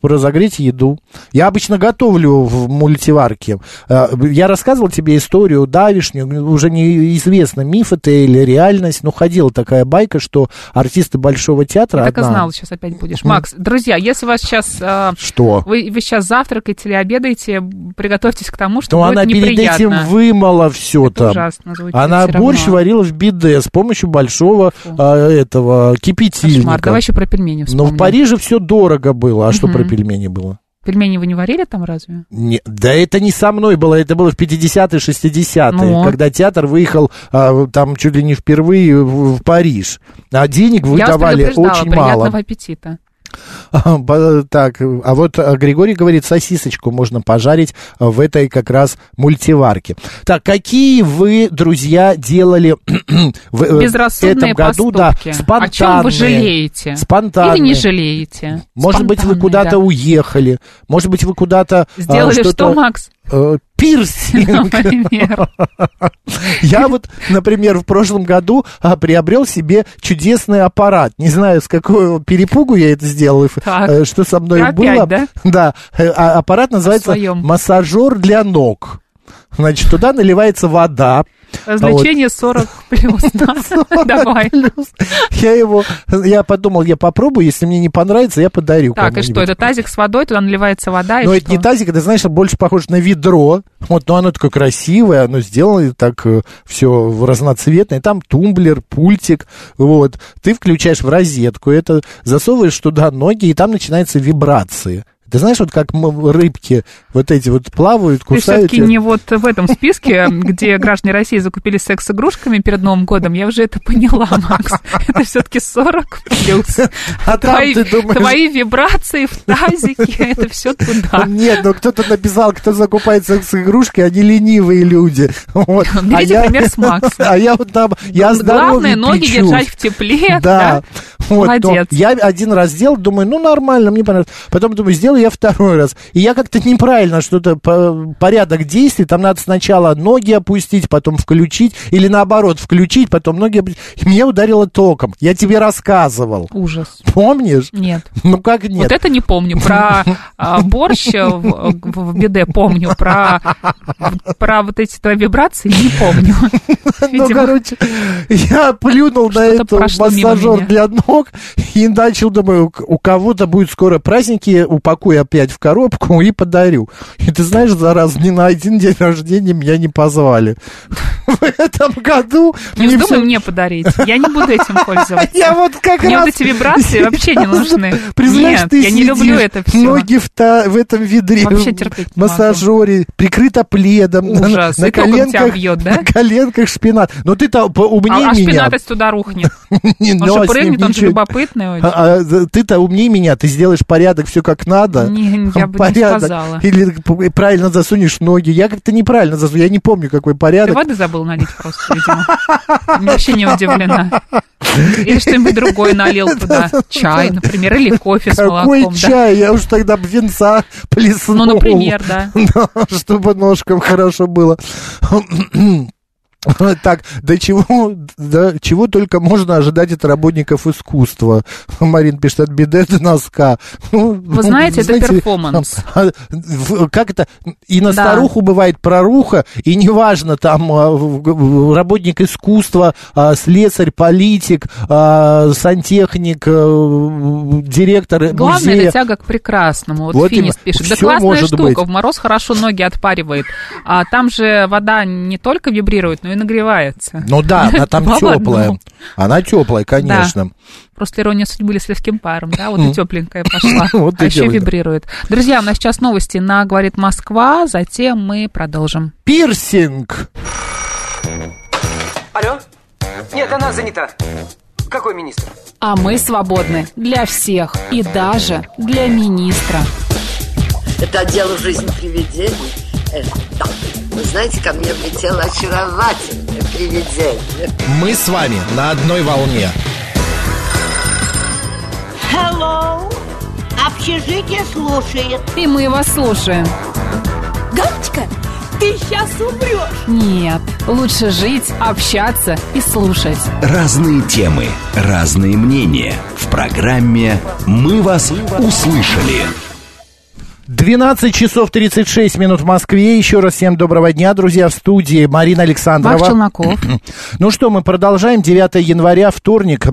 [SPEAKER 1] Разогреть еду. Я обычно готовлю в мультиварке. А, Я рассказывал тебе историю давишнюю, ну, уже неизвестно, миф это или реальность, но ходила такая байка, что артисты Большого театра...
[SPEAKER 2] Я так и
[SPEAKER 1] одна-
[SPEAKER 2] знала, сейчас опять будешь. Макс, друзья, если вас сейчас...
[SPEAKER 1] Что?
[SPEAKER 2] Вы, вы сейчас завтракаете или обедаете, приготовьтесь к тому, что
[SPEAKER 1] Ну,
[SPEAKER 2] будет
[SPEAKER 1] она перед
[SPEAKER 2] неприятно.
[SPEAKER 1] этим вымыла все там.
[SPEAKER 2] ужасно звучит
[SPEAKER 1] она
[SPEAKER 2] всё
[SPEAKER 1] борщ
[SPEAKER 2] равно.
[SPEAKER 1] варила в биде с помощью большого а, этого кипятильника.
[SPEAKER 2] Кошмар, давай еще про пельмени
[SPEAKER 1] Но
[SPEAKER 2] вспомним.
[SPEAKER 1] в Париже все дорого было. А что
[SPEAKER 2] Мгм.
[SPEAKER 1] про пельмени было?
[SPEAKER 2] Пельмени вы не варили там разве?
[SPEAKER 1] Не- да это не со мной было, это было в 50-е, 60-е,
[SPEAKER 2] Ну.
[SPEAKER 1] когда театр выехал а, там чуть ли не впервые в, в Париж. А денег вы
[SPEAKER 2] Я вас
[SPEAKER 1] давали
[SPEAKER 2] предупреждала,
[SPEAKER 1] очень
[SPEAKER 2] приятного
[SPEAKER 1] мало.
[SPEAKER 2] аппетита.
[SPEAKER 1] А, ба- Так, а вот а, Григорий говорит, сосисочку можно пожарить а, в этой как раз мультиварке. Так, какие вы, друзья, делали в э,
[SPEAKER 2] Безрассудные
[SPEAKER 1] этом году?
[SPEAKER 2] поступки.
[SPEAKER 1] Да,
[SPEAKER 2] О чем вы
[SPEAKER 1] спонтанные.
[SPEAKER 2] жалеете?
[SPEAKER 1] Спонтанные.
[SPEAKER 2] Или не жалеете?
[SPEAKER 1] Может быть, вы
[SPEAKER 2] Спонтанные,
[SPEAKER 1] куда-то
[SPEAKER 2] да.
[SPEAKER 1] уехали, может быть, вы куда-то... а,
[SPEAKER 2] Сделали что,
[SPEAKER 1] что-то,
[SPEAKER 2] Макс?
[SPEAKER 1] э, Пирсинг.
[SPEAKER 2] Например.
[SPEAKER 1] Я вот, например, в прошлом году а, приобрел себе чудесный аппарат. Не знаю, с какого перепугу я это сделал, и ф-
[SPEAKER 2] Так.
[SPEAKER 1] э, что со мной
[SPEAKER 2] Опять,
[SPEAKER 1] было.
[SPEAKER 2] да?
[SPEAKER 1] Да. Э, а- Аппарат называется
[SPEAKER 2] своём.
[SPEAKER 1] массажер для ног. Значит, туда наливается вода. Вот.
[SPEAKER 2] Развлечение 40 плюс. да. Давай.
[SPEAKER 1] Я его, я подумал, я попробую, если мне не понравится, я подарю.
[SPEAKER 2] Так, и что,
[SPEAKER 1] кому-нибудь.
[SPEAKER 2] это тазик с водой, туда наливается вода, и
[SPEAKER 1] Но это
[SPEAKER 2] что?
[SPEAKER 1] не тазик, это, знаешь, больше похоже на ведро. Вот, но оно такое красивое, оно сделано так все разноцветное. Там тумблер, пультик, вот. Ты включаешь в розетку, это засовываешь туда ноги, и там начинаются вибрации. Ты знаешь, вот как м- рыбки вот эти вот плавают,
[SPEAKER 2] Ты
[SPEAKER 1] кусают. э,
[SPEAKER 2] все-таки
[SPEAKER 1] тебя?
[SPEAKER 2] не вот в этом списке, где граждане России закупили секс с игрушками перед Новым годом. Я уже это поняла, Макс. Это все-таки 40 плюс.
[SPEAKER 1] А там
[SPEAKER 2] твои,
[SPEAKER 1] ты думаешь-
[SPEAKER 2] твои вибрации в тазике, это все туда.
[SPEAKER 1] Нет, ну кто-то написал, кто закупает секс-игрушки, они ленивые люди. Вот.
[SPEAKER 2] Ну, Берите пример с Макса.
[SPEAKER 1] А я вот там, я здоровый
[SPEAKER 2] Главное, ноги
[SPEAKER 1] плечусь.
[SPEAKER 2] держать в тепле.
[SPEAKER 1] Да. Вот, но
[SPEAKER 2] Молодец.
[SPEAKER 1] я один раз сделал, думаю, ну нормально, мне понравилось. Потом думаю, сделаю я второй раз. И я как-то неправильно что-то по- порядок действий. Там надо сначала ноги опустить, потом включить, или наоборот, включить, потом ноги опустить. И меня ударило током. Я тебе рассказывал.
[SPEAKER 2] Ужас.
[SPEAKER 1] Помнишь?
[SPEAKER 2] Нет.
[SPEAKER 1] Ну как нет?
[SPEAKER 2] Вот это не помню. Про а, борщ э, в, в- в биде помню. Про, про вот эти твои вибрации не помню.
[SPEAKER 1] Ну,
[SPEAKER 2] Видимо.
[SPEAKER 1] короче, я плюнул на
[SPEAKER 2] Что-то
[SPEAKER 1] это
[SPEAKER 2] прошло мимо меня.
[SPEAKER 1] массажер для ног и начал, думаю, у- у кого-то будет скоро праздники, упакую опять в коробку и подарю. И ты знаешь, зараза, ни на один день рождения меня не позвали. В этом году
[SPEAKER 2] Не вздумай
[SPEAKER 1] мне Ну, всё-
[SPEAKER 2] мне подарить. Я не буду этим пользоваться.
[SPEAKER 1] Я вот как
[SPEAKER 2] Мне
[SPEAKER 1] раз...
[SPEAKER 2] вот эти вибрации вообще не нужны.
[SPEAKER 1] Признаешь,
[SPEAKER 2] Нет,
[SPEAKER 1] ты
[SPEAKER 2] я не люблю
[SPEAKER 1] сидишь,
[SPEAKER 2] это все.
[SPEAKER 1] Ноги в, та- в этом ведре,
[SPEAKER 2] Вообще терпеть не могу.
[SPEAKER 1] массажере, прикрыто пледом, на-
[SPEAKER 2] Ужас.
[SPEAKER 1] на,
[SPEAKER 2] И током тебя
[SPEAKER 1] коленках,
[SPEAKER 2] бьет, да?
[SPEAKER 1] на коленках шпинат. Но ты-то поумнее
[SPEAKER 2] А, а
[SPEAKER 1] меня.
[SPEAKER 2] шпинатость туда рухнет.
[SPEAKER 1] Не,
[SPEAKER 2] Он
[SPEAKER 1] ну, а
[SPEAKER 2] же
[SPEAKER 1] с ним
[SPEAKER 2] прыгнет, он же
[SPEAKER 1] ничего-
[SPEAKER 2] любопытный очень.
[SPEAKER 1] А, а, за- ты-то умнее меня, ты сделаешь порядок, все как надо.
[SPEAKER 2] Не, я бы не сказала.
[SPEAKER 1] Или п- правильно засунешь ноги. Я как-то неправильно засунул, я не помню, какой
[SPEAKER 2] Ты
[SPEAKER 1] порядок.
[SPEAKER 2] воды забыл налить просто, видимо. Я Вообще не удивлена. Или что-нибудь другое налил туда. Чай, например, или кофе с
[SPEAKER 1] Какой
[SPEAKER 2] молоком. да.
[SPEAKER 1] чай? Я уж тогда б венца плеснул.
[SPEAKER 2] Ну, например, да.
[SPEAKER 1] Да, Чтобы ножкам хорошо было. Так, до чего, до чего только можно ожидать от работников искусства? Марин пишет, от беды до носка. Ну,
[SPEAKER 2] Вы знаете, это перформанс.
[SPEAKER 1] а, в- Как это? И на
[SPEAKER 2] Да.
[SPEAKER 1] старуху бывает проруха, и неважно, там а, в- в- работник искусства, а, слесарь, политик, а, сантехник, а, директор
[SPEAKER 2] Главное,
[SPEAKER 1] музея.
[SPEAKER 2] это тяга к прекрасному. Вот,
[SPEAKER 1] Вот
[SPEAKER 2] финист
[SPEAKER 1] именно.
[SPEAKER 2] пишет. Да
[SPEAKER 1] Всё
[SPEAKER 2] классная
[SPEAKER 1] может
[SPEAKER 2] штука,
[SPEAKER 1] быть.
[SPEAKER 2] в мороз хорошо ноги отпаривает. А там же вода не только вибрирует, но и нагревается.
[SPEAKER 1] Ну да, она там
[SPEAKER 2] Два в
[SPEAKER 1] теплая.
[SPEAKER 2] одном.
[SPEAKER 1] Она теплая, конечно.
[SPEAKER 2] Просто ирония судьбы или с легким паром, да, вот и тепленькая пошла,
[SPEAKER 1] Вот
[SPEAKER 2] а
[SPEAKER 1] и
[SPEAKER 2] еще
[SPEAKER 1] дело, да.
[SPEAKER 2] вибрирует. Друзья, у нас сейчас новости на «Говорит Москва», затем мы продолжим.
[SPEAKER 1] Пирсинг.
[SPEAKER 12] Алло? Нет, она занята. Какой министр?
[SPEAKER 2] А мы свободны для всех и даже для министра.
[SPEAKER 13] Это отдел жизни привидений. Э, так, Вы знаете, ко мне влетело очаровательное привидение.
[SPEAKER 1] Мы с вами на одной волне.
[SPEAKER 14] Hello. Общежитие слушает.
[SPEAKER 2] И мы вас слушаем.
[SPEAKER 15] Галочка, ты сейчас умрешь.
[SPEAKER 2] Нет, лучше жить, общаться и слушать.
[SPEAKER 3] Разные темы, разные мнения. В программе «Мы вас услышали».
[SPEAKER 1] 12 часов 36 минут в Москве. Еще раз всем доброго дня, друзья, в студии Марина Александрова.
[SPEAKER 2] Марк Челноков.
[SPEAKER 1] Ну что, мы продолжаем. 9 января, вторник.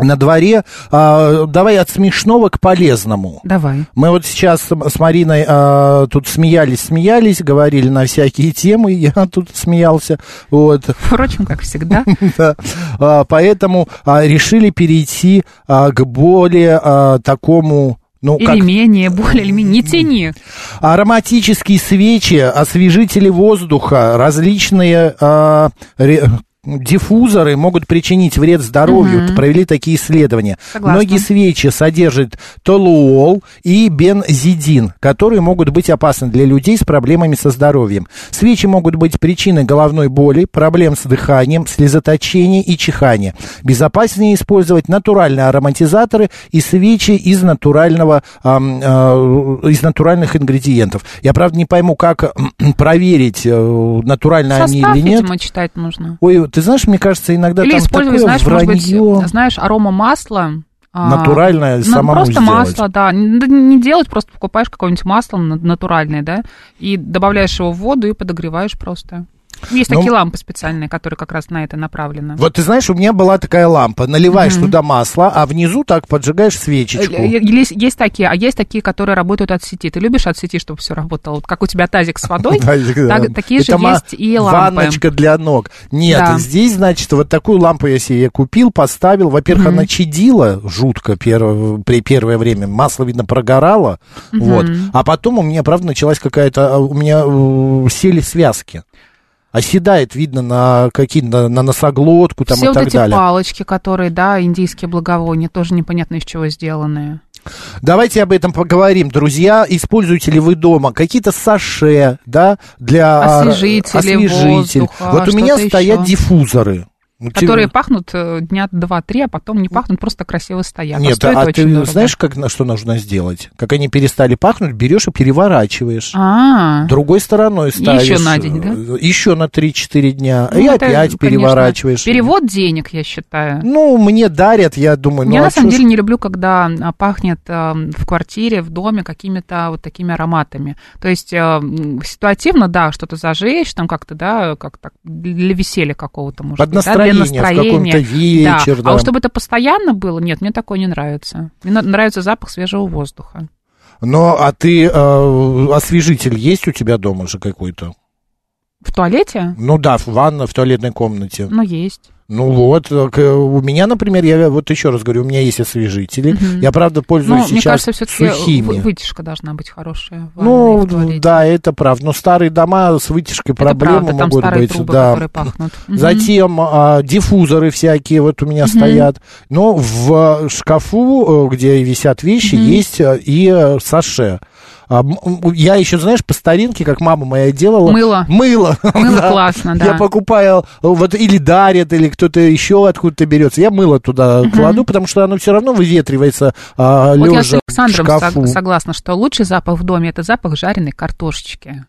[SPEAKER 1] На дворе. А, давай от смешного к полезному.
[SPEAKER 2] Давай.
[SPEAKER 1] Мы вот сейчас с с Мариной а, тут смеялись, смеялись, говорили на всякие темы. Я тут смеялся. Вот.
[SPEAKER 2] Впрочем, как всегда.
[SPEAKER 1] Да. А, Поэтому а, решили перейти а, к более а, такому. Ну,
[SPEAKER 2] Или
[SPEAKER 1] как
[SPEAKER 2] менее, более или менее. Не тяни.
[SPEAKER 1] Ароматические свечи, освежители воздуха, различные а, ре- диффузоры могут причинить вред здоровью.
[SPEAKER 2] Мгм.
[SPEAKER 1] Провели такие исследования.
[SPEAKER 2] Согласна.
[SPEAKER 1] Многие свечи содержат толуол и бензидин, которые могут быть опасны для людей с проблемами со здоровьем. Свечи могут быть причиной головной боли, проблем с дыханием, слезоточения и чихания. Безопаснее использовать натуральные ароматизаторы и свечи из натурального ам, э, из натуральных ингредиентов. Я правда не пойму, как э, проверить э, натурально они
[SPEAKER 2] Состав,
[SPEAKER 1] или нет.
[SPEAKER 2] видимо, читать нужно.
[SPEAKER 1] Ой, ты знаешь, мне кажется, иногда
[SPEAKER 2] Или
[SPEAKER 1] там
[SPEAKER 2] использовать,
[SPEAKER 1] такое
[SPEAKER 2] знаешь,
[SPEAKER 1] вранье.
[SPEAKER 2] может быть, знаешь, арома масла. а,
[SPEAKER 1] Натуральное
[SPEAKER 2] ну,
[SPEAKER 1] самому
[SPEAKER 2] Просто
[SPEAKER 1] сделать.
[SPEAKER 2] масло, да. Н- да Не делать, просто покупаешь какое-нибудь масло на- натуральное, да, и добавляешь его в воду и подогреваешь просто. Есть
[SPEAKER 1] Ну,
[SPEAKER 2] такие лампы специальные, которые как раз на это направлены.
[SPEAKER 1] Вот ты знаешь, у меня была такая лампа. Наливаешь
[SPEAKER 2] э, Мгм.
[SPEAKER 1] туда масло, а внизу так поджигаешь свечечку.
[SPEAKER 2] Э, э, Есть, есть такие, а есть такие, которые работают от сети. Ты любишь от сети, чтобы все работало? Вот как у тебя тазик с водой,
[SPEAKER 1] Тазик, да. э,
[SPEAKER 2] так- такие же
[SPEAKER 1] Это ма-
[SPEAKER 2] есть и лампы.
[SPEAKER 1] Ванночка для ног. Нет,
[SPEAKER 2] Да.
[SPEAKER 1] здесь, значит, вот такую лампу я себе купил, поставил. Во-первых, она чадила жутко перво- при первое время. Масло, видно, прогорало.
[SPEAKER 2] Мгм.
[SPEAKER 1] Вот. А потом у меня, правда, началась какая-то... а, У меня э, сели связки. Оседает, видно, на какие-то на, на носоглотку там
[SPEAKER 2] Все
[SPEAKER 1] и
[SPEAKER 2] вот
[SPEAKER 1] так
[SPEAKER 2] эти
[SPEAKER 1] далее.
[SPEAKER 2] палочки, которые, да, индийские благовония, тоже непонятно из чего сделанные.
[SPEAKER 1] Давайте об этом поговорим, друзья. Используете ли вы дома какие-то саше, да, для а,
[SPEAKER 2] Освежители воздуха,
[SPEAKER 1] вот у меня
[SPEAKER 2] что-то
[SPEAKER 1] стоят
[SPEAKER 2] еще.
[SPEAKER 1] диффузоры. Ну, те-
[SPEAKER 2] Которые пахнут э, дня два-три, а потом не пахнут, просто красиво стоят.
[SPEAKER 1] Нет,
[SPEAKER 2] стоят
[SPEAKER 1] а
[SPEAKER 2] очень
[SPEAKER 1] ты
[SPEAKER 2] дорого.
[SPEAKER 1] знаешь, как, на- что нужно сделать? Как они перестали пахнуть, берешь и переворачиваешь.
[SPEAKER 2] А,
[SPEAKER 1] Другой стороной
[SPEAKER 2] Еще
[SPEAKER 1] ставишь.
[SPEAKER 2] на день, да?
[SPEAKER 1] э, Еще на 3-4 дня.
[SPEAKER 2] ну,
[SPEAKER 1] и
[SPEAKER 2] это,
[SPEAKER 1] опять
[SPEAKER 2] конечно,
[SPEAKER 1] переворачиваешь.
[SPEAKER 2] Перевод денег, я считаю.
[SPEAKER 1] Ну, мне дарят, я думаю,
[SPEAKER 2] я
[SPEAKER 1] ну а
[SPEAKER 2] на самом
[SPEAKER 1] чё ж-
[SPEAKER 2] деле не люблю, когда а, пахнет а, в квартире, в доме какими-то вот такими ароматами. То есть э, м, ситуативно, да, что-то зажечь, там как-то, да, как так для веселья какого-то, может
[SPEAKER 1] Под
[SPEAKER 2] быть, да,
[SPEAKER 1] настроение, в
[SPEAKER 2] для настроения.
[SPEAKER 1] каком-то вечер,
[SPEAKER 2] А
[SPEAKER 1] да.
[SPEAKER 2] вот чтобы это постоянно было, нет, мне такое не нравится. Мне на- нравится запах свежего воздуха.
[SPEAKER 1] Ну, а ты э, освежитель есть у тебя дома же какой-то?
[SPEAKER 2] В туалете?
[SPEAKER 1] Ну да, в ванна в туалетной комнате.
[SPEAKER 2] Ну, есть.
[SPEAKER 1] Ну вот, так, э, у меня, например, я вот еще раз говорю, у меня есть освежители.
[SPEAKER 2] Мгм.
[SPEAKER 1] Я, правда, пользуюсь
[SPEAKER 2] Ну,
[SPEAKER 1] сейчас
[SPEAKER 2] мне кажется, все-таки
[SPEAKER 1] сухими.
[SPEAKER 2] вытяжка должна быть хорошая. в ванной,
[SPEAKER 1] ну,
[SPEAKER 2] в туалете.
[SPEAKER 1] да, это правда. Но старые дома с вытяжкой проблемы
[SPEAKER 2] правда, там
[SPEAKER 1] могут
[SPEAKER 2] старые
[SPEAKER 1] быть.
[SPEAKER 2] трубы,
[SPEAKER 1] да.
[SPEAKER 2] которые пахнут. Мгм.
[SPEAKER 1] Затем а, диффузоры всякие вот у меня
[SPEAKER 2] Мгм.
[SPEAKER 1] стоят. Но в э, шкафу, э, где висят вещи,
[SPEAKER 2] Мгм.
[SPEAKER 1] есть э, и э, саше. А, м- м- Я еще, знаешь, по старинке, как мама моя делала.
[SPEAKER 2] Мыло.
[SPEAKER 1] Мыло.
[SPEAKER 2] Мыло Ну, классно, да.
[SPEAKER 1] Я покупаю, э, вот или дарят, или кто-то еще откуда-то берется. Я мыло туда кладу, потому что оно все равно выветривается а,
[SPEAKER 2] Вот я с
[SPEAKER 1] лежа в
[SPEAKER 2] Александром сог-
[SPEAKER 1] шкафу.
[SPEAKER 2] согласна, что лучший запах в доме это запах жареной картошечки.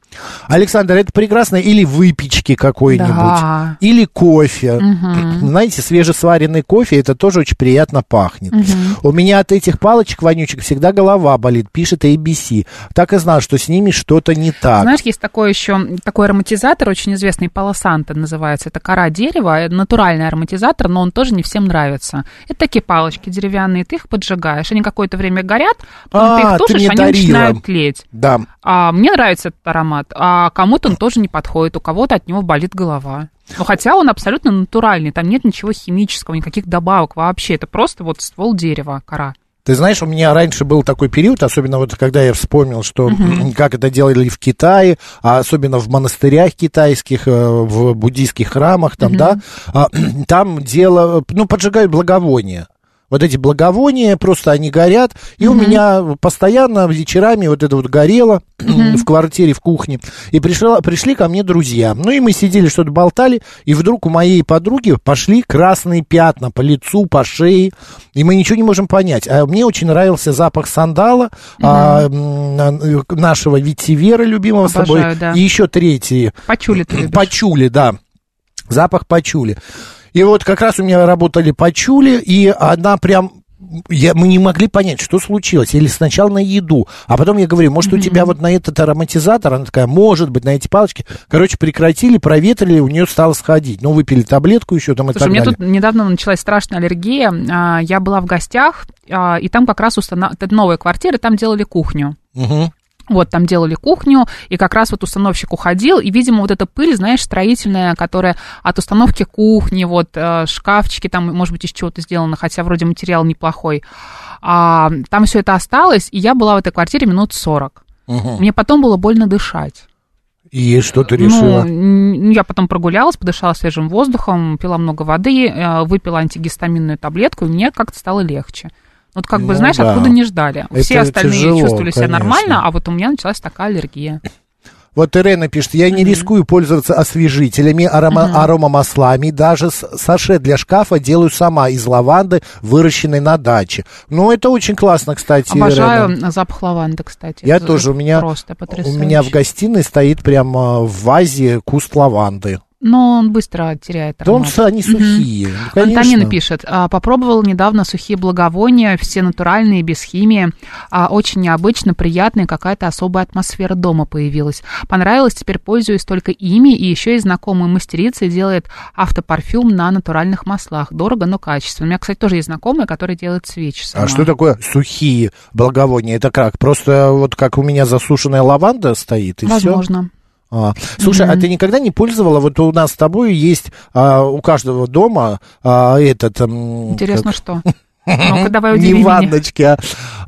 [SPEAKER 1] Александр, это прекрасно. Или выпечки какой-нибудь.
[SPEAKER 2] Да.
[SPEAKER 1] Или кофе.
[SPEAKER 2] Мгм.
[SPEAKER 1] Знаете, свежесваренный кофе, это тоже очень приятно пахнет.
[SPEAKER 2] Мгм.
[SPEAKER 1] У меня от этих палочек вонючек всегда голова болит, пишет ABC. Так и знал, что с ними что-то не так.
[SPEAKER 2] Знаешь, есть такой еще такой ароматизатор, очень известный полосанта называется. Это кора дерева, э, натуральный ароматизатор, но он тоже не всем нравится. Это такие палочки деревянные, ты их поджигаешь, они какое-то время горят, потом ты
[SPEAKER 1] А,
[SPEAKER 2] их
[SPEAKER 1] ты
[SPEAKER 2] тушишь,
[SPEAKER 1] мне
[SPEAKER 2] они
[SPEAKER 1] дарила.
[SPEAKER 2] начинают тлеть.
[SPEAKER 1] Да.
[SPEAKER 2] А мне нравится этот аромат, а кому-то он тоже не подходит, у кого-то от него болит голова. Но хотя он абсолютно натуральный, там нет ничего химического, никаких добавок вообще. Это просто вот ствол дерева, кора.
[SPEAKER 1] Ты знаешь, у меня раньше был такой период, особенно вот когда я вспомнил, что
[SPEAKER 17] Мгм.
[SPEAKER 1] как это делали в Китае, а особенно в монастырях китайских, э, в буддийских храмах, там,
[SPEAKER 17] Мгм.
[SPEAKER 1] да, а, там дело, ну, поджигают благовония. Вот эти благовония, просто они горят, и у меня постоянно вечерами вот это вот горело в квартире, в кухне. И пришла, пришли ко мне друзья. Ну и мы сидели, что-то болтали, и вдруг у моей подруги пошли красные пятна по лицу, по шее, и мы ничего не можем понять. А мне очень нравился запах сандала, а, м, э, нашего ветивера любимого с
[SPEAKER 2] Обожаю,
[SPEAKER 1] тобой,
[SPEAKER 2] да.
[SPEAKER 1] и еще третий.
[SPEAKER 2] Пачули ты любишь.
[SPEAKER 1] Пачули, да. Запах пачули. И вот как раз у меня работали пачули, и она прям... Я, мы не могли понять, что случилось. Или сначала на еду, а потом я говорю, может, у тебя вот на этот ароматизатор? Она такая, может быть, на эти палочки. Короче, прекратили, проветрили, у нее стало сходить. Ну, выпили таблетку еще там и
[SPEAKER 2] Слушай, у
[SPEAKER 1] так
[SPEAKER 2] меня
[SPEAKER 1] далее.
[SPEAKER 2] тут недавно началась страшная аллергия. А, Я была в гостях, а, и там как раз установ... это новая квартира, там делали кухню.
[SPEAKER 1] Мгм.
[SPEAKER 2] Вот, там делали кухню, и как раз вот установщик уходил, и, видимо, вот эта пыль, знаешь, строительная, которая от установки кухни, вот, э, шкафчики там, может быть, из чего-то сделано, хотя вроде материал неплохой, А, там все это осталось, и я была в этой квартире минут 40.
[SPEAKER 1] Мгм.
[SPEAKER 2] Мне потом было больно дышать.
[SPEAKER 1] И что ты решила?
[SPEAKER 2] Ну, н- я потом прогулялась, подышала свежим воздухом, пила много воды, э, выпила антигистаминную таблетку, и мне как-то стало легче. Вот как бы,
[SPEAKER 1] Ну
[SPEAKER 2] знаешь,
[SPEAKER 1] да.
[SPEAKER 2] откуда не ждали. Все
[SPEAKER 1] Это
[SPEAKER 2] остальные
[SPEAKER 1] тяжело,
[SPEAKER 2] чувствовали себя
[SPEAKER 1] конечно.
[SPEAKER 2] нормально, а вот у меня началась такая аллергия.
[SPEAKER 1] Вот Ирена пишет, я не рискую пользоваться освежителями, арома, аромамаслами, даже с- саше для шкафа делаю сама из лаванды, выращенной на даче. Ну, это очень классно, кстати,
[SPEAKER 2] Обожаю
[SPEAKER 1] Ирена.
[SPEAKER 2] запах лаванды, кстати.
[SPEAKER 1] Я
[SPEAKER 2] Это
[SPEAKER 1] тоже, у меня,
[SPEAKER 2] Просто
[SPEAKER 1] у
[SPEAKER 2] потрясающе.
[SPEAKER 1] меня в гостиной стоит прямо в вазе куст лаванды.
[SPEAKER 2] Но он быстро теряет
[SPEAKER 1] Да он
[SPEAKER 2] аромат.
[SPEAKER 1] с- они сухие. Ну, конечно.
[SPEAKER 2] Антонина пишет, «А, попробовал недавно сухие благовония, все натуральные, без химии. А, Очень необычно, приятная какая-то особая атмосфера дома появилась. Понравилось, теперь пользуюсь только ими, и еще и знакомая мастерица делает автопарфюм на натуральных маслах. Дорого, но качественно. У меня, кстати, тоже есть знакомая, которая делает свечи сама.
[SPEAKER 1] А что такое сухие благовония? Это как? Просто вот как у меня засушенная лаванда стоит, и все?
[SPEAKER 2] Возможно.
[SPEAKER 1] А, Слушай, а ты никогда не пользовала? Вот у нас с тобой есть а, у каждого дома а, этот. м,
[SPEAKER 2] Интересно,
[SPEAKER 1] как-
[SPEAKER 2] что? Ну-ка, давай удиви
[SPEAKER 1] не
[SPEAKER 2] меня.
[SPEAKER 1] ванночки, а,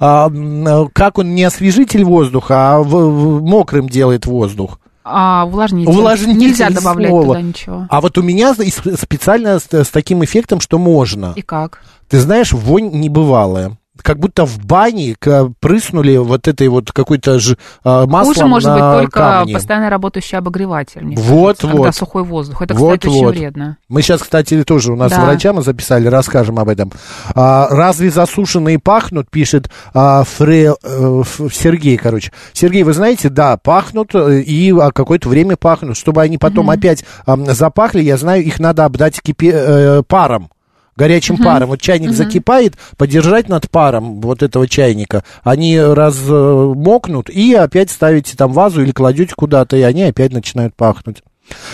[SPEAKER 1] а, м, как он не освежитель воздуха, а в- в- мокрым делает воздух.
[SPEAKER 2] А, увлажнитель.
[SPEAKER 1] Увлажнитель
[SPEAKER 2] Нельзя добавлять
[SPEAKER 1] слова.
[SPEAKER 2] туда ничего.
[SPEAKER 1] А вот у меня и с- специально с, с таким эффектом, что можно.
[SPEAKER 2] И как?
[SPEAKER 1] Ты знаешь, вонь небывалая. Как будто в бане к- прыснули вот этой вот какой-то ж, а, маслом
[SPEAKER 2] Хуже может
[SPEAKER 1] на
[SPEAKER 2] быть только
[SPEAKER 1] камни.
[SPEAKER 2] постоянно работающий обогреватель, мне
[SPEAKER 1] Вот,
[SPEAKER 2] кажется, когда
[SPEAKER 1] вот.
[SPEAKER 2] сухой воздух. Это,
[SPEAKER 1] Вот,
[SPEAKER 2] кстати, очень
[SPEAKER 1] вот.
[SPEAKER 2] вредно.
[SPEAKER 1] Мы сейчас, кстати, тоже у нас
[SPEAKER 2] Да.
[SPEAKER 1] врача мы записали, расскажем об этом. А, разве засушенные пахнут, пишет а, Фре- э, Ф- Сергей, короче. Сергей, вы знаете, да, пахнут э, и а, какое-то время пахнут. Чтобы они потом
[SPEAKER 17] Мгм.
[SPEAKER 1] опять ам, запахли, я знаю, их надо обдать кипе- э, паром. Горячим
[SPEAKER 17] Мгм.
[SPEAKER 1] паром. Вот чайник
[SPEAKER 17] Мгм.
[SPEAKER 1] закипает, подержать над паром вот этого чайника. Они размокнут и опять ставите там вазу или кладете куда-то, и они опять начинают пахнуть.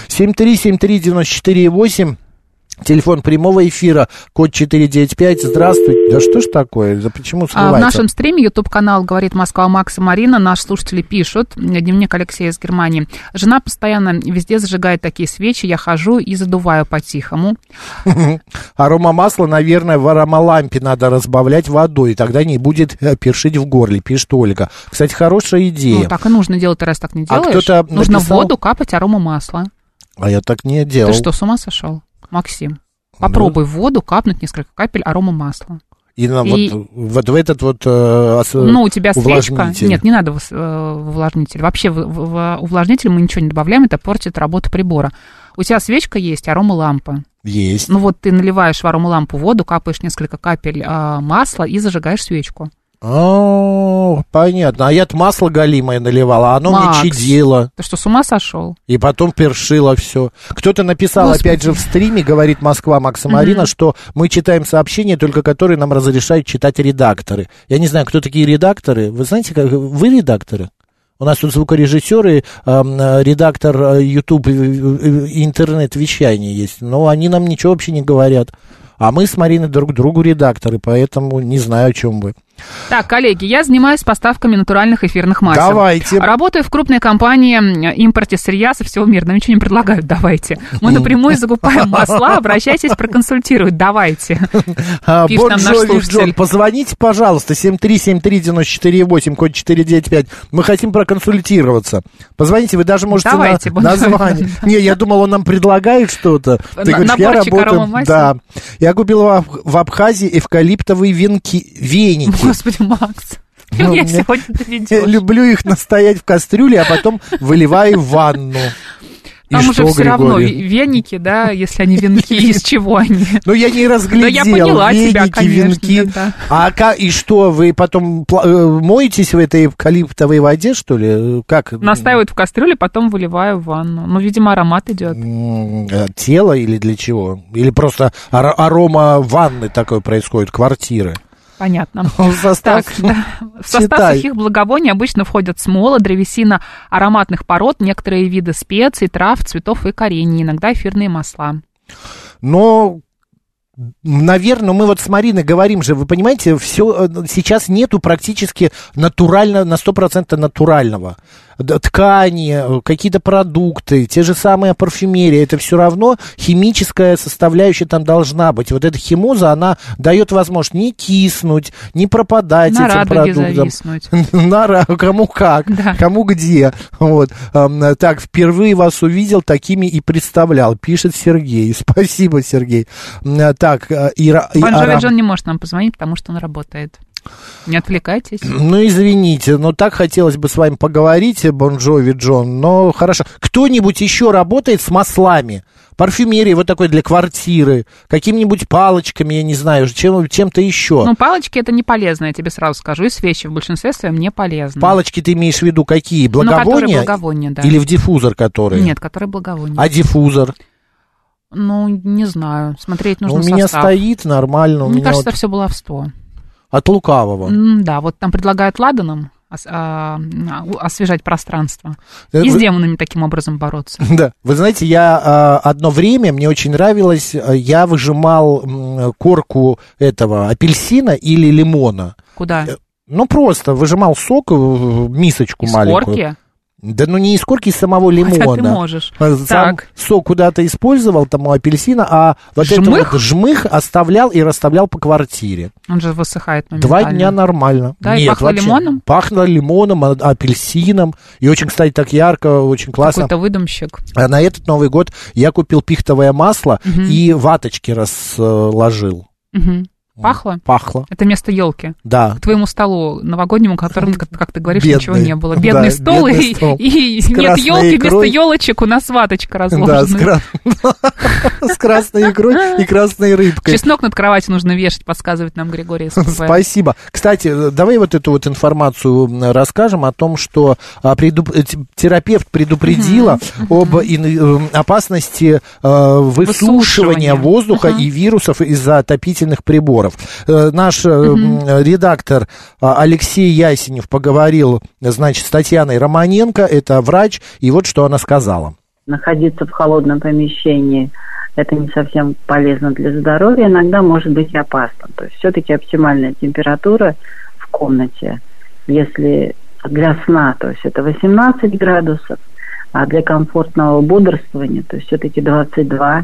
[SPEAKER 1] 7373948, телефон прямого эфира, код 495, здравствуйте. Да что ж такое, да почему
[SPEAKER 2] А, в
[SPEAKER 1] скрывается?
[SPEAKER 2] нашем стриме YouTube-канал «Говорит Москва» Макс и Марина. Наши слушатели пишут. Дневник Алексея из Германии. Жена постоянно везде зажигает такие свечи. Я хожу и задуваю по-тихому.
[SPEAKER 1] Арома масла, наверное, в аромалампе надо разбавлять водой, тогда не будет э, першить в горле, пишет Ольга. Кстати, хорошая
[SPEAKER 2] Ну,
[SPEAKER 1] идея.
[SPEAKER 2] так и нужно делать, раз так не
[SPEAKER 1] А
[SPEAKER 2] делаешь.
[SPEAKER 1] кто-то
[SPEAKER 2] нужно в
[SPEAKER 1] написал-
[SPEAKER 2] воду капать арома масла.
[SPEAKER 1] А я так не делал. Ну.
[SPEAKER 2] Ты что, с ума сошел? Максим, попробуй в воду капнуть несколько капель арома масла.
[SPEAKER 1] И, на
[SPEAKER 2] И-
[SPEAKER 1] Вот, вот в этот вот э, ос-
[SPEAKER 2] Ну, у тебя свечка.
[SPEAKER 1] увлажнитель.
[SPEAKER 2] Нет, не надо вос- э, в увлажнитель. Вообще в, в- в увлажнитель мы ничего не добавляем, это портит работу прибора. У тебя свечка есть, арома лампа.
[SPEAKER 1] Есть.
[SPEAKER 2] Ну вот ты наливаешь в арома лампу воду, капаешь несколько капель а, масла и зажигаешь свечку.
[SPEAKER 1] А, понятно. А я-то масло галимое наливала, а оно
[SPEAKER 2] Макс,
[SPEAKER 1] мне чадило.
[SPEAKER 2] Ты что, с ума сошел?
[SPEAKER 1] И потом першило все. Кто-то написал,
[SPEAKER 2] Господи.
[SPEAKER 1] опять же, в стриме, говорит Москва Макса
[SPEAKER 2] Мгм.
[SPEAKER 1] Марина, что мы читаем сообщения, только которые нам разрешают читать редакторы. Я не знаю, кто такие редакторы. Вы знаете, как вы редакторы? У нас тут звукорежиссеры, эм, э, редактор э, YouTube э, э, э, интернет-вещания есть. Но они нам ничего вообще не говорят. А мы с Мариной друг другу редакторы, поэтому не знаю, о чем вы.
[SPEAKER 2] Так, коллеги, я занимаюсь поставками натуральных эфирных масел.
[SPEAKER 1] Давайте.
[SPEAKER 2] Работаю в крупной компании э, импорте сырья со всего мира. Нам ничего не предлагают, давайте. Мы
[SPEAKER 1] Ну.
[SPEAKER 2] напрямую закупаем масла, обращайтесь, проконсультируют, давайте.
[SPEAKER 1] А,
[SPEAKER 2] Пишет нам
[SPEAKER 1] Бон
[SPEAKER 2] наш
[SPEAKER 1] Джови
[SPEAKER 2] слушатель.
[SPEAKER 1] Джон, позвоните, пожалуйста, 7373948, код 495. Мы хотим проконсультироваться. Позвоните, вы даже можете на-
[SPEAKER 2] Давайте, Бон Джови.
[SPEAKER 1] название. Не, я думал, он нам предлагает что-то. Ты
[SPEAKER 2] На-
[SPEAKER 1] говоришь, я
[SPEAKER 2] наборчик
[SPEAKER 1] работаю...
[SPEAKER 2] аромамасел?
[SPEAKER 1] Да. Я купил в Абх- в Абхазии эвкалиптовые венки, веники.
[SPEAKER 2] Господи, Макс.
[SPEAKER 1] Ну,
[SPEAKER 2] Меня
[SPEAKER 1] мне-
[SPEAKER 2] сегодня
[SPEAKER 1] Я
[SPEAKER 2] доведешь.
[SPEAKER 1] люблю их настоять в кастрюле, а потом выливаю в ванну. И
[SPEAKER 2] Там уже
[SPEAKER 1] что,
[SPEAKER 2] все равно
[SPEAKER 1] Григорий?
[SPEAKER 2] ве- веники, да, если они венки, из чего они.
[SPEAKER 1] Ну, я не разглядел.
[SPEAKER 2] Да я поняла
[SPEAKER 1] веники,
[SPEAKER 2] тебя, конечно,
[SPEAKER 1] венки.
[SPEAKER 2] да.
[SPEAKER 1] А ка- и что, вы потом пла- э, моетесь в этой эвкалиптовой воде, что ли? Как?
[SPEAKER 2] Настаивают в кастрюле, потом выливаю в ванну. Ну, видимо, аромат идет.
[SPEAKER 1] М, э, Тело или для чего? Или просто ар- арома ванны такой происходит, квартиры?
[SPEAKER 2] Понятно.
[SPEAKER 1] В состав-
[SPEAKER 2] Так, да. В состав
[SPEAKER 1] Читай.
[SPEAKER 2] сухих благовоний обычно входят смола, древесина ароматных пород, некоторые виды специй, трав, цветов и кореней, иногда эфирные масла.
[SPEAKER 1] Но, наверное, мы вот с Мариной говорим же, вы понимаете, все сейчас нету практически натурально, на 100% натурального. Д- Ткани, э, какие-то продукты, те же самые парфюмерии, это все равно химическая составляющая там должна быть. Вот эта химоза, она дает возможность не киснуть, не пропадать
[SPEAKER 2] На
[SPEAKER 1] этим
[SPEAKER 2] радуге
[SPEAKER 1] продуктам.
[SPEAKER 2] зависнуть.
[SPEAKER 1] На ра- кому как, кому где. Вот. Эм, э, Так, впервые вас увидел, такими и представлял, пишет Сергей. Спасибо, Сергей. М, э, Так, э, и ра- и
[SPEAKER 2] Пан Джови
[SPEAKER 1] арам-
[SPEAKER 2] Джон не может нам позвонить, потому что он работает. Не отвлекайтесь.
[SPEAKER 1] ну, извините, но так хотелось бы с вами поговорить, э, Бонжови Джон, но хорошо. Кто-нибудь еще работает с маслами? Парфюмерией вот такой для квартиры, какими-нибудь палочками, я не знаю, чем, чем-то еще.
[SPEAKER 2] Ну, палочки это не полезно, я тебе сразу скажу. И свечи в большинстве своем не полезны.
[SPEAKER 1] Палочки ты имеешь в виду какие?
[SPEAKER 2] Ну, которые
[SPEAKER 1] Благовония?
[SPEAKER 2] благовония, да.
[SPEAKER 1] Или в диффузор который?
[SPEAKER 2] Нет, которые благовония.
[SPEAKER 1] А диффузор?
[SPEAKER 2] Ну, не знаю. Смотреть нужно
[SPEAKER 1] Ну, у меня
[SPEAKER 2] состав.
[SPEAKER 1] стоит нормально, у
[SPEAKER 2] Мне
[SPEAKER 1] меня
[SPEAKER 2] кажется,
[SPEAKER 1] вот
[SPEAKER 2] все баловство.
[SPEAKER 1] от лукавого.
[SPEAKER 2] М, Да, вот там предлагают ладаном ос- а, а, у- освежать пространство.
[SPEAKER 1] Э,
[SPEAKER 2] И с
[SPEAKER 1] вы-
[SPEAKER 2] демонами таким образом бороться.
[SPEAKER 1] Да, вы знаете, я а, одно время, мне очень нравилось, а, я выжимал м, корку этого апельсина или лимона.
[SPEAKER 2] Куда?
[SPEAKER 1] Ну, просто выжимал сок в мисочку
[SPEAKER 2] Из
[SPEAKER 1] маленькую.
[SPEAKER 2] корки?
[SPEAKER 1] Да ну не из корки, из самого лимона.
[SPEAKER 2] ты можешь.
[SPEAKER 1] А, Сам
[SPEAKER 2] Так.
[SPEAKER 1] сок куда-то использовал, там у апельсина, а вот этот
[SPEAKER 2] Жмых?
[SPEAKER 1] вот жмых оставлял и расставлял по квартире.
[SPEAKER 2] Он же высыхает моментально.
[SPEAKER 1] Два дня нормально.
[SPEAKER 2] Да, и пахло лимоном?
[SPEAKER 1] Пахло лимоном, а- апельсином. И очень, кстати, так ярко, очень классно.
[SPEAKER 2] Какой-то выдумщик.
[SPEAKER 1] А на этот Новый год я купил пихтовое масло
[SPEAKER 2] Мгм.
[SPEAKER 1] и ваточки разложил.
[SPEAKER 2] Мгм. Пахло?
[SPEAKER 1] Пахло.
[SPEAKER 2] Это место елки.
[SPEAKER 1] Да.
[SPEAKER 2] К твоему столу новогоднему, которым, как, как ты говоришь,
[SPEAKER 1] Бедный.
[SPEAKER 2] ничего не было.
[SPEAKER 1] Да,
[SPEAKER 2] Бедный стол,
[SPEAKER 1] бедный
[SPEAKER 2] и,
[SPEAKER 1] стол.
[SPEAKER 2] и
[SPEAKER 1] С
[SPEAKER 2] нет
[SPEAKER 1] красной
[SPEAKER 2] елки, вместо
[SPEAKER 1] икрой.
[SPEAKER 2] елочек у нас ваточка разложена.
[SPEAKER 1] Да, с, кра- с красной икрой и красной рыбкой.
[SPEAKER 2] Чеснок над кроватью нужно вешать, подсказывает нам Григорий из КП.
[SPEAKER 1] Спасибо. Кстати, э, давай вот эту вот информацию м, расскажем о том, что а, предуп- э, те- терапевт предупредила об ин- э, опасности э, высушивания воздуха и вирусов из-за отопительных приборов. Э, Наш э, м, редактор а, Алексей Ясенев поговорил, э, значит, с Татьяной Романенко, это врач, и вот что она сказала.
[SPEAKER 17] находиться в холодном помещении это не совсем полезно для здоровья, иногда может быть и опасно. То есть все-таки оптимальная температура в комнате, если для сна, то есть это 18 градусов, а для комфортного бодрствования, то есть все-таки 22-24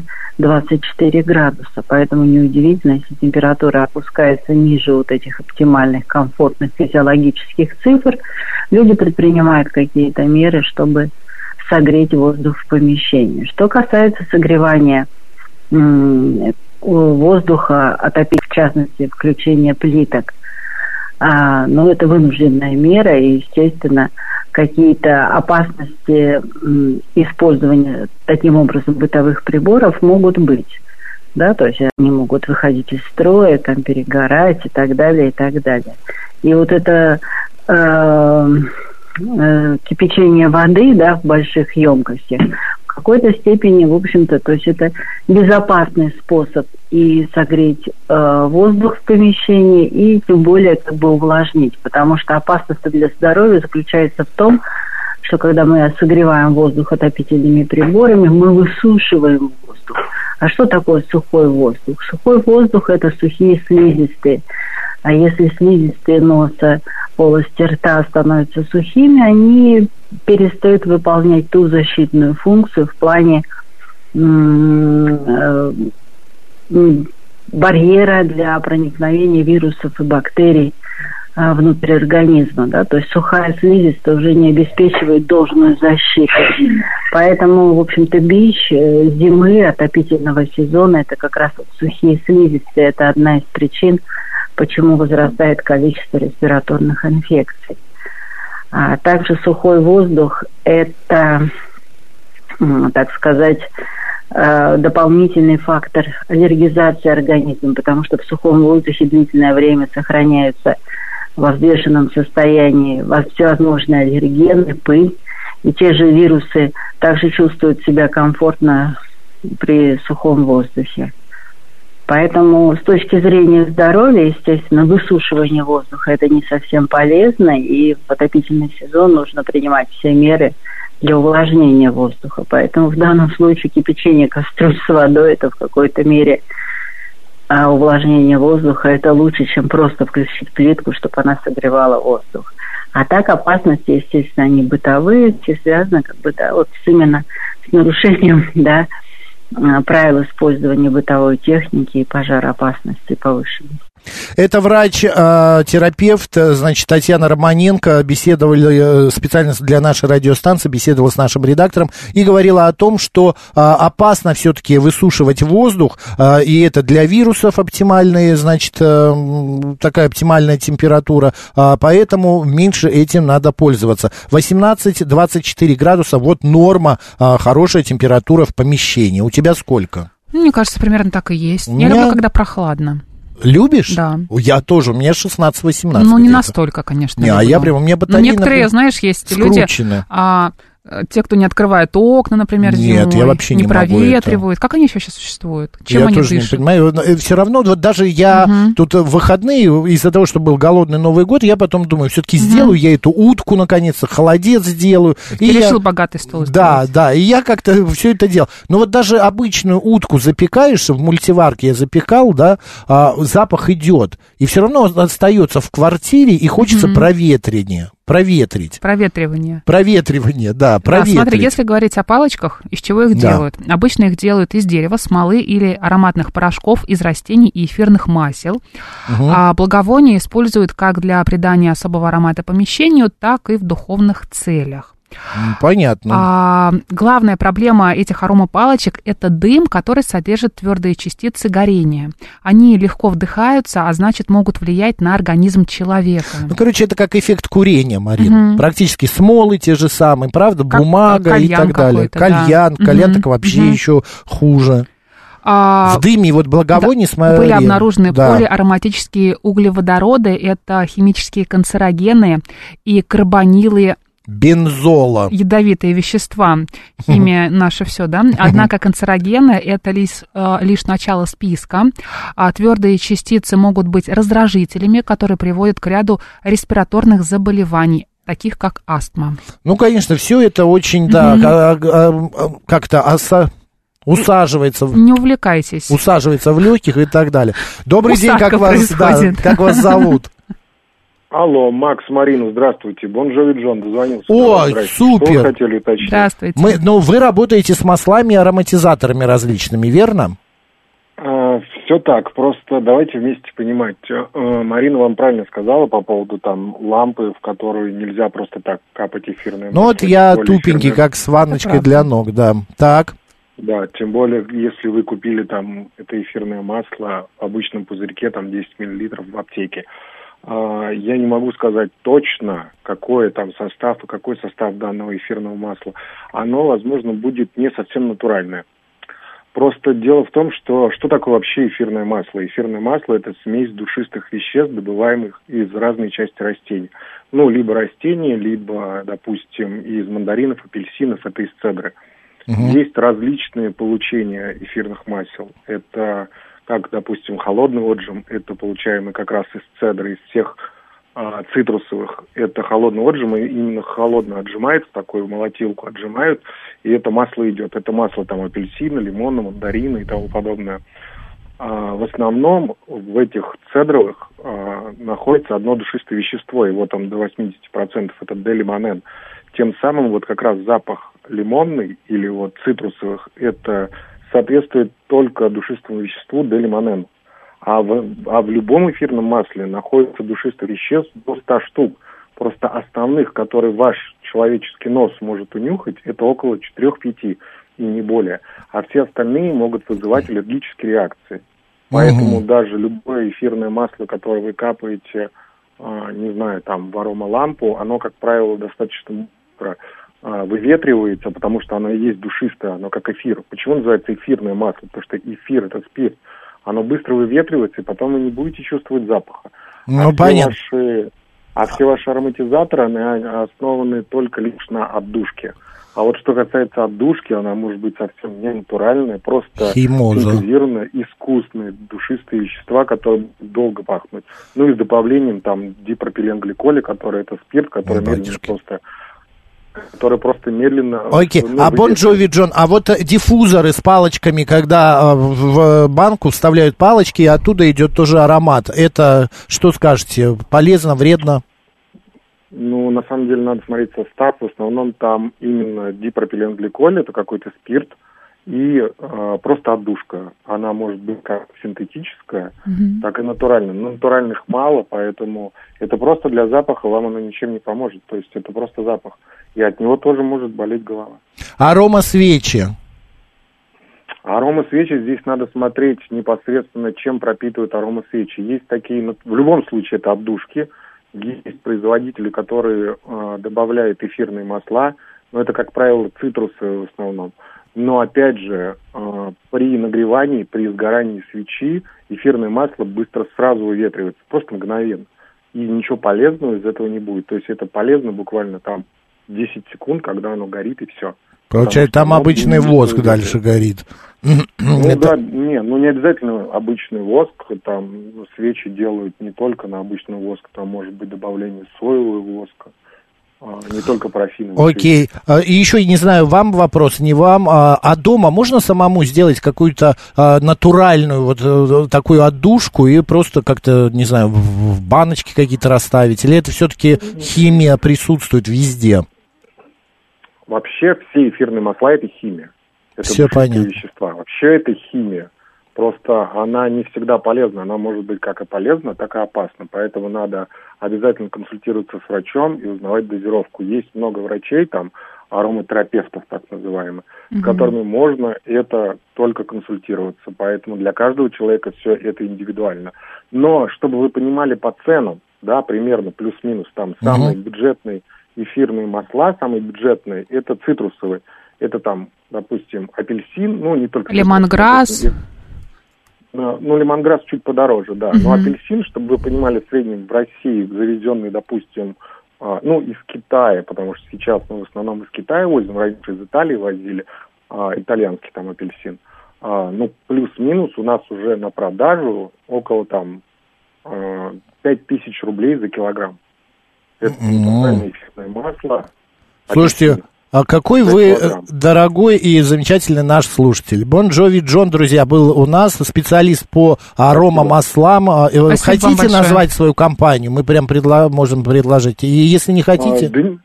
[SPEAKER 17] градуса. Поэтому неудивительно, если температура опускается ниже вот этих оптимальных комфортных физиологических цифр, люди предпринимают какие-то меры, чтобы согреть воздух в помещении. Что касается согревания м, у- воздуха, отопить, в частности, включение плиток, а, ну, это вынужденная мера, и, естественно, какие-то опасности м, использования таким образом бытовых приборов могут быть. Да, то есть они могут выходить из строя, там перегорать и так далее, и так далее. И вот это эм, э, кипячение воды да, в больших емкостях, в какой-то степени, в общем-то, то есть это безопасный способ и согреть э, воздух в помещении, и тем более как бы увлажнить, потому что опасность для здоровья заключается в том, что когда мы согреваем воздух отопительными приборами, мы высушиваем воздух. А что такое сухой воздух? Сухой воздух – это сухие слизистые, А если слизистые носа, полости рта становятся сухими, они перестают выполнять ту защитную функцию в плане м, э, барьера для проникновения вирусов и бактерий э, внутрь организма. Да? То есть сухая слизистая уже не обеспечивает должную защиту. Поэтому, в общем-то, бич э, зимы, отопительного сезона, это как раз вот сухие слизистые, это одна из причин, почему возрастает количество респираторных инфекций. А также сухой воздух – это, так сказать, э, дополнительный фактор аллергизации организма, потому что в сухом воздухе длительное время сохраняются во взвешенном состоянии всевозможные аллергены, пыль, и те же вирусы также чувствуют себя комфортно при сухом воздухе. Поэтому с точки зрения здоровья, естественно, высушивание воздуха это не совсем полезно, и в отопительный сезон нужно принимать все меры для увлажнения воздуха. Поэтому в данном случае кипячение кастрюль с водой это в какой-то мере а увлажнение воздуха это лучше, чем просто включить плитку, чтобы она согревала воздух. А так опасности, естественно, они бытовые, все связаны как бы да, вот с именно с нарушением да, э, правил использования бытовой техники и пожароопасности повышены.
[SPEAKER 1] Это врач-терапевт, э, значит, Татьяна Романенко беседовали э, специально для нашей радиостанции, беседовала с нашим редактором и говорила о том, что э, опасно все-таки высушивать воздух, э, и это для вирусов оптимальная, значит, э, такая оптимальная температура, э, поэтому меньше этим надо пользоваться. 18-24 градуса, вот норма, э, хорошая температура в помещении. У тебя сколько?
[SPEAKER 2] Ну, Мне кажется, примерно так и есть.
[SPEAKER 1] У меня-
[SPEAKER 2] Я люблю, когда прохладно.
[SPEAKER 1] Любишь?
[SPEAKER 2] Да.
[SPEAKER 1] Я тоже, у меня 16-18.
[SPEAKER 2] Ну, не
[SPEAKER 1] где-то.
[SPEAKER 2] настолько, конечно.
[SPEAKER 1] Не, а я
[SPEAKER 2] люблю.
[SPEAKER 1] прям, у меня
[SPEAKER 2] Но
[SPEAKER 1] батареи,
[SPEAKER 2] некоторые,
[SPEAKER 1] например,
[SPEAKER 2] знаешь, есть люди,
[SPEAKER 1] скручены.
[SPEAKER 2] а, э, те, кто не открывает окна, например,
[SPEAKER 1] Нет,
[SPEAKER 2] зимой,
[SPEAKER 1] я вообще не могу это.
[SPEAKER 2] проветривают. Как они еще сейчас существуют? Чем
[SPEAKER 1] я
[SPEAKER 2] они
[SPEAKER 1] тоже
[SPEAKER 2] дышат?
[SPEAKER 1] не понимаю. Все равно, вот даже я тут в выходные, из-за того, что был голодный Новый год, я потом думаю, все-таки сделаю я эту утку, наконец-то, холодец сделаю.
[SPEAKER 2] Ты
[SPEAKER 1] я-
[SPEAKER 2] решил богатый стол
[SPEAKER 1] Да, да, и я как-то все это делал. Но вот даже обычную утку запекаешь, в мультиварке я запекал, да, а, запах идет. И все равно он остается в квартире, и хочется
[SPEAKER 2] Мгм.
[SPEAKER 1] проветрения, проветрить.
[SPEAKER 2] Проветривание.
[SPEAKER 1] Проветривание, да,
[SPEAKER 2] Да,
[SPEAKER 1] проветрить.
[SPEAKER 2] смотри, если говорить о палочках, из чего их
[SPEAKER 1] Да.
[SPEAKER 2] делают? Обычно их делают из дерева, смолы или ароматных порошков из растений и эфирных масел.
[SPEAKER 15] Мгм.
[SPEAKER 2] А благовония используют как для придания особого аромата помещению, так и в духовных целях.
[SPEAKER 1] М, Понятно.
[SPEAKER 2] А, главная проблема этих аромапалочек – это дым, который содержит твердые частицы горения. Они легко вдыхаются, а значит могут влиять на организм человека.
[SPEAKER 1] Ну, короче, это как эффект курения, Марина.
[SPEAKER 2] Мгм.
[SPEAKER 1] Практически смолы те же самые, правда? Бумага и
[SPEAKER 2] кальян
[SPEAKER 1] так далее.
[SPEAKER 2] какой-то, да.
[SPEAKER 1] Кальян, кальян
[SPEAKER 2] Мгм,
[SPEAKER 1] так вообще
[SPEAKER 2] мгм.
[SPEAKER 1] еще хуже.
[SPEAKER 2] А,
[SPEAKER 1] В дыме и вот благовоние смотри.
[SPEAKER 2] Были обнаружены
[SPEAKER 1] да.
[SPEAKER 2] полиароматические углеводороды, это химические канцерогены и карбонилы
[SPEAKER 1] Бензола.
[SPEAKER 2] ядовитые вещества, химия наше все, да. Однако канцерогены это лишь, э, лишь начало списка. А твердые частицы могут быть раздражителями, которые приводят к ряду респираторных заболеваний, таких как астма.
[SPEAKER 1] Ну, конечно, все это очень, да,
[SPEAKER 2] Мгм.
[SPEAKER 1] а- а- а- как-то оса- усаживается в
[SPEAKER 2] Не увлекайтесь.
[SPEAKER 1] усаживается в легких и так далее. Добрый
[SPEAKER 2] Усадка
[SPEAKER 1] день, как вас, да,
[SPEAKER 2] происходит.
[SPEAKER 1] как вас зовут?
[SPEAKER 18] Алло, Макс, Марина, здравствуйте. Бонжови Джон, дозвонился.
[SPEAKER 1] О,
[SPEAKER 18] Здрасте.
[SPEAKER 1] супер.
[SPEAKER 18] Что хотели уточнить?
[SPEAKER 1] Мы, ну, вы работаете с маслами и ароматизаторами различными, верно?
[SPEAKER 18] все А, так, просто давайте вместе понимать. Э, э, Марина вам правильно сказала по поводу там лампы, в которую нельзя просто так капать эфирное.
[SPEAKER 1] Ну, вот
[SPEAKER 18] масло,
[SPEAKER 1] я
[SPEAKER 18] тем более
[SPEAKER 1] тупенький,
[SPEAKER 18] эфирное.
[SPEAKER 1] как с ванночкой
[SPEAKER 18] Это
[SPEAKER 1] для ног, да. Так.
[SPEAKER 18] Да, тем более, если вы купили там это эфирное масло в обычном пузырьке, там 10 миллилитров в аптеке. А, Я не могу сказать точно, какой там состав и какой состав данного эфирного масла. Оно, возможно, будет не совсем натуральное. Просто дело в том, что что такое вообще эфирное масло? Эфирное масло – это смесь душистых веществ, добываемых из разной части растений. Ну, либо растений, либо, допустим, из мандаринов, апельсинов, это из цедры. Есть различные получения эфирных масел. Это, как, допустим, холодный отжим, это получаемый как раз из цедры, из всех а, цитрусовых. Это холодный отжим, и именно холодно отжимается, такую молотилку отжимают, и это масло идет. Это масло там апельсина, лимона, мандарина и тому подобное. А, В основном в этих цедровых а, находится одно душистое вещество, его там до 80%, это делимонен. Тем самым вот как раз запах лимонный или вот цитрусовых, это соответствует только душистому веществу делимонен. А в, а в любом эфирном масле находится душистых веществ до 100 штук. Просто основных, которые ваш человеческий нос может унюхать, это около 4-5 и не более. А все остальные могут вызывать аллергические реакции. Поэтому даже любое эфирное масло, которое вы капаете, а, не знаю, там, в аромалампу, оно, как правило, достаточно быстро а, выветривается, потому что оно и есть душистое, оно как эфир. Почему называется эфирное масло? Потому что эфир – это спирт. Оно быстро выветривается, и потом вы не будете чувствовать запаха.
[SPEAKER 1] Ну,
[SPEAKER 18] а все
[SPEAKER 1] понятно.
[SPEAKER 18] ваши- а все ваши ароматизаторы, они основаны только лишь на отдушке. А вот что касается отдушки, она может быть совсем не натуральная, просто
[SPEAKER 1] Химоза.
[SPEAKER 18] синтезированная, искусные, душистые вещества, которые долго пахнут. Ну и с добавлением там дипропиленгликоля, который это спирт, который медленно просто который просто медленно...
[SPEAKER 1] Окей,
[SPEAKER 18] ну,
[SPEAKER 1] а Бон
[SPEAKER 18] выдерживает.
[SPEAKER 1] Джови, Джон, а вот э, диффузоры с палочками, когда э, в в банку вставляют палочки, и оттуда идет тоже аромат. Это, что скажете, полезно, вредно?
[SPEAKER 18] Ну, на самом деле, надо смотреть состав. В основном там именно дипропиленгликоль, это какой-то спирт, и э, просто отдушка. Она может быть как синтетическая,
[SPEAKER 19] Мгм.
[SPEAKER 18] так и натуральная. Но натуральных мало, поэтому это просто для запаха вам оно ничем не поможет. То есть это просто запах. И от него тоже может болеть голова.
[SPEAKER 1] Арома свечи.
[SPEAKER 18] Арома свечи здесь надо смотреть непосредственно, чем пропитывают арома свечи. Есть такие, ну, в любом случае это обдушки, есть производители, которые э, добавляют эфирные масла, но это, как правило, цитрусы в основном. Но опять же, э, при нагревании, при сгорании свечи эфирное масло быстро сразу выветривается, просто мгновенно. И ничего полезного из этого не будет. То есть это полезно буквально там 10 секунд, когда оно горит и все.
[SPEAKER 1] Получается,
[SPEAKER 18] Потому что,
[SPEAKER 1] там
[SPEAKER 18] ну,
[SPEAKER 1] обычный
[SPEAKER 18] не
[SPEAKER 1] воск
[SPEAKER 18] будет
[SPEAKER 1] дальше горит.
[SPEAKER 18] ну да,
[SPEAKER 1] Это-
[SPEAKER 18] не, ну не обязательно обычный воск, там ну, свечи делают не только на обычный воск, там может быть добавление соевого воска, а, не только парафиновый.
[SPEAKER 1] Окей. А, И еще, не знаю, вам вопрос, не вам, а а дома можно самому сделать какую-то а, натуральную вот э, такую отдушку и просто как-то, не знаю, в в баночки какие-то расставить? Или это все-таки химия присутствует везде?
[SPEAKER 18] Вообще все эфирные масла это химия. Это
[SPEAKER 1] Всё
[SPEAKER 18] душистые
[SPEAKER 1] понятно.
[SPEAKER 18] вещества. Вообще это химия. Просто она не всегда полезна. Она может быть как и полезна, так и опасна. Поэтому надо обязательно консультироваться с врачом и узнавать дозировку. Есть много врачей, там ароматерапевтов так называемых, с
[SPEAKER 19] Мгм.
[SPEAKER 18] которыми можно это только консультироваться. Поэтому для каждого человека все это индивидуально. Но чтобы вы понимали по ценам, да, примерно плюс-минус, там самые бюджетные эфирные масла, самые бюджетные, это цитрусовые. Это там, допустим, апельсин, ну не только...
[SPEAKER 2] Лемонграсс.
[SPEAKER 18] Э, Ну, лемонграсс чуть подороже, да. Но
[SPEAKER 2] Мгм.
[SPEAKER 18] апельсин, чтобы вы понимали, в среднем в России завезенный, допустим, а, ну, из Китая, потому что сейчас мы в основном из Китая возим, раньше из Италии возили, а, итальянский там апельсин. А, ну, плюс-минус у нас уже на продажу около там а, пять тысяч рублей за килограмм. Это натуральное эфирное масло.
[SPEAKER 1] Слушайте, а какой
[SPEAKER 18] Пять
[SPEAKER 1] вы э,
[SPEAKER 18] килограмм.
[SPEAKER 1] дорогой и замечательный наш слушатель? Бон Джови Джон, друзья, был у нас специалист по аромамаслам. А, э,
[SPEAKER 18] Спасибо вам
[SPEAKER 1] Хотите
[SPEAKER 18] большое.
[SPEAKER 1] назвать свою компанию? Мы прям предла- можем предложить. И если не хотите...
[SPEAKER 18] А, да н-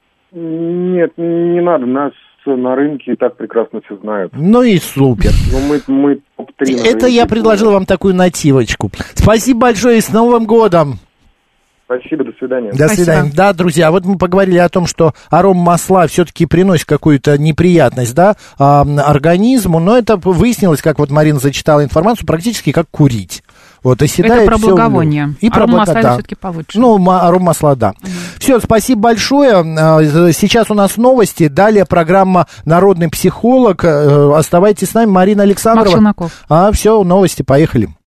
[SPEAKER 18] нет, не надо. Нас на рынке и так прекрасно все знают.
[SPEAKER 1] Ну и супер.
[SPEAKER 18] Но мы, мы топ-3.
[SPEAKER 1] Это я предложил вам такую нативочку. Спасибо большое и с Новым годом!
[SPEAKER 18] Спасибо, до свидания.
[SPEAKER 1] До свидания. Да, друзья, вот мы поговорили о том, что аром масла все-таки приносит какую-то неприятность, да, а, м, организму, но это выяснилось, как вот Марина зачитала информацию, практически как курить. Вот, оседает
[SPEAKER 2] Это про
[SPEAKER 1] всё в лёгких.
[SPEAKER 2] благовоние.
[SPEAKER 1] И про
[SPEAKER 2] Аромамасла
[SPEAKER 1] благо- да.
[SPEAKER 2] всё-таки получше.
[SPEAKER 1] Ну, ма- аромамасла, да. Все, спасибо большое. А, э, Сейчас у нас новости. Далее программа «Народный психолог». Э, Оставайтесь с нами. Марина Александрова.
[SPEAKER 2] Челноков.
[SPEAKER 1] А, все, новости, поехали.